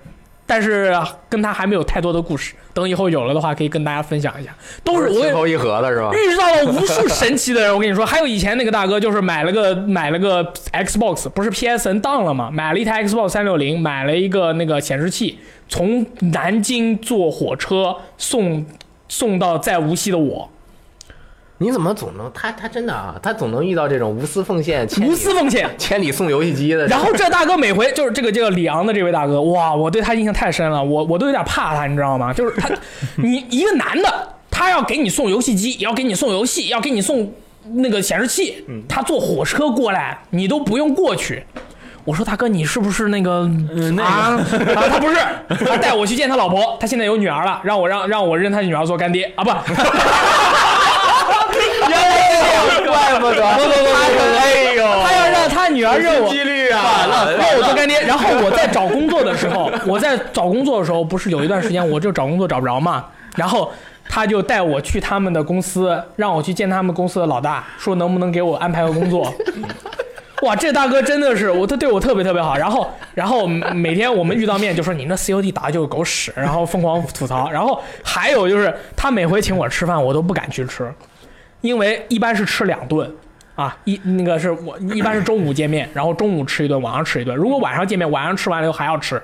Speaker 1: 但是啊跟他还没有太多的故事，等以后有了的话可以跟大家分享一下。都是我也
Speaker 2: 情投意合的是吧？
Speaker 1: 认识到了无数神奇的人。我跟你说，还有以前那个大哥，就是买了个买了个 Xbox，不是 PSN 当了吗？买了一台 Xbox 三六零，买了一个那个显示器，从南京坐火车送送到在无锡的我，
Speaker 2: 你怎么总能他他真的啊，他总能遇到这种无私奉献、千里
Speaker 1: 无私奉献。
Speaker 2: 千里送游戏机 的。
Speaker 1: 然后这大哥每回就是这个这个里昂的这位大哥，哇，我对他印象太深了，我我都有点怕他，你知道吗？就是他，你一个男的，他要给你送游戏机，也要给你送游戏，要给你送那个显示器，他坐火车过来，你都不用过去。我说大哥，你是不是那个
Speaker 3: 嗯，那
Speaker 1: 啊啊？他不是，他带我去见他老婆，他现在有女儿了，让我让让我认他女儿做干爹啊！不， 原来是这样， 怪 不得，不不不，哎呦，他要让他女儿认我，几率啊，让我做干爹。然后我在找工作的时候，我在找工作的时候，不是有一段时间我就找工作找不着嘛，然后。他就带我去他们的公司，让我去见他们公司的老大，说能不能给我安排个工作。 哇，这大哥真的是我，他对我特别特别好。然后，然后每天我们遇到面就说你那 COD 打的就是狗屎，然后疯狂吐槽。然后还有就是他每回请我吃饭，我都不敢去吃，因为一般是吃两顿。啊，一那个是我一般是中午见面，然后中午吃一顿，晚上吃一顿。如果晚上见面，晚上吃完了以后还要吃。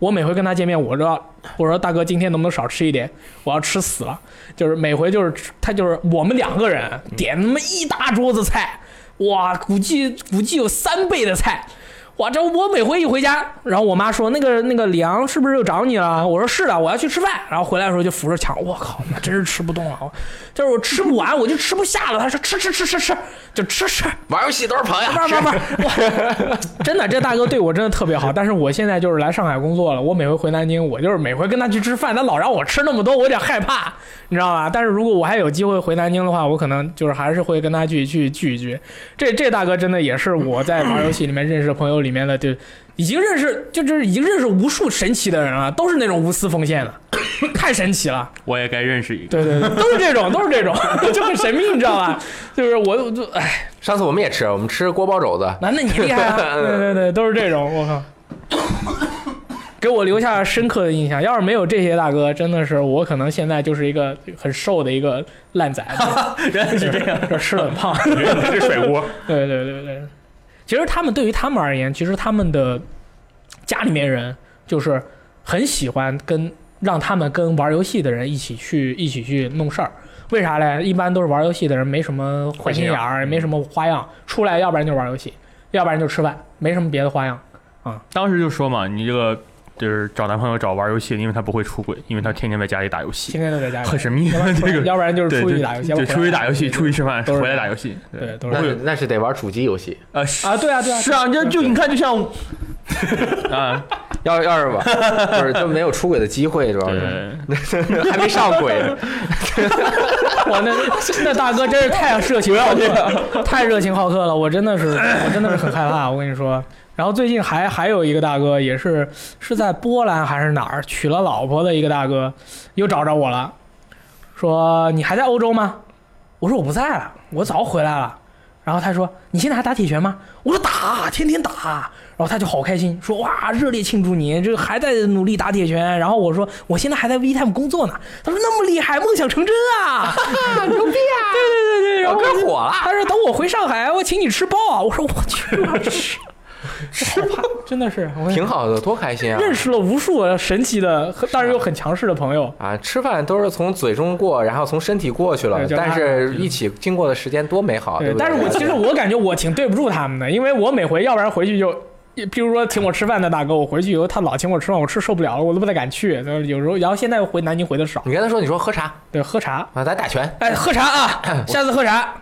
Speaker 1: 我每回跟他见面，我说我说大哥，今天能不能少吃一点？我要吃死了。就是每回就是吃他就是我们两个人点那么一大桌子菜，哇，估计估计有三倍的菜。哇，这我每回一回家，然后我妈说那个那个李阳是不是又找你了？我说是的，我要去吃饭。然后回来的时候就扶着墙，我靠，那真是吃不动了，我就是我吃不完，我就吃不下了。他说吃吃吃吃吃，就吃吃。
Speaker 5: 玩游戏都是朋友。
Speaker 1: 不是不是不是， 我真的这大哥对我真的特别好，但是我现在就是来上海工作了，我每回回南京，我就是每回跟他去吃饭，他老让我吃那么多，我有点害怕，你知道吧？但是如果我还有机会回南京的话，我可能就是还是会跟他去去聚一聚。这这大哥真的也是我在玩游戏里面认识的朋友里面的，就已经认识，就就是已经认识无数神奇的人了，都是那种无私奉献的，太神奇了。
Speaker 3: 我也该认识一个。
Speaker 1: 对对对，都是这种，都是这种， 就很神秘，你知道吧？就是我我就哎。
Speaker 2: 上次我们也吃，我们吃锅包肘子，
Speaker 1: 那那你厉害啊！对对对，都是这种，我靠，给我留下深刻的印象。要是没有这些大哥，真的是我可能现在就是一个很瘦的一个烂仔，
Speaker 3: 原来是这样。
Speaker 1: 就是吃的很胖。
Speaker 4: 这甩锅，
Speaker 1: 对对对对，其实他们对于他们而言，其实他们的家里面人就是很喜欢跟让他们跟玩游戏的人一起去一起去弄事儿。为啥嘞？一般都是玩游戏的人没什么坏心眼儿，
Speaker 3: 嗯
Speaker 1: 没什么花样，出来要不然就玩游戏，要不然就吃饭，没什么别的花样。
Speaker 3: 当时就说嘛，你这个就是找男朋友找玩游戏，因为他不会出轨，因为他天天在家里打游戏，
Speaker 1: 天天都在家里
Speaker 3: 很神秘。
Speaker 1: 要不然
Speaker 3: 这个
Speaker 1: 要不然就是
Speaker 3: 对
Speaker 1: 出去
Speaker 3: 对
Speaker 1: 打游戏，要不
Speaker 3: 对，
Speaker 1: 回来
Speaker 3: 出去打游戏，出去吃饭，
Speaker 1: 都是
Speaker 3: 回来打游戏。
Speaker 1: 对，都
Speaker 2: 那
Speaker 1: 是
Speaker 2: 是那是得玩主机游戏。
Speaker 3: 呃
Speaker 1: 啊，对啊对啊，
Speaker 3: 是啊，就就你看，就像 啊，
Speaker 2: 要要是玩，不 是就没有出轨的机会，主要是
Speaker 3: 对，
Speaker 2: 还没上轨。
Speaker 1: 哇，那那大哥真是太热情好客，太热情好客了，我真的是，我真的是很害怕，我跟你说。然后最近还还有一个大哥，也是是在波兰还是哪儿娶了老婆的一个大哥，又找着我了，说你还在欧洲吗？我说我不在了，我早回来了。然后他说你现在还打铁拳吗？我说打，天天打。然后他就好开心，说哇，热烈庆祝你，这还在努力打铁拳。然后我说我现在还在 VTime 工作呢。他说那么厉害，梦想成真啊！
Speaker 2: 牛逼啊！
Speaker 1: 对对对，然
Speaker 2: 老
Speaker 1: 后
Speaker 2: 哥火了，
Speaker 1: 他说等我回上海，我请你吃爆。我说我去， 我吃，吃吧，真的是，我
Speaker 2: 挺好的，多开心啊！
Speaker 1: 认识了无数神奇的，和当然有很强势的朋友。
Speaker 2: 啊，吃饭都是从嘴中过，然后从身体过去了，
Speaker 1: 对就
Speaker 2: 但是一起经过的时间多美啊好，对
Speaker 1: 对，
Speaker 2: 不对？
Speaker 1: 但是我其实我感觉我挺对不住他们的，因为我每回要不然回去就，比如说请我吃饭的大哥，我回去以后他老请我吃饭，我吃受不了了，我都不太敢去。就是有时候，然后现在回南京回的少，
Speaker 2: 你跟他说，你说喝茶
Speaker 1: 对，喝茶，
Speaker 2: 啊，咱打拳，
Speaker 1: 哎，喝茶啊，下次喝茶。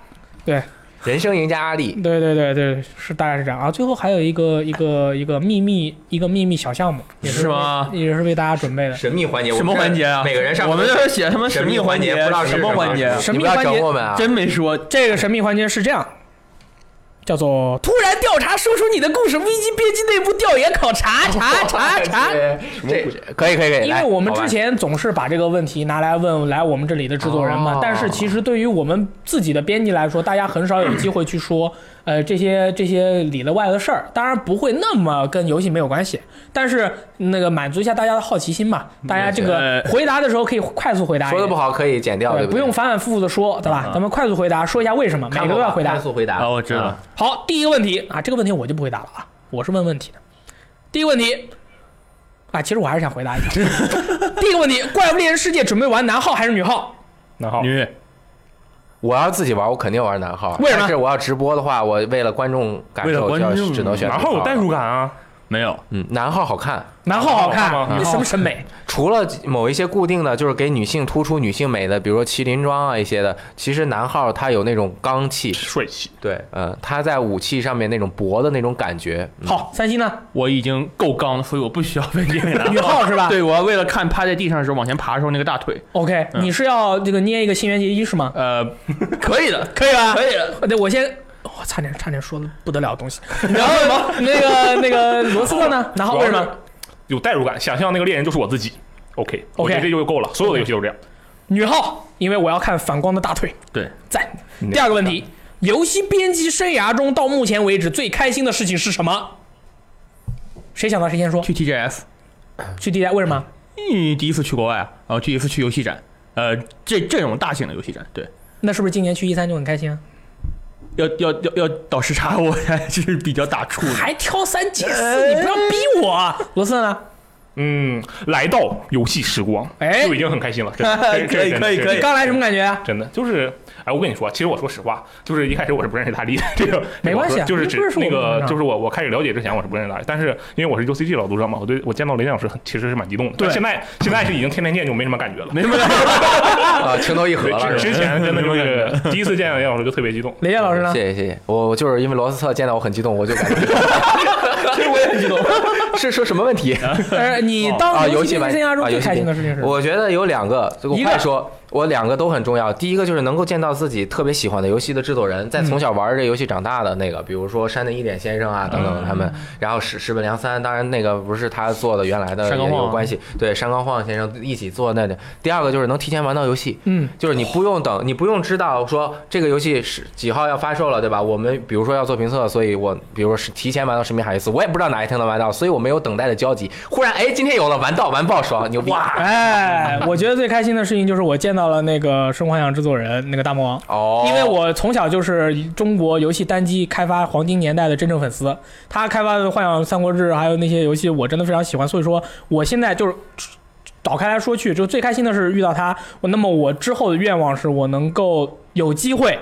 Speaker 2: 人生赢家阿力，
Speaker 1: 对对对对，是大概是这样啊。最后还有一个一个一个秘密一个秘密小项目，也
Speaker 3: 是
Speaker 1: 为
Speaker 3: 吗
Speaker 1: 也是为大家准备的。
Speaker 5: 神秘环节，
Speaker 3: 什么环节啊？
Speaker 5: 每个人上
Speaker 3: 我们这写他妈神秘环节，
Speaker 5: 神秘环节不知道是
Speaker 3: 什么环节啊，
Speaker 1: 什
Speaker 2: 你
Speaker 1: 么
Speaker 2: 不要
Speaker 1: 环
Speaker 2: 整
Speaker 1: 节
Speaker 2: 我们啊！
Speaker 3: 真没说。
Speaker 1: 这个神秘环节是这样，叫做突然调查，说出你的故事，危机编辑内部调研考察查
Speaker 2: 哦
Speaker 3: 啊
Speaker 1: 查查。
Speaker 2: 这这可以可以可
Speaker 1: 因为
Speaker 2: 以，来
Speaker 1: 我们
Speaker 2: 好吧
Speaker 1: 之前总是把这个问题拿来问来我们这里的制作人嘛
Speaker 2: 哦，
Speaker 1: 但是其实对于我们自己的编辑来说，大家很少有机会去说，呃，这些这些里的外的事儿，当然不会那么跟游戏没有关系，但是那个满足一下大家的好奇心嘛，大家这个
Speaker 3: 呃
Speaker 1: 回答的时候可以快速回答一
Speaker 2: 嗯说
Speaker 1: 点，
Speaker 2: 的不好可以剪掉，
Speaker 1: 对，
Speaker 2: 对
Speaker 1: 不
Speaker 2: 对
Speaker 1: 用反反复复的说，对吧？咱们快速回答，说一下为什么，每
Speaker 2: 看
Speaker 1: 个
Speaker 2: 我
Speaker 1: 都要
Speaker 2: 吧
Speaker 1: 回答
Speaker 2: 快。速回答
Speaker 3: 啊，我知道
Speaker 2: 啊，
Speaker 1: 好，第一个问题啊，这个问题我就不回答了啊，我是问问题的。第一个问题啊，其实我还是想回答一下。 第一个问题，《怪物猎人世界》准备玩男号还是女号？
Speaker 4: 那好，
Speaker 3: 女
Speaker 2: 我要自己玩，我肯定玩男号。
Speaker 1: 为什么
Speaker 2: 但是我要直播的话，我为了观众感
Speaker 3: 为了
Speaker 2: 受，
Speaker 3: 观
Speaker 2: 就要
Speaker 3: 众
Speaker 2: 只能选
Speaker 4: 然后有代入感啊，
Speaker 3: 没有，
Speaker 2: 嗯，男号好看，
Speaker 1: 男号好看
Speaker 4: 男号好看吗
Speaker 1: 你什么审美？
Speaker 2: 除了某一些固定的，就是给女性突出女性美的，比如说麒麟装啊一些的，其实男号他有那种刚气，
Speaker 4: 帅气。
Speaker 2: 对，嗯，他在武器上面那种搏的那种感觉，嗯
Speaker 1: 好，三星呢？
Speaker 3: 我已经够刚了，所以我不需要被这个
Speaker 1: 女号是吧
Speaker 3: 对，我为了看趴在地上的时候往前爬的时候那个大腿，
Speaker 1: ？OK，你是要这个捏一个新垣结衣是吗？
Speaker 3: 呃，可以啊的，
Speaker 1: 可以吧？
Speaker 3: 可以的。
Speaker 1: 对，啊我先。我差点差点说了不得了的东西， 然后那个那个罗斯特呢？然后为什
Speaker 4: 主要
Speaker 1: 么
Speaker 4: 是有代入感？想象那个猎人就是我自己。OK，我觉得这就够了。所有的游戏都是这样。
Speaker 1: 女号？因为我要看反光的大腿，
Speaker 3: 对，
Speaker 1: 赞。第二个问题，游戏编辑生涯中到目前为止最开心的事情是什么？谁想到谁先说？
Speaker 3: 去 TGS，
Speaker 1: 去地带为什么？
Speaker 3: 嗯，第一次去国外啊，然后第一次去游戏展，呃，这这种大型的游戏展，对。
Speaker 1: 那是不是今年去一三就很开心啊？
Speaker 3: 要要要要倒时差， 我还是比较打怵的。
Speaker 1: 还挑三拣四，你不要逼我啊！罗斯特呢？
Speaker 4: 嗯，来到游戏时光，
Speaker 1: 哎
Speaker 4: 就已经很开心了。真 的，
Speaker 3: 可以可以可以
Speaker 1: 刚来什么感觉啊？
Speaker 4: 真的就是，哎，我跟你说，其实我说实话，就是一开始我是不认识大力的，这个
Speaker 1: 没关系啊
Speaker 4: 就是
Speaker 1: 不
Speaker 4: 只
Speaker 1: 认识我
Speaker 4: 那
Speaker 1: 们不
Speaker 4: 个
Speaker 1: 知道
Speaker 4: 就是我我开始了解之前我是不认识大力，但是因为我是 UCG 老读者嘛，我对我见到雷电老师很其实是蛮激动的，
Speaker 3: 对
Speaker 4: 但现在现在是已经天天见就没什么感觉了，
Speaker 3: 没什么，
Speaker 2: 啊，情投意合
Speaker 4: 对，
Speaker 2: 了，
Speaker 4: 之
Speaker 2: 是
Speaker 4: 之
Speaker 2: 吧
Speaker 4: 前真的就是第一次见雷电老师就特别激动，
Speaker 1: 雷电老师呢？
Speaker 2: 谢谢谢谢，我我就是因为罗斯特见到我很激动，我就感觉，其实我也很激动， 是说什么问题？
Speaker 1: 呃，你
Speaker 2: 啊，
Speaker 1: 当
Speaker 2: 游戏
Speaker 1: 编
Speaker 2: 玩
Speaker 1: 辑生涯中
Speaker 2: 啊
Speaker 1: 最
Speaker 2: 游戏
Speaker 1: 开心的
Speaker 2: 玩
Speaker 1: 事情是什么？
Speaker 2: 我觉得有两个，这个
Speaker 1: 一
Speaker 2: 我
Speaker 1: 个
Speaker 2: 快说，我两个都很重要。第一个就是能够见到自己特别喜欢的游戏的制作人，在从小玩这游戏长大的那个，比如说山内一点先生啊等等他们，然后石石本良三，当然那个不是他做的，原来的
Speaker 3: 山冈
Speaker 2: 也有
Speaker 3: 晃
Speaker 2: 关系，对山冈晃先生一起做那的。第二个就是能提前玩到游戏，
Speaker 1: 嗯，
Speaker 2: 就是你不用等，你不用知道说这个游戏是几号要发售了，对吧？我们比如说要做评测，所以我比如说是提前玩到《神秘海斯》，我也不知道哪一天能玩到，所以我没有等待的交集。忽然，哎，今天有了，玩到，玩爆，爽，牛逼！哇！
Speaker 1: 哎，我觉得最开心的事情就是我见到了那个《生化想制作人那个大魔王。
Speaker 2: 哦，
Speaker 1: 因为我从小就是中国游戏单机开发黄金年代的真正粉丝，他开发的《幻想三国志》还有那些游戏，我真的非常喜欢。所以说，我现在就是倒开来说去，就最开心的是遇到他。我那么我之后的愿望是我能够有机会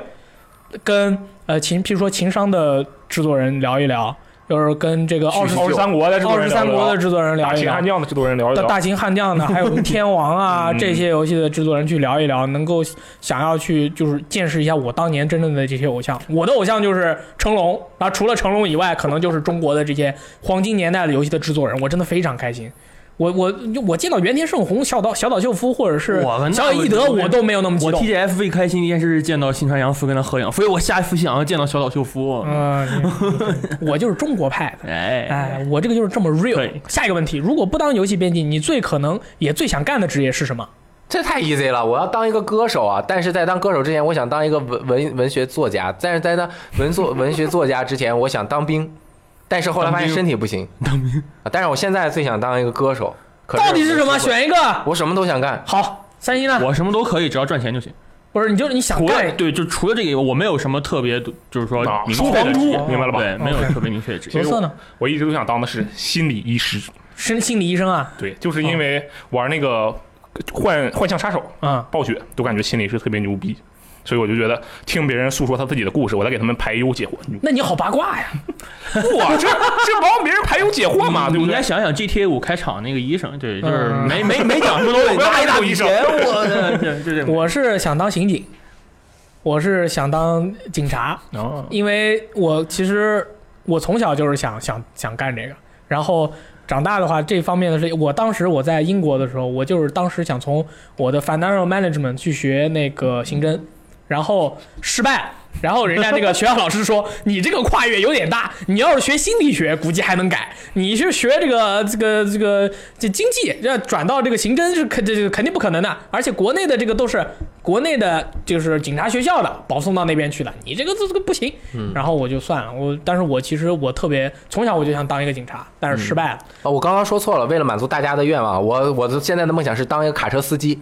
Speaker 1: 跟呃情，譬如说情商的制作人聊一聊，就是跟这个奥
Speaker 4: 十
Speaker 1: 十
Speaker 4: 奥十三国的制作
Speaker 1: 奥
Speaker 4: 人
Speaker 1: 十
Speaker 4: 聊
Speaker 1: 三
Speaker 4: 一
Speaker 1: 国的
Speaker 4: 聊，
Speaker 1: 制作人聊
Speaker 4: 打
Speaker 1: 一
Speaker 4: 秦
Speaker 1: 聊
Speaker 4: 汉。将的制作人聊一
Speaker 1: 大
Speaker 4: 聊，
Speaker 1: 大秦汉将的，还有天王啊
Speaker 4: 嗯
Speaker 1: 这些游戏的制作人去聊一聊，能够想要去就是见识一下我当年真正的这些偶像。我的偶像就是成龙，然后除了成龙以外，可能就是中国的这些黄金年代的游戏的制作人，我真的非常开心。我我我见到原田胜宏、小岛小岛秀夫或者是
Speaker 3: 我们
Speaker 1: 小野义德，我都没有那么激
Speaker 3: 我
Speaker 1: 动。
Speaker 3: TGF 最开心的一件事是见到新川洋夫跟他合影，所以我下一次想要见到小岛秀夫。
Speaker 1: 嗯，你 我就是中国派的。
Speaker 3: 哎，
Speaker 1: 哎，我这个就是这么 real
Speaker 3: 对。
Speaker 1: 下一个问题，如果不当游戏编辑，你最可能也最想干的职业是什么？
Speaker 2: 这太 easy 了，我要当一个歌手啊！但是在当歌手之前，我想当一个文文文学作家；但是在当文作文学作家之前，我想当兵，但是后来发
Speaker 3: 当
Speaker 2: 现
Speaker 3: 兵
Speaker 2: 身体不行。当兵，但是我现在最想当一个歌手。可
Speaker 1: 到底是什么？
Speaker 2: 我
Speaker 1: 选一个。
Speaker 2: 我什么都想干。
Speaker 1: 好，三星呢？
Speaker 3: 我什么都可以，只要赚钱就行。
Speaker 1: 不是，你就是你想
Speaker 3: 除了
Speaker 1: 干，
Speaker 3: 对，就除了这个以外，我没有什么特别，就是说
Speaker 4: 啊
Speaker 3: 明
Speaker 4: 书
Speaker 3: 确的
Speaker 4: 房
Speaker 3: 职
Speaker 4: 猪
Speaker 3: 业
Speaker 4: 明白了吧
Speaker 3: 对，没有
Speaker 1: OK
Speaker 3: 特别明确的职 业
Speaker 1: 角。色呢？
Speaker 4: 我一直都想当的是心理医师，
Speaker 1: 是心理医生啊，
Speaker 4: 对，就是因
Speaker 3: 嗯
Speaker 4: 为玩那个幻幻象杀手，
Speaker 1: 嗯，
Speaker 4: 暴雪都感觉心理是特别牛逼，所以我就觉得听别人诉说他自己的故事，我再给他们排忧解惑。
Speaker 3: 嗯
Speaker 1: 那你好八卦呀，
Speaker 4: 不啊，这这帮别人排忧解惑嘛，
Speaker 3: 你
Speaker 4: 对不
Speaker 3: 应
Speaker 4: 对
Speaker 3: 该？想想 GTA 五开场那个医生，对，就是
Speaker 1: 嗯
Speaker 3: 嗯没没没讲什么东西，
Speaker 4: 我要
Speaker 3: 拿一大
Speaker 4: 当
Speaker 3: 笔
Speaker 4: 医生
Speaker 3: 钱，我的，对就这种。
Speaker 1: 我是想当刑警，我是想当警察，
Speaker 4: 啊
Speaker 3: 哦
Speaker 1: 因为我其实我从小就是想想想干这个，然后长大的话这方面的事，我当时我在英国的时候，我就是当时想从我的 financial management 去学那个刑侦，然后失败。然后人家那个学校老师说，你这个跨越有点大， 你要是学心理学，估计还能改；你是学这个这个这个这经济，要转到这个刑侦是肯这这肯定不可能的。而且国内的这个都是国内的，就是警察学校的保送到那边去的，你这个这这个不行。然后我就算了，我但是我其实我特别从小我就想当一个警察，但是失败了。
Speaker 2: 哦我刚刚说错了，为了满足大家的愿望，啊我我的现在的梦想是当一个卡车司机。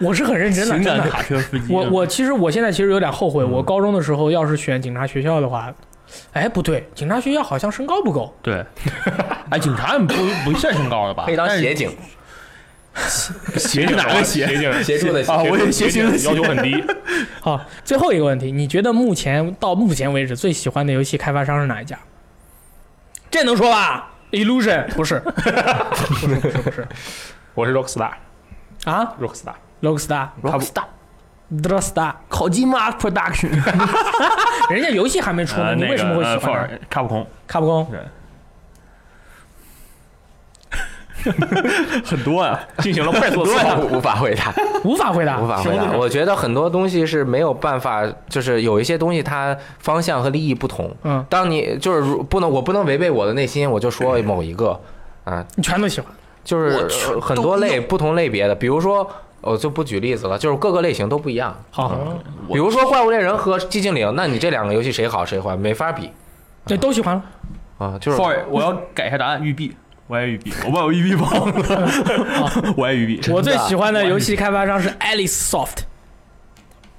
Speaker 1: 我是很认真的，
Speaker 3: 情
Speaker 1: 真
Speaker 3: 感
Speaker 1: 的。
Speaker 3: 卡车司机，啊
Speaker 1: 我我其实我现在其实有点后悔，
Speaker 3: 嗯
Speaker 1: 我高中的时候要是选警察学校的话，哎不对，警察学校好像身高不够，
Speaker 3: 对，哎，警察不不算身高了 吧？
Speaker 2: 可以当
Speaker 3: 但是
Speaker 2: 协警，
Speaker 4: 协警
Speaker 3: 哪个
Speaker 4: 协 警
Speaker 2: 协助的协
Speaker 3: 啊我也
Speaker 4: 协
Speaker 3: 协
Speaker 4: 警
Speaker 3: 警
Speaker 4: 要
Speaker 3: 的
Speaker 4: 求很低。
Speaker 1: 好，最后一个问题，你觉得目前到目前为止最喜欢的游戏开发商是哪一家？这能说吧？Illusion 不是
Speaker 4: 我是 Rockstar，Rockstar，
Speaker 1: 啊，Rockstar
Speaker 3: Rockstar
Speaker 1: d r o s t a r
Speaker 3: 考基马 Production，
Speaker 1: 人家游戏还没出呢，
Speaker 3: 呃，
Speaker 1: 你
Speaker 3: 那
Speaker 1: 为什么会
Speaker 3: 个
Speaker 1: 喜
Speaker 3: 范
Speaker 1: 欢
Speaker 3: 尔
Speaker 4: 哎
Speaker 1: 呢？
Speaker 3: 卡普空，
Speaker 1: 卡普空
Speaker 3: 很多啊，
Speaker 4: 进行了快速的思考。
Speaker 2: 无无法回答，
Speaker 1: 无法回答
Speaker 2: 无，法回
Speaker 1: 行
Speaker 2: 答。
Speaker 1: 了
Speaker 2: 我觉得很多东西是没有办法，就是有一些东西它方向和利益不同。
Speaker 1: 嗯，
Speaker 2: 当你就是如不能，我不能违背我的内心，我就说某一个啊，
Speaker 1: 你全都喜欢。
Speaker 2: 就是呃很多类不同类别的，比如说。我就不举例子了，就是各个类型都不一样。
Speaker 3: 嗯
Speaker 1: 好，
Speaker 2: 比如说《怪物猎人》和《寂静岭》，那你这两个游戏谁好谁坏，没法比
Speaker 1: 对，都喜欢了。
Speaker 2: 啊。就是
Speaker 3: sorry，我要改一下答案，玉璧，我爱玉璧，我把我玉璧忘了，我爱玉璧，
Speaker 1: 我最喜欢的游戏开发商是 Alice Soft。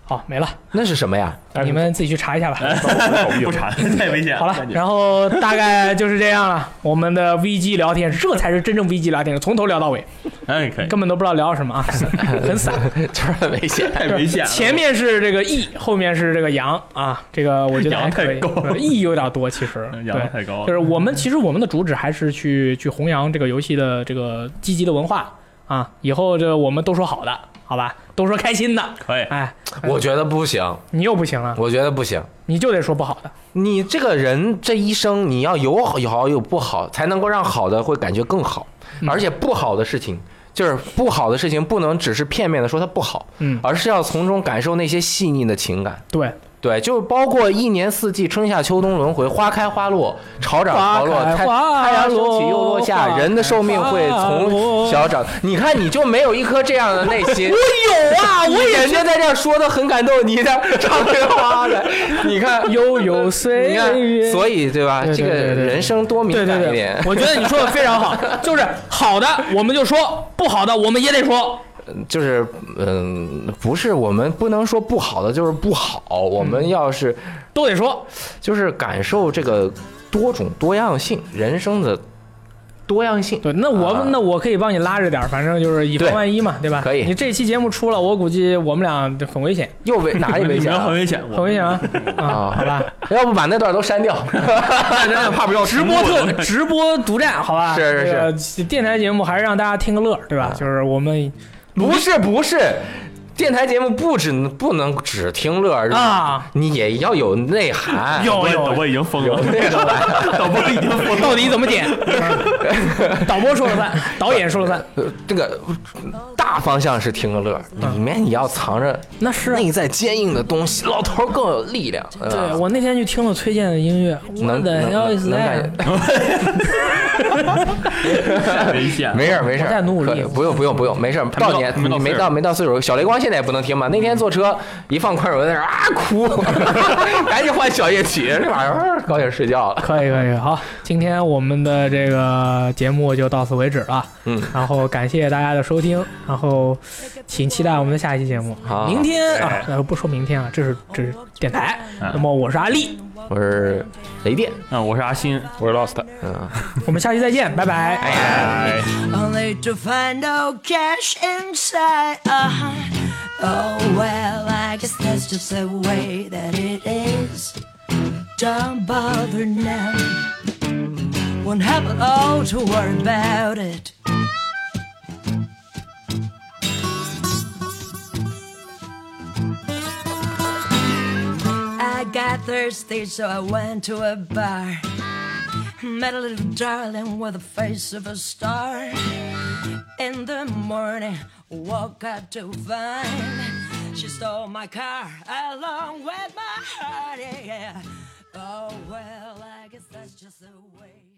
Speaker 1: 好，没了，
Speaker 2: 那是什么呀？
Speaker 1: 你们自己去查一下吧。
Speaker 3: 不馋，太危险了。
Speaker 1: 好了，然后大概就是这样了。 我们的 VG 聊天，这才是真正 VG 聊天，从头聊到尾，
Speaker 3: 哎，可以，
Speaker 1: 根本都不知道聊什么啊， 很散。
Speaker 2: 就是很危险。
Speaker 3: 太 危险了。
Speaker 1: 前面是这个 E，后面是这个羊啊，这个我觉得还可以
Speaker 3: 羊太高了
Speaker 1: ，E 有点多其实。
Speaker 3: 嗯
Speaker 1: 对
Speaker 3: 养的，太高了，
Speaker 1: 就是我们其实我们的主旨还是去去弘扬这个游戏的这个积极的文化啊，以后这我们都说好的，好吧，都说开心的，
Speaker 3: 可以。
Speaker 1: 哎，
Speaker 2: 我觉得不行，
Speaker 1: 你又不行了，
Speaker 2: 我觉得不行。
Speaker 1: 你就得说不好的，
Speaker 2: 你这个人这一生，你要有好有好有不好，才能够让好的会感觉更好。
Speaker 1: 嗯
Speaker 2: 而且不好的事情，就是不好的事情，不能只是片面的说它不好，
Speaker 1: 嗯，
Speaker 2: 而是要从中感受那些细腻的情感。
Speaker 1: 对，
Speaker 2: 对，就是包括一年四季，春夏秋冬轮回，花开花落，潮涨潮落，
Speaker 1: 花开
Speaker 2: 太
Speaker 1: 花
Speaker 2: 太阳升起又落
Speaker 1: 落
Speaker 2: 下，人的寿命会从小长。你看，你就没有一颗这样的内
Speaker 3: 哎
Speaker 2: 心。
Speaker 1: 我有 啊，我
Speaker 2: 人家在这儿说的很感动，你在 这儿唱这花的，你看，
Speaker 1: 悠悠岁
Speaker 2: 你看，
Speaker 1: 月。
Speaker 2: 所以对吧？
Speaker 1: 对对
Speaker 2: 这个
Speaker 1: 对对对
Speaker 2: 人生多敏
Speaker 1: 对对
Speaker 2: 感一
Speaker 1: 对
Speaker 2: 点，，
Speaker 1: 我觉得你说的非常好， 就是好的我们就说，不好的我们也得说。
Speaker 2: 就是嗯，不是我们不能说不好的就是不好，我们
Speaker 1: 嗯
Speaker 2: 要是
Speaker 1: 都得说，
Speaker 2: 就是感受这个多种多样性，人生的多样性。
Speaker 1: 对，那我、
Speaker 2: 啊
Speaker 1: 那我可以帮你拉着点儿，反正就是以防
Speaker 2: 对
Speaker 1: 万一嘛，对吧？
Speaker 2: 可以
Speaker 1: 你这期节目出了，我估计我们俩就很危险，
Speaker 2: 又 危哪里危
Speaker 3: 你
Speaker 2: 险
Speaker 3: 们很
Speaker 2: 了？
Speaker 3: 危险，
Speaker 1: 很
Speaker 3: 我
Speaker 1: 危险啊！啊，
Speaker 2: 啊
Speaker 1: 好吧，
Speaker 2: 要不把那段都 删掉？
Speaker 3: 真的怕不要
Speaker 1: 直播特直播独占，好吧？
Speaker 2: 是是是啊
Speaker 1: 是，电台节目还是让大家听个乐儿，对吧？就是我们
Speaker 2: 不是不是，电台节目不只不能只听乐儿，
Speaker 1: 啊，
Speaker 2: 你也要有内涵。
Speaker 1: 有
Speaker 3: 我
Speaker 1: 有
Speaker 3: 我已经疯了，
Speaker 2: 内涵。
Speaker 3: 导播已经 疯了。
Speaker 1: 到底怎么点？ 导播说了算，导演说了算，
Speaker 2: 呃这个大方向是听个乐儿，里面你要藏着
Speaker 1: 那是啊
Speaker 2: 内在坚硬的东西，老头儿更有力量。对
Speaker 1: 对我那天去听了崔健的音乐，我
Speaker 2: 啊能
Speaker 1: 的哎
Speaker 2: 能
Speaker 1: hell is
Speaker 2: 能
Speaker 1: that？
Speaker 2: 感
Speaker 3: 太危险了。
Speaker 2: 没事儿没事儿，
Speaker 1: 我在努力
Speaker 2: 可不用不用不用，没事儿。
Speaker 3: 没到
Speaker 2: 到年
Speaker 3: 还没到
Speaker 2: 你没
Speaker 3: 岁数
Speaker 2: 到没到岁数，小雷光现在也不能听嘛。那天坐车一放宽容在那儿啊哭， 赶紧换小夜曲，这玩意儿 高兴睡觉了。
Speaker 1: 可以可以，好，今天我们的这个节目就到此为止了。
Speaker 2: 嗯，
Speaker 1: 然后感谢大家的收听，然后请期待我们的下一期节目。
Speaker 2: 好哎
Speaker 1: 明天啊，呃不说明天啊，这是这是电台。
Speaker 3: 嗯
Speaker 1: 那么我是阿 丽，
Speaker 2: 我是雷电，
Speaker 3: 嗯，我是阿新，
Speaker 4: 我是 Lost。
Speaker 2: 嗯。
Speaker 1: 我们下期再见，拜拜。
Speaker 6: only to find no cash inside. Uh-huh. Oh well, I guess that's just the way that it is. Don't bother now. Won't happen. Oh, to worry about it. I got thirsty, so I went to a bar. Met a little darling with the face of a star. In the morning, woke up to find she stole my car along with my heart. Yeah, yeah. Oh well, I guess that's just the way.